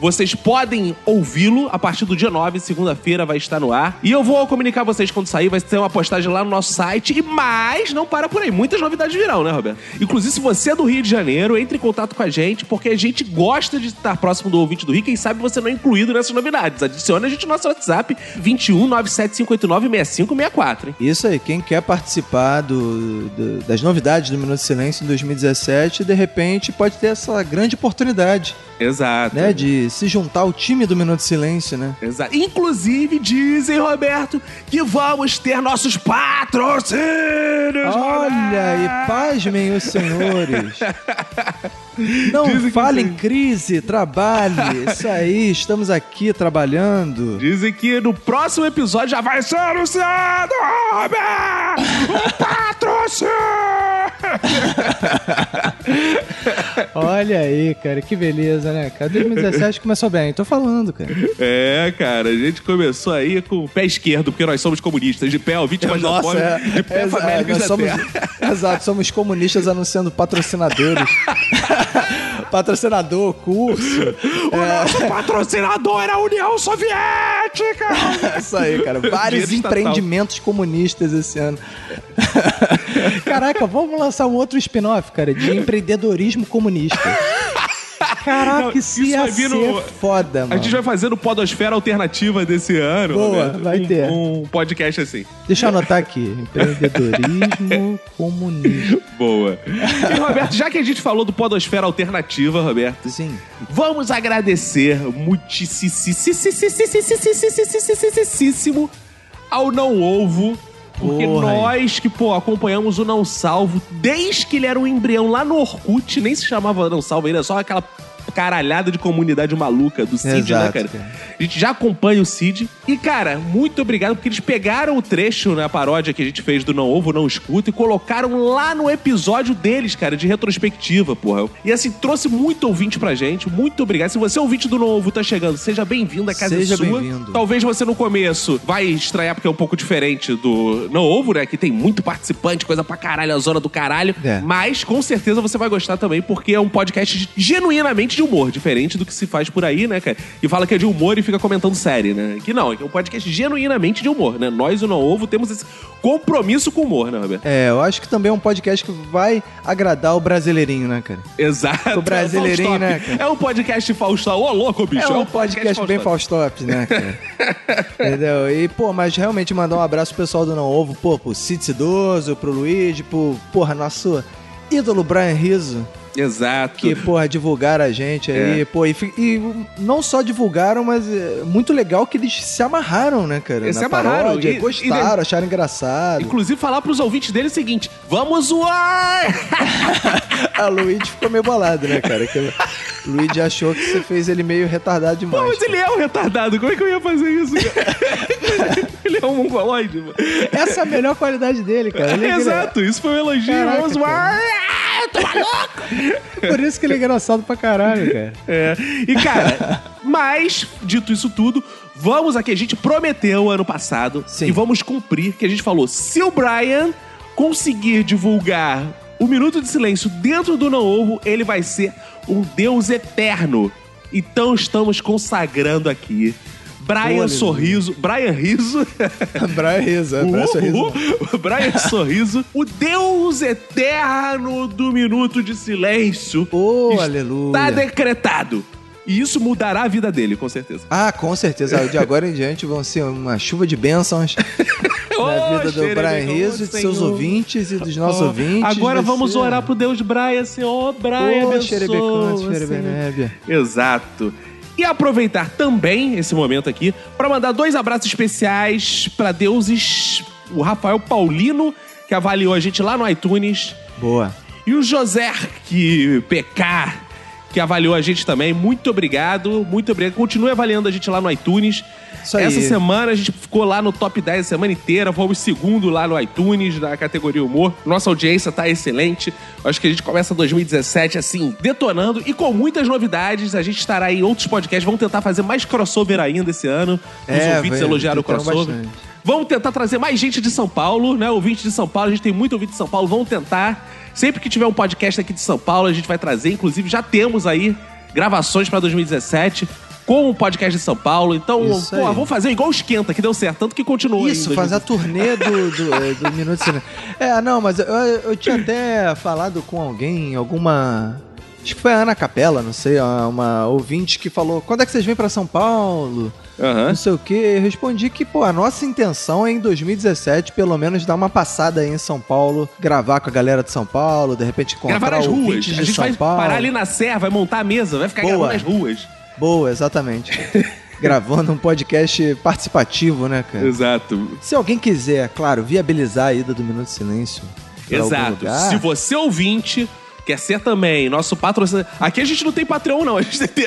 S1: Vocês podem ouvi-lo a partir do dia 9, segunda-feira, vai estar no ar. E eu vou comunicar vocês quando sair, vai ter uma postagem lá no nosso site. E mais, não para por aí. Muitas novidades virão, né, Roberto? Inclusive, se você é do Rio de Janeiro, entre em contato com a gente, porque a gente gosta de estar próximo do ouvinte do Rio. Quem sabe você não é incluído nessas novidades. Adicione a gente no nosso WhatsApp 21 97589 6564, hein?
S2: Isso aí, quem quer participar do- do- das novidades do Minuto de Silêncio em 2017, de repente pode ter essa grande oportunidade,
S1: Exato.
S2: né? De se juntar ao time do Minuto de Silêncio, né?
S1: Exato. Inclusive, dizem, Roberto, que vamos ter nossos patrocínios!
S2: Olha, e pasmem os senhores. Não falem crise, trabalhe. Isso aí, estamos aqui trabalhando.
S1: Dizem que no próximo episódio já vai ser anunciado, Um Roberto! O patrocínio!
S2: Olha aí, cara, que beleza, né? Cara, 2017 começou bem, tô falando, cara.
S1: É, cara, a gente começou aí com o pé esquerdo, porque nós somos comunistas, de pé, ó,
S2: É,
S1: vítimas da fome, Tá né? de pé
S2: Exa-
S1: famélicos
S2: é, nós
S1: da
S2: somos,
S1: terra.
S2: Exato, somos comunistas anunciando patrocinadores. Patrocinador, curso.
S1: O
S2: é.
S1: nosso patrocinador era a União Soviética!
S2: É Isso aí, cara. Vários
S1: Dinheiro estatal.
S2: empreendimentos comunistas esse ano. Caraca, vamos lançar um outro spin-off, cara, de empreendedorismo comunista. Caraca,
S1: Não,
S2: isso,
S1: isso
S2: ia
S1: vai vir
S2: ser
S1: no-
S2: foda, mano.
S1: A gente vai fazer no Podosfera Alternativa desse ano.
S2: Boa,
S1: Roberto,
S2: vai
S1: um-
S2: ter.
S1: Um podcast assim.
S2: Deixa eu anotar aqui. Empreendedorismo comunista.
S1: Boa. E, Roberto, já que a gente falou do Podosfera Alternativa, Roberto.
S2: Sim.
S1: Vamos agradecer muitíssimo ao Não Ovo. Porque
S2: Porra, aí.
S1: nós que, pô, acompanhamos o Não Salvo desde que ele era um embrião lá no Orkut, nem se chamava Não Salvo, ele era só aquela caralhada de comunidade maluca do Cid, né,
S2: Exato,
S1: cara?
S2: cara.
S1: A gente já acompanha o Cid. E, cara, muito obrigado, porque eles pegaram o trecho na paródia que a gente fez do Não Ovo, Não Escuta e colocaram lá no episódio deles, cara, de retrospectiva, porra. E assim, trouxe muito ouvinte pra gente. Muito obrigado. Se você é ouvinte do Não Ovo, tá chegando, seja bem-vindo, a casa é
S2: Seja
S1: sua.
S2: bem-vindo.
S1: Talvez você no começo vai estranhar, porque é um pouco diferente do Não Ovo, né? Que tem muito participante, coisa pra caralho, a zona do caralho.
S2: É.
S1: Mas com certeza você vai gostar também, porque é um podcast genuinamente de humor, diferente do que se faz por aí, né, cara? E fala que é de humor e fica comentando série, né? Que não, é que é um podcast genuinamente de humor, né? Nós, o Não Ovo, temos esse compromisso com o humor, né, Roberto?
S2: É, eu acho que também é um podcast que vai agradar o brasileirinho, né, cara?
S1: Exato.
S2: O brasileirinho,
S1: É
S2: né,
S1: Faustop. É um podcast Faustão. Ô, louco, bicho.
S2: É um podcast bem
S1: Faustop.
S2: Faustop, né, cara? Entendeu? E, pô, mas realmente mandar um abraço pro pessoal do Não Ovo, pô, pro Cid Cidoso, pro Luigi, pro, porra, nosso ídolo Brian Rizzo,
S1: Exato.
S2: que, porra, divulgaram a gente
S1: É.
S2: aí, pô, e, fi- e não só divulgaram, mas é muito legal que eles se amarraram, né, cara?
S1: Eles
S2: na
S1: se amarraram,
S2: paródia,
S1: e-
S2: gostaram,
S1: e-
S2: acharam engraçado.
S1: Inclusive, falar pros ouvintes dele o seguinte: vamos zoar!
S2: A Luigi ficou meio bolado, né, cara? Que o Luigi achou que você fez ele meio retardado demais.
S1: Pô, mas ele é um retardado, como é que eu ia fazer isso? cara? ele é um mongoloide, mano.
S2: Essa é a melhor qualidade dele, cara. Ele é
S1: Exato, isso foi um elogio.
S2: Caraca,
S1: Vamos zoar! Toma
S2: Por isso que ele é engraçado pra caralho, cara.
S1: É. E, cara, mas, dito isso tudo, vamos aqui. A gente prometeu ano passado e vamos cumprir, que a gente falou: se o Brian conseguir divulgar o Minuto de Silêncio dentro do Não Ovo, ele vai ser um Deus eterno. Então estamos consagrando aqui. Brian
S2: Boa,
S1: Sorriso, Brian Riso.
S2: Brian Riso, é, Brian Sorriso.
S1: Brian Sorriso, o Deus eterno do minuto de silêncio.
S2: Oh,
S1: está
S2: aleluia.
S1: Está Tá decretado. E isso mudará a vida dele, com certeza.
S2: Ah, com certeza. De agora em diante vão ser uma chuva de bênçãos na vida do
S1: xererê,
S2: Brian
S1: ô,
S2: Rizzo, de seus
S1: Senhor.
S2: ouvintes e dos nossos
S1: Ó,
S2: ouvintes.
S1: Agora
S2: Vai
S1: vamos
S2: ser-
S1: orar pro Deus Brian, Senhor Brian,
S2: Ô,
S1: abençoa,
S2: xerebecante,
S1: Senhor.
S2: xerebenébia.
S1: Exato. E aproveitar também esse momento aqui para mandar dois abraços especiais para deuses, o Rafael Paulino, que avaliou a gente lá no iTunes,
S2: Boa.
S1: e o José que PK, que avaliou a gente também. Muito obrigado, muito obrigado. Continue avaliando a gente lá no iTunes.
S2: Isso aí.
S1: Essa semana a gente ficou lá no top 10 a semana inteira, fomos segundo lá no iTunes, na categoria humor. Nossa audiência tá excelente. Acho que a gente começa 2017 assim, detonando e com muitas novidades. A gente estará em outros podcasts, vamos tentar fazer mais crossover ainda esse ano. Os
S2: É,
S1: ouvintes
S2: vai,
S1: elogiaram o
S2: tentaram
S1: crossover.
S2: bastante.
S1: Vamos tentar trazer mais gente de São Paulo, né? Ouvinte de São Paulo, a gente tem muito ouvinte de São Paulo, vamos tentar. Sempre que tiver um podcast aqui de São Paulo, a gente vai trazer. Inclusive, já temos aí gravações pra 2017 com o podcast de São Paulo. Então,
S2: Isso
S1: pô,
S2: aí.
S1: vamos fazer igual o Esquenta, que deu certo. Tanto que continuou aí em
S2: Isso, fazer a turnê do, do, eh, do Minuto de Silêncio. É, não, mas eu, eu tinha até falado com alguém, alguma. Acho que foi a Ana Capela, não sei, uma uma ouvinte que falou: quando é que vocês vêm pra São Paulo? Não sei o quê. Eu respondi que, pô, a nossa intenção é em 2017, pelo menos, dar uma passada aí em São Paulo, gravar com a galera de São Paulo, de repente encontrar
S1: Gravar nas ruas.
S2: ouvintes
S1: A
S2: de
S1: gente
S2: São
S1: vai
S2: Paulo.
S1: parar ali na serra, vai montar a mesa, vai ficar
S2: Boa.
S1: gravando nas ruas.
S2: Boa, exatamente. Gravando um podcast participativo, né, cara?
S1: Exato.
S2: Se alguém quiser, é claro, viabilizar a ida do Minuto de Silêncio. pra algum
S1: Exato.
S2: lugar,
S1: Se você ouvinte quer ser também nosso patrocinador. Aqui a gente não tem Patreon, não. A gente tem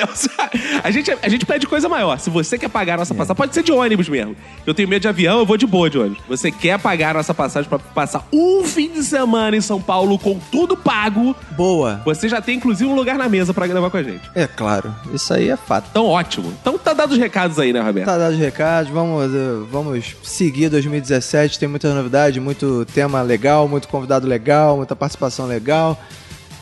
S1: a gente, a gente pede coisa maior. Se você quer pagar a
S2: É.
S1: nossa passagem, pode ser de ônibus mesmo. Eu tenho medo de avião, eu vou de boa de ônibus. Você quer pagar a nossa passagem pra passar um fim de semana em São Paulo com tudo pago?
S2: Boa.
S1: Você já tem inclusive um lugar na mesa pra gravar com a gente.
S2: É claro, isso aí é fato.
S1: Então ótimo. Então tá dado os recados aí, né, Roberto?
S2: Tá dado os recados, vamos, eh, vamos seguir 2017, tem muita novidade, muito tema legal, muito convidado legal, muita participação legal.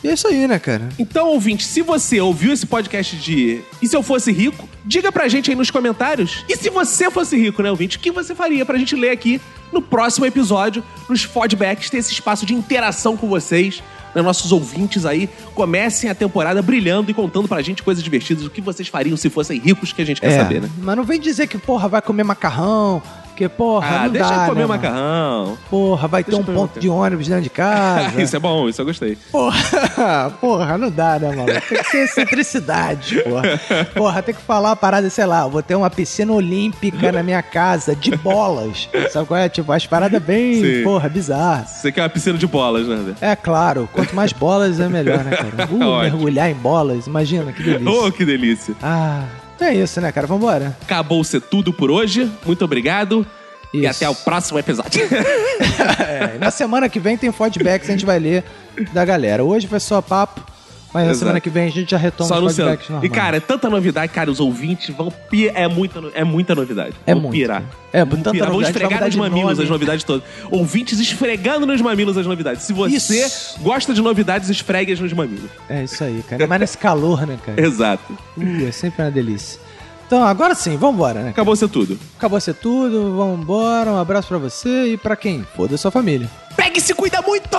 S2: E é isso aí, né, cara?
S1: Então, ouvinte, se você ouviu esse podcast de E se eu fosse rico, diga pra gente aí nos comentários. E se você fosse rico, né, ouvinte, o que você faria pra gente ler aqui no próximo episódio, nos Fodbacks, ter esse espaço de interação com vocês, né, nossos ouvintes aí. Comecem a temporada brilhando e contando pra gente coisas divertidas, o que vocês fariam se fossem ricos, que a gente quer
S2: É,
S1: saber, né?
S2: Mas não vem dizer que, porra, vai comer macarrão, que, porra,
S1: Ah,
S2: não
S1: deixa
S2: dá,
S1: eu comer
S2: né, mano?
S1: macarrão.
S2: Porra, vai
S1: Deixa
S2: ter
S1: eu
S2: um ponto
S1: comer
S2: de ônibus dentro de casa.
S1: isso é bom, isso eu gostei.
S2: Porra, porra, não dá, né, maluco? Tem que ser excentricidade, porra. Porra, tem que falar uma parada, sei lá, vou ter uma piscina olímpica na minha casa, de bolas. Sabe qual é? Tipo, as paradas bem,
S1: Sim.
S2: porra, bizarras.
S1: Você quer é uma piscina de bolas, né, Roberto?
S2: É claro, quanto mais bolas é melhor, né, cara? Uh,
S1: Ótimo.
S2: mergulhar em bolas, imagina, que delícia.
S1: Oh, que delícia.
S2: Ah, então é isso, né, cara? Vambora.
S1: Acabou ser tudo por hoje. Muito obrigado. E até o próximo episódio.
S2: É, e na semana que vem tem feedbacks, a gente vai ler da galera. Hoje foi só papo, mas na
S1: Exato.
S2: semana que vem a gente já retoma
S1: Só
S2: os
S1: anunciando.
S2: feedbacks
S1: E,
S2: normais.
S1: cara, é tanta novidade, cara, os ouvintes vão. pi- É muita, no- é muita novidade.
S2: É
S1: vão
S2: muito.
S1: pirar.
S2: É,
S1: Vão
S2: tanta
S1: pirar. Vão
S2: novidade, vai
S1: esfregar
S2: mudar
S1: nos
S2: de
S1: mamilos
S2: nome.
S1: as novidades todas. Ouvintes esfregando nos mamilos as novidades. Se você gosta de novidades, esfregue-as nos mamilos.
S2: É isso aí, cara. Mas nesse calor, né, cara?
S1: Exato.
S2: Uh, é sempre uma delícia. Então, agora sim, vambora, né?
S1: Acabou ser tudo.
S2: Acabou ser tudo, vambora. Um abraço pra você e pra quem? Foda sua família.
S1: Pegue e se cuida muito!